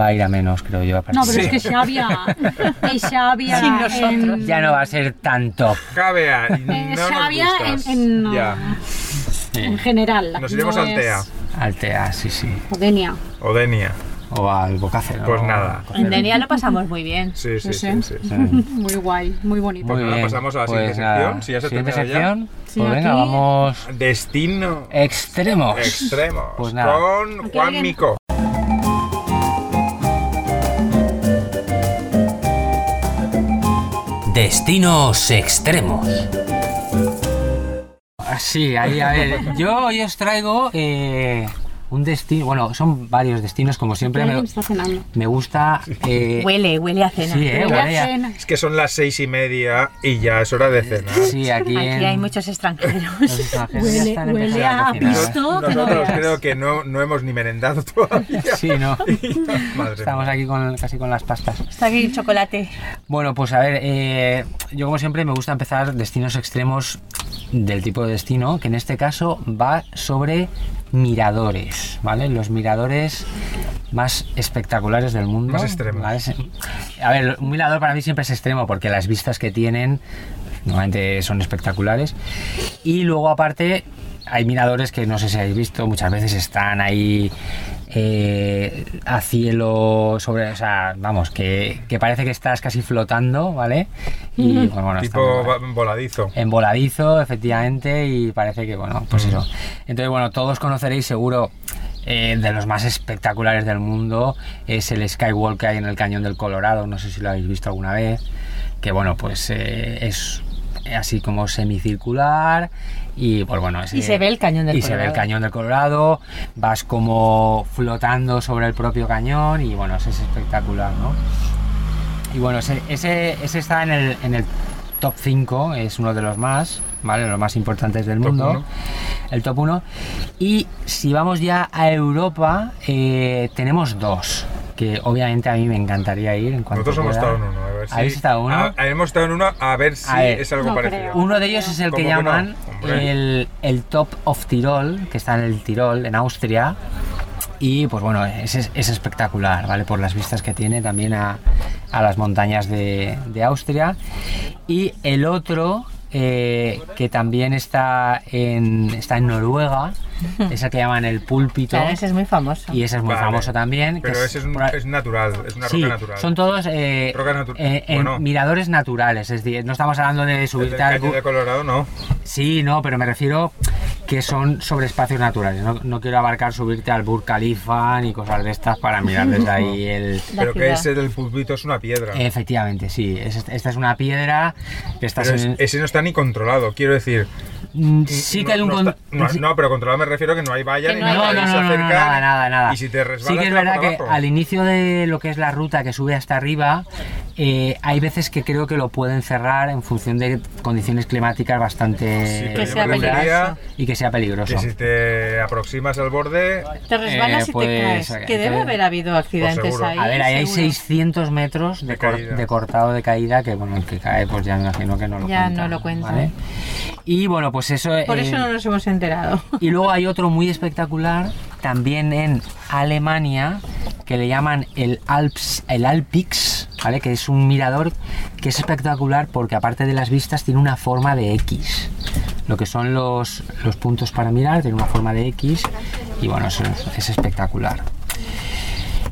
[SPEAKER 3] va a ir a menos, creo yo. a partir
[SPEAKER 4] Mm. No, pero
[SPEAKER 3] de-
[SPEAKER 4] es que Xavia, y Xavia
[SPEAKER 1] Sin nosotros.
[SPEAKER 4] en-
[SPEAKER 3] Ya no va a ser tan top.
[SPEAKER 2] Cabea, y
[SPEAKER 4] Eh,
[SPEAKER 2] no nos
[SPEAKER 4] Xavia en-
[SPEAKER 2] gustas.
[SPEAKER 4] en-
[SPEAKER 2] Ya.
[SPEAKER 4] en general.
[SPEAKER 2] Nos iremos
[SPEAKER 4] no
[SPEAKER 2] al TEA
[SPEAKER 4] es-
[SPEAKER 3] Altea, sí, sí.
[SPEAKER 4] o Denia.
[SPEAKER 2] o Denia.
[SPEAKER 3] O al Bocácer.
[SPEAKER 2] Pues nada.
[SPEAKER 1] En Denia lo pasamos muy bien.
[SPEAKER 2] Sí, sí,
[SPEAKER 4] No
[SPEAKER 2] sí,
[SPEAKER 4] sé.
[SPEAKER 2] sí, sí.
[SPEAKER 4] Muy guay, muy bonito.
[SPEAKER 2] Pues nada, pasamos a la siguiente sección, si ya se ha
[SPEAKER 3] siguiente
[SPEAKER 2] terminado ya.
[SPEAKER 3] sección.
[SPEAKER 4] Sí,
[SPEAKER 3] pues venga,
[SPEAKER 4] aquí-
[SPEAKER 3] vamos.
[SPEAKER 2] Destino
[SPEAKER 3] Extremos.
[SPEAKER 2] extremos
[SPEAKER 3] Pues nada.
[SPEAKER 2] con
[SPEAKER 4] Aquí
[SPEAKER 2] Juan
[SPEAKER 4] alguien-
[SPEAKER 2] Mico.
[SPEAKER 6] Destinos extremos.
[SPEAKER 3] Ah, Sí, ahí, a ver. Yo hoy os traigo eh, un destino. Bueno, son varios destinos, como siempre.
[SPEAKER 4] Alguien
[SPEAKER 3] Me,
[SPEAKER 4] está cenando.
[SPEAKER 3] me gusta. eh,
[SPEAKER 1] Huele, huele a cena.
[SPEAKER 3] sí, eh,
[SPEAKER 4] Huele a
[SPEAKER 3] huele a-
[SPEAKER 4] cena.
[SPEAKER 2] Es que son las seis y media y ya es hora de cenar.
[SPEAKER 3] Sí, aquí, en-
[SPEAKER 1] Aquí hay muchos
[SPEAKER 3] los
[SPEAKER 1] extranjeros.
[SPEAKER 3] extranjeros ya
[SPEAKER 4] Huele,
[SPEAKER 3] están
[SPEAKER 4] huele
[SPEAKER 3] empezando
[SPEAKER 4] a
[SPEAKER 3] cocinar. ¿eh?
[SPEAKER 4] pisto que no
[SPEAKER 2] Nosotros
[SPEAKER 4] veas.
[SPEAKER 2] creo que no, no hemos ni merendado todavía.
[SPEAKER 3] Sí, no.
[SPEAKER 2] Madre
[SPEAKER 3] Estamos
[SPEAKER 2] mía.
[SPEAKER 3] aquí con, casi con las pastas.
[SPEAKER 1] Está aquí el chocolate.
[SPEAKER 3] Bueno, pues a ver, eh, yo como siempre me gusta empezar destinos extremos del tipo de destino, que en este caso va sobre miradores, ¿vale? Los miradores más espectaculares del mundo.
[SPEAKER 2] Más extremos.
[SPEAKER 3] ¿vale? Se- A ver, un mirador para mí siempre es extremo porque las vistas que tienen normalmente son espectaculares. Y luego aparte hay miradores que no sé si habéis visto, muchas veces están ahí eh, a cielo sobre, o sea, vamos, que, que parece que estás casi flotando, ¿vale? Y pues, bueno, está Eh, muy
[SPEAKER 2] Tipo
[SPEAKER 3] guay.
[SPEAKER 2] va- voladizo.
[SPEAKER 3] en voladizo, efectivamente, y parece que, bueno, pues eso. Entonces, bueno, todos conoceréis seguro eh, de los más espectaculares del mundo, es el Skywalk que hay en el Cañón del Colorado, no sé si lo habéis visto alguna vez, que bueno, pues eh, es así como semicircular y pues bueno es,
[SPEAKER 1] Y se ve el Cañón del
[SPEAKER 3] y se ve el
[SPEAKER 1] Colorado.
[SPEAKER 3] cañón del Colorado vas como flotando sobre el propio cañón y bueno eso es espectacular no y bueno, ese, ese, ese está en el, en el top 5, es uno de los más, ¿vale? Los más importantes del
[SPEAKER 2] Top
[SPEAKER 3] mundo.
[SPEAKER 2] uno.
[SPEAKER 3] El top 1. Y si vamos ya a Europa, eh, tenemos dos, que obviamente a mí me encantaría ir en cuanto
[SPEAKER 2] Nosotros hemos
[SPEAKER 3] pueda.
[SPEAKER 2] estado en uno. A ver si,
[SPEAKER 3] ¿Habéis estado en uno?
[SPEAKER 2] A- hemos estado en uno a ver si
[SPEAKER 3] A ver.
[SPEAKER 2] es algo
[SPEAKER 4] No
[SPEAKER 2] parecido.
[SPEAKER 4] creo.
[SPEAKER 3] Uno de ellos es el que
[SPEAKER 2] ¿Cómo que no?
[SPEAKER 3] llaman
[SPEAKER 2] Hombre.
[SPEAKER 3] el, el Top of Tirol, que está en el Tirol, en Austria. Y pues bueno, es, es- es espectacular, ¿vale? Por las vistas que tiene también a, a las montañas de, de Austria. Y el otro, eh, que también está en, está en Noruega, es el que llaman el Púlpito.
[SPEAKER 1] Claro, ese es muy famoso.
[SPEAKER 3] Y ese es muy
[SPEAKER 2] Vale.
[SPEAKER 3] famoso también. que
[SPEAKER 2] Pero
[SPEAKER 3] es
[SPEAKER 2] ese es, un-
[SPEAKER 3] por-
[SPEAKER 2] es natural, es una
[SPEAKER 3] Sí,
[SPEAKER 2] roca natural.
[SPEAKER 3] son todos eh,
[SPEAKER 2] Roca natu-
[SPEAKER 3] eh, en
[SPEAKER 2] bueno.
[SPEAKER 3] miradores naturales, es decir, no estamos hablando de
[SPEAKER 2] el
[SPEAKER 3] subirte
[SPEAKER 2] del
[SPEAKER 3] al
[SPEAKER 2] Cañón
[SPEAKER 3] bu-
[SPEAKER 2] de Colorado no.
[SPEAKER 3] Sí, no, pero me refiero que son sobre espacios naturales. No, no quiero abarcar subirte al Burj Khalifa ni cosas de estas para mirar desde ahí el...
[SPEAKER 1] La
[SPEAKER 2] Pero que
[SPEAKER 1] ciudad.
[SPEAKER 2] ese del pulpito es una piedra.
[SPEAKER 3] Eh, Efectivamente, sí. es- esta es una piedra que está...
[SPEAKER 2] Pero es- ese no está ni controlado, quiero decir.
[SPEAKER 3] Sí
[SPEAKER 2] no-
[SPEAKER 3] que hay un...
[SPEAKER 2] no,
[SPEAKER 3] con-
[SPEAKER 2] está- no,
[SPEAKER 3] sí-
[SPEAKER 2] no, pero controlado me refiero que no hay valla
[SPEAKER 1] Que
[SPEAKER 2] ni
[SPEAKER 1] no hay
[SPEAKER 2] nada.
[SPEAKER 3] No,
[SPEAKER 1] valla.
[SPEAKER 2] y
[SPEAKER 3] no,
[SPEAKER 2] se
[SPEAKER 3] no, no, no,
[SPEAKER 2] acercan
[SPEAKER 3] nada, nada, nada.
[SPEAKER 2] Y si te resbalas,
[SPEAKER 3] sí que es
[SPEAKER 2] te vas
[SPEAKER 3] verdad
[SPEAKER 2] para
[SPEAKER 3] que
[SPEAKER 2] abajo.
[SPEAKER 3] al inicio de lo que es la ruta que sube hasta arriba, eh, hay veces que creo que lo pueden cerrar en función de condiciones climáticas bastante
[SPEAKER 2] Sí, pero
[SPEAKER 1] Que
[SPEAKER 2] yo
[SPEAKER 1] sea
[SPEAKER 2] me refería
[SPEAKER 1] peligroso.
[SPEAKER 3] y que sea peligroso.
[SPEAKER 2] Que si te aproximas al borde,
[SPEAKER 1] Te resbalas
[SPEAKER 3] Eh,
[SPEAKER 1] y
[SPEAKER 3] pues,
[SPEAKER 1] te caes.
[SPEAKER 3] eh,
[SPEAKER 1] Que debe
[SPEAKER 3] entonces-
[SPEAKER 1] haber habido accidentes
[SPEAKER 2] seguro.
[SPEAKER 1] ahí.
[SPEAKER 3] A ver, ahí hay
[SPEAKER 1] seguro.
[SPEAKER 3] 600 metros de,
[SPEAKER 2] De
[SPEAKER 3] cor-
[SPEAKER 2] caída.
[SPEAKER 3] de cortado de caída que, bueno, el que cae, pues ya me imagino que no lo
[SPEAKER 1] Ya
[SPEAKER 3] cuenta.
[SPEAKER 1] no lo cuenta.
[SPEAKER 3] ¿vale? Y bueno, pues eso.
[SPEAKER 1] Por
[SPEAKER 3] eh,
[SPEAKER 1] eso no nos hemos enterado.
[SPEAKER 3] Y luego hay otro muy espectacular, también en Alemania, que le llaman el Alps, el Alpix, ¿vale? Que es un mirador que es espectacular porque aparte de las vistas tiene una forma de X. Lo que son los, los puntos para mirar, tiene una forma de X y bueno, eso es- es espectacular.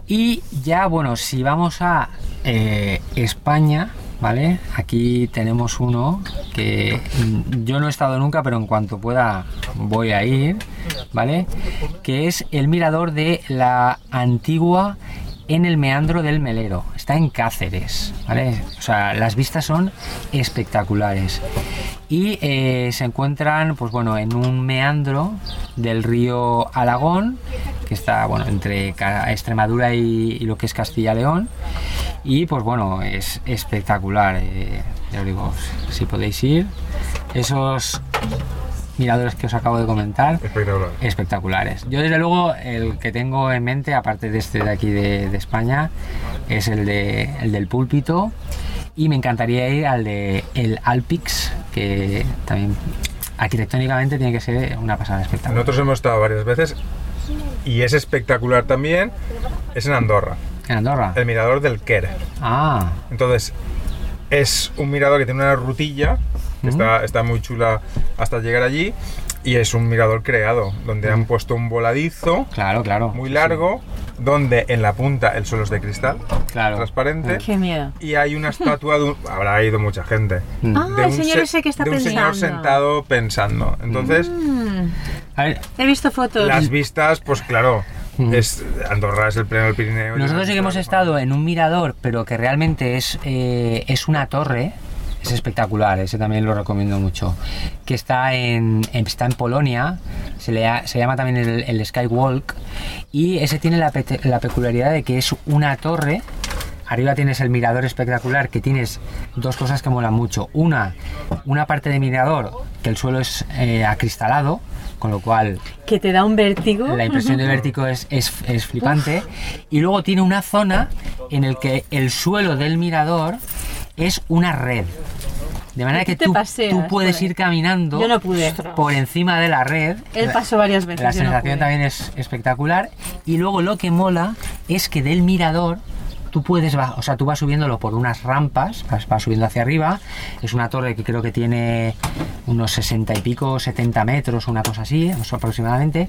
[SPEAKER 3] Y ya, bueno, si vamos a eh, España, ¿vale? Aquí tenemos uno que mm, yo no he estado nunca, pero en cuanto pueda voy a ir, ¿vale? Que es el mirador de la antigua en el meandro del Melero, está en Cáceres, ¿vale? O sea, las vistas son espectaculares. Y eh, se encuentran, pues bueno, en un meandro del río Alagón, que está, bueno, entre Ca- Extremadura y, y lo que es Castilla-León. Y pues bueno, es espectacular, eh, ya os digo, si podéis ir. Esos miradores que os acabo de comentar
[SPEAKER 2] Espectacular.
[SPEAKER 3] espectaculares. Yo desde luego el que tengo en mente, aparte de este de aquí de, de España, es el, de, el del púlpito y me encantaría ir al de el Alpix, que también arquitectónicamente tiene que ser una pasada espectacular.
[SPEAKER 2] Nosotros hemos estado varias veces y es espectacular también. Es en Andorra,
[SPEAKER 3] En Andorra.
[SPEAKER 2] el mirador del Quer.
[SPEAKER 3] Ah,
[SPEAKER 2] Entonces, es un mirador que tiene una rutilla, que está, está muy chula hasta llegar allí, y es un mirador creado, donde han puesto un voladizo
[SPEAKER 3] claro, claro.
[SPEAKER 2] muy largo, donde en la punta el suelo es de cristal,
[SPEAKER 3] Claro. eh.
[SPEAKER 2] transparente,
[SPEAKER 1] Qué miedo.
[SPEAKER 2] y hay una estatua de un- Habrá ido mucha gente.
[SPEAKER 3] Mm.
[SPEAKER 1] Ah, el señor
[SPEAKER 2] se-
[SPEAKER 1] ese que está
[SPEAKER 2] de un
[SPEAKER 1] pensando.
[SPEAKER 2] señor sentado pensando. Entonces,
[SPEAKER 1] Mm,
[SPEAKER 3] A ver,
[SPEAKER 1] he visto fotos.
[SPEAKER 2] las vistas, pues claro,
[SPEAKER 3] Mm.
[SPEAKER 2] es, Andorra es el pleno del Pirineo.
[SPEAKER 3] Nosotros sí que hemos estado en un mirador, pero que realmente es, eh, es una torre. Es espectacular, ese también lo recomiendo mucho. Que está en, en- está en Polonia, se, le ha- se llama también el, el Skywalk. Y ese tiene la, pete- la peculiaridad de que es una torre. Arriba tienes el mirador espectacular, que tienes dos cosas que molan mucho. Una, una parte de mirador, que el suelo es eh, acristalado, con lo cual
[SPEAKER 1] Que te da un vértigo.
[SPEAKER 3] la impresión de vértigo es, es, es flipante. Y luego tiene una zona en el que el suelo del mirador es una red. De manera
[SPEAKER 1] Y tú
[SPEAKER 3] que
[SPEAKER 1] te
[SPEAKER 3] tú,
[SPEAKER 1] paseas
[SPEAKER 3] tú puedes
[SPEAKER 1] por ahí.
[SPEAKER 3] ir caminando
[SPEAKER 1] Yo no pude.
[SPEAKER 3] por encima de la red.
[SPEAKER 1] Él
[SPEAKER 3] La-
[SPEAKER 1] pasó varias veces.
[SPEAKER 3] La
[SPEAKER 1] yo no
[SPEAKER 3] sensación
[SPEAKER 1] pude.
[SPEAKER 3] también es espectacular. Y luego lo que mola es que del mirador tú puedes bajar, o sea, tú vas subiéndolo por unas rampas, vas, vas subiendo hacia arriba. Es una torre que creo que tiene unos 60 y pico, 70 metros, una cosa así, eso aproximadamente.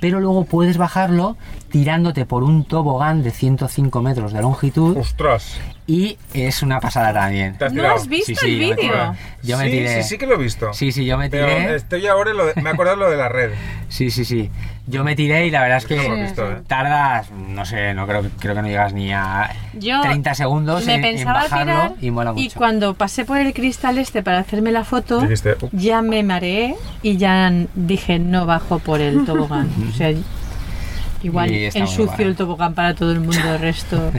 [SPEAKER 3] Pero luego puedes bajarlo tirándote por un tobogán de 105 metros de longitud
[SPEAKER 2] ¡Ostras!
[SPEAKER 3] y es una pasada también.
[SPEAKER 2] ¿Te has
[SPEAKER 1] ¿No
[SPEAKER 2] tirado?
[SPEAKER 1] has visto
[SPEAKER 3] Sí, sí,
[SPEAKER 1] el
[SPEAKER 3] yo me
[SPEAKER 1] vídeo?
[SPEAKER 3] tiré. Yo me
[SPEAKER 2] sí,
[SPEAKER 3] tiré.
[SPEAKER 2] sí, sí que lo he visto.
[SPEAKER 3] Sí, sí, yo me
[SPEAKER 2] Pero
[SPEAKER 3] tiré.
[SPEAKER 2] estoy ahora en lo de- me acuerdo de lo de la red.
[SPEAKER 3] Sí, sí, sí. Yo me tiré y la verdad es que
[SPEAKER 2] Esto no lo he visto, ¿eh?
[SPEAKER 3] tardas, no sé, no creo, creo que no llegas ni a
[SPEAKER 1] Yo
[SPEAKER 3] 30 segundos
[SPEAKER 1] me
[SPEAKER 3] en, en
[SPEAKER 1] pensaba tirar
[SPEAKER 3] bajarlo y mola mucho.
[SPEAKER 1] cuando pasé por el cristal este para hacerme la foto,
[SPEAKER 2] Dijiste, "Uh".
[SPEAKER 1] ya me mareé y ya n- dije no bajo por el tobogán. o sea, igual
[SPEAKER 3] Y está muy
[SPEAKER 1] ensucio
[SPEAKER 3] guay.
[SPEAKER 1] el tobogán para todo el mundo, el resto.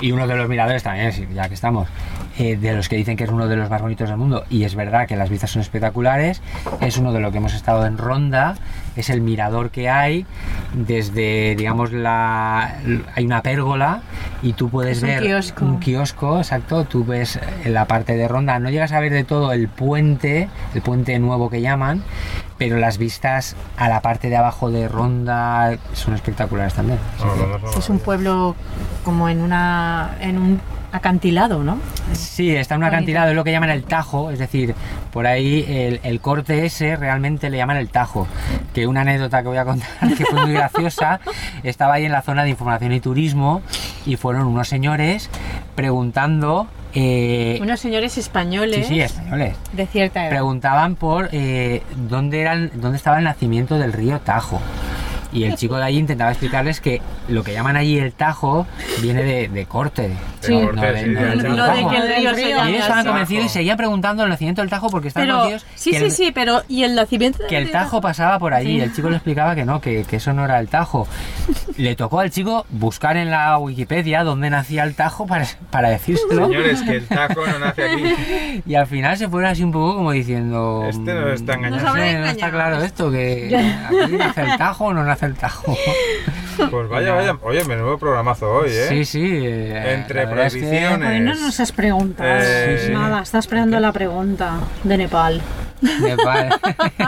[SPEAKER 3] Y uno de los miradores también, sí, ya que estamos, eh, de los que dicen que es uno de los más bonitos del mundo, y es verdad que las vistas son espectaculares, es uno de los que hemos estado en Ronda, es el mirador que hay, desde, digamos, la l- hay una pérgola y tú puedes
[SPEAKER 1] Es un
[SPEAKER 3] ver
[SPEAKER 1] kiosco.
[SPEAKER 3] un kiosco, exacto, tú ves en la parte de Ronda, no llegas a ver de todo el puente, el puente nuevo que llaman, pero las vistas a la parte de abajo de Ronda son espectaculares también.
[SPEAKER 2] No, no, no, no, no.
[SPEAKER 1] es un pueblo como en una en un acantilado, ¿no?
[SPEAKER 3] Sí, está en una
[SPEAKER 1] Bonito.
[SPEAKER 3] cantidad, es lo que llaman el tajo, es decir, por ahí el, el corte ese realmente le llaman el tajo. Que una anécdota que voy a contar que fue muy graciosa, estaba ahí en la zona de información y turismo y fueron unos señores preguntando. eh,
[SPEAKER 1] Unos señores
[SPEAKER 3] sí,
[SPEAKER 1] españoles
[SPEAKER 3] sí, españoles.
[SPEAKER 1] de cierta edad.
[SPEAKER 3] Preguntaban por eh, dónde, era el- dónde estaba el nacimiento del río Tajo. Y el chico de allí intentaba explicarles que lo que llaman allí el Tajo viene de, de corte.
[SPEAKER 2] Sí.
[SPEAKER 3] no- no
[SPEAKER 2] Corte,
[SPEAKER 3] de-
[SPEAKER 2] sí,
[SPEAKER 3] no del
[SPEAKER 2] sí.
[SPEAKER 3] río
[SPEAKER 1] Lo de
[SPEAKER 3] Tajo.
[SPEAKER 1] que el río se
[SPEAKER 4] Y ellos
[SPEAKER 3] Y ellos
[SPEAKER 1] llama
[SPEAKER 3] estaban
[SPEAKER 1] así.
[SPEAKER 3] convencidos y seguían preguntando el nacimiento del Tajo porque estaban
[SPEAKER 1] Pero
[SPEAKER 3] convencidos
[SPEAKER 1] sí,
[SPEAKER 3] que,
[SPEAKER 1] sí,
[SPEAKER 3] el,
[SPEAKER 1] sí, pero y el nacimiento
[SPEAKER 3] que el
[SPEAKER 1] del
[SPEAKER 3] Tajo pasaba por allí. Y el chico le explicaba que no, que, que eso no era el Tajo. Le tocó al chico buscar en la Wikipedia dónde nacía el Tajo para, para decírselo.
[SPEAKER 2] Señores, que el taco no nace aquí.
[SPEAKER 3] Y al final se fueron así un poco como diciendo...
[SPEAKER 2] Este nos está
[SPEAKER 3] "Mm,
[SPEAKER 2] engañando".
[SPEAKER 3] No,
[SPEAKER 1] Nos habrá
[SPEAKER 3] sé, no está
[SPEAKER 1] engañado.
[SPEAKER 3] claro esto, que aquí nace el Tajo o no nace el Tajo.
[SPEAKER 2] Pues vaya, vaya. Oye, menudo programazo hoy, ¿eh?
[SPEAKER 3] Sí, sí. eh,
[SPEAKER 2] Entre
[SPEAKER 3] la verdad es que-
[SPEAKER 2] prohibiciones.
[SPEAKER 4] Hoy no nos has preguntado
[SPEAKER 2] Eh, sí.
[SPEAKER 4] nada, está esperando la pregunta de Nepal.
[SPEAKER 3] me pare-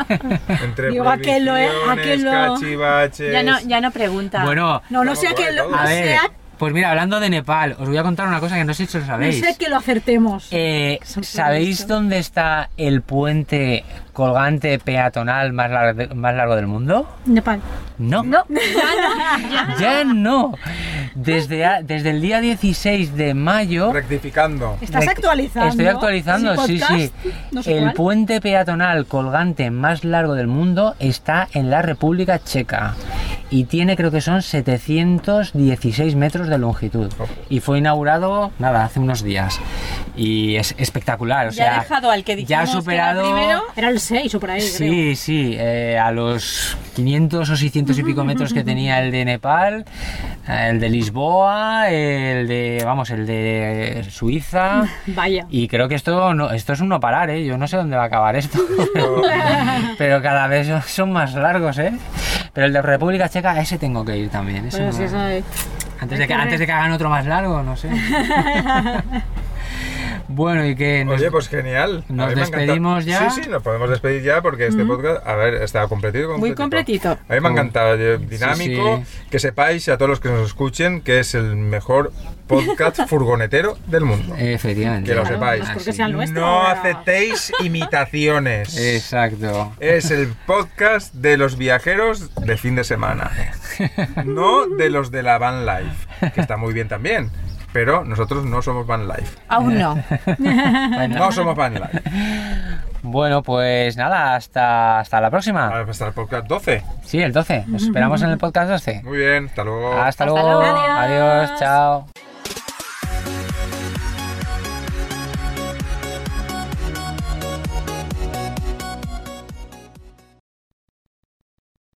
[SPEAKER 2] Entre
[SPEAKER 4] Digo, aquel lo-
[SPEAKER 2] prohibiciones,
[SPEAKER 4] aquel lo-
[SPEAKER 2] cachivaches.
[SPEAKER 1] Ya no, ya no pregunta.
[SPEAKER 3] bueno,
[SPEAKER 4] No, no
[SPEAKER 2] Estamos
[SPEAKER 4] sea que
[SPEAKER 2] guay,
[SPEAKER 4] lo,
[SPEAKER 2] todo.
[SPEAKER 4] no
[SPEAKER 3] a ver...
[SPEAKER 4] sea,
[SPEAKER 3] Pues mira, hablando de Nepal, os voy a contar una cosa que no sé si lo
[SPEAKER 4] no
[SPEAKER 3] sabéis.
[SPEAKER 4] sea que lo acertemos.
[SPEAKER 3] Eh,
[SPEAKER 4] Son
[SPEAKER 3] ¿Sabéis
[SPEAKER 4] previstos.
[SPEAKER 3] dónde está el puente colgante peatonal más largo, más largo del mundo?
[SPEAKER 4] Nepal.
[SPEAKER 3] No. ya no. Desde, a- desde el día 16 de mayo.
[SPEAKER 2] Rectificando.
[SPEAKER 4] ¿Estás
[SPEAKER 3] Rec-
[SPEAKER 4] actualizando?
[SPEAKER 3] Estoy actualizando,
[SPEAKER 4] ¿Ese
[SPEAKER 3] sí, sí.
[SPEAKER 4] podcast? No sé
[SPEAKER 3] el
[SPEAKER 4] cuál.
[SPEAKER 3] puente peatonal colgante más largo del mundo está en la República Checa. y tiene creo que son 716 metros de longitud.
[SPEAKER 2] Ojo.
[SPEAKER 3] Y fue inaugurado, nada, hace unos días. Y es espectacular, o
[SPEAKER 1] ya
[SPEAKER 3] sea,
[SPEAKER 1] ha dejado al que dijimos
[SPEAKER 3] ya ha
[SPEAKER 1] que era
[SPEAKER 3] superado
[SPEAKER 1] primero.
[SPEAKER 4] Era el 6 o por ahí, creo.
[SPEAKER 3] Sí, sí, eh, a los 500 o 600 y pico metros que tenía el de Nepal, eh, el de Lisboa, el de, vamos, el de Suiza.
[SPEAKER 4] Vaya.
[SPEAKER 3] Y creo que esto no, esto es un no parar, ¿eh? Yo no sé dónde va a acabar esto. Pero, pero cada vez son- son más largos, ¿eh? Pero el de República Checa, ese tengo que ir también. ese
[SPEAKER 4] Bueno,
[SPEAKER 3] no-
[SPEAKER 4] sí, eso es.
[SPEAKER 3] antes, de que, antes de que hagan otro más largo, no sé. bueno, y que... nos-
[SPEAKER 2] Oye, pues genial. A
[SPEAKER 3] ¿nos
[SPEAKER 2] mí me ha encantado.
[SPEAKER 3] despedimos ya?
[SPEAKER 2] Sí, sí, nos podemos despedir ya porque este podcast, a ver, está completito.
[SPEAKER 1] Muy completito.
[SPEAKER 2] A mí me ha encantado, yo- dinámico.
[SPEAKER 3] Oh. Sí,
[SPEAKER 2] Que sepáis, a todos los que nos escuchen, que es el mejor podcast furgonetero del mundo.
[SPEAKER 3] Efectivamente.
[SPEAKER 2] Que lo
[SPEAKER 3] Eh, Claro,
[SPEAKER 2] sepáis.
[SPEAKER 4] pues porque
[SPEAKER 3] así.
[SPEAKER 4] sea el nuestro.
[SPEAKER 2] No
[SPEAKER 4] ahora.
[SPEAKER 2] aceptéis imitaciones.
[SPEAKER 3] Exacto.
[SPEAKER 2] Es el podcast de los viajeros de fin de semana. No de los de la van life, que está muy bien también. Pero nosotros no somos van life.
[SPEAKER 1] Aún no.
[SPEAKER 2] No somos van life.
[SPEAKER 3] Bueno, pues nada, hasta, hasta la próxima.
[SPEAKER 2] Ahora Hasta el pues, podcast 12.
[SPEAKER 3] Sí, el 12. Nos esperamos en el podcast 12.
[SPEAKER 2] Muy bien, hasta luego.
[SPEAKER 3] Hasta luego.
[SPEAKER 1] luego.
[SPEAKER 3] Adiós, chao.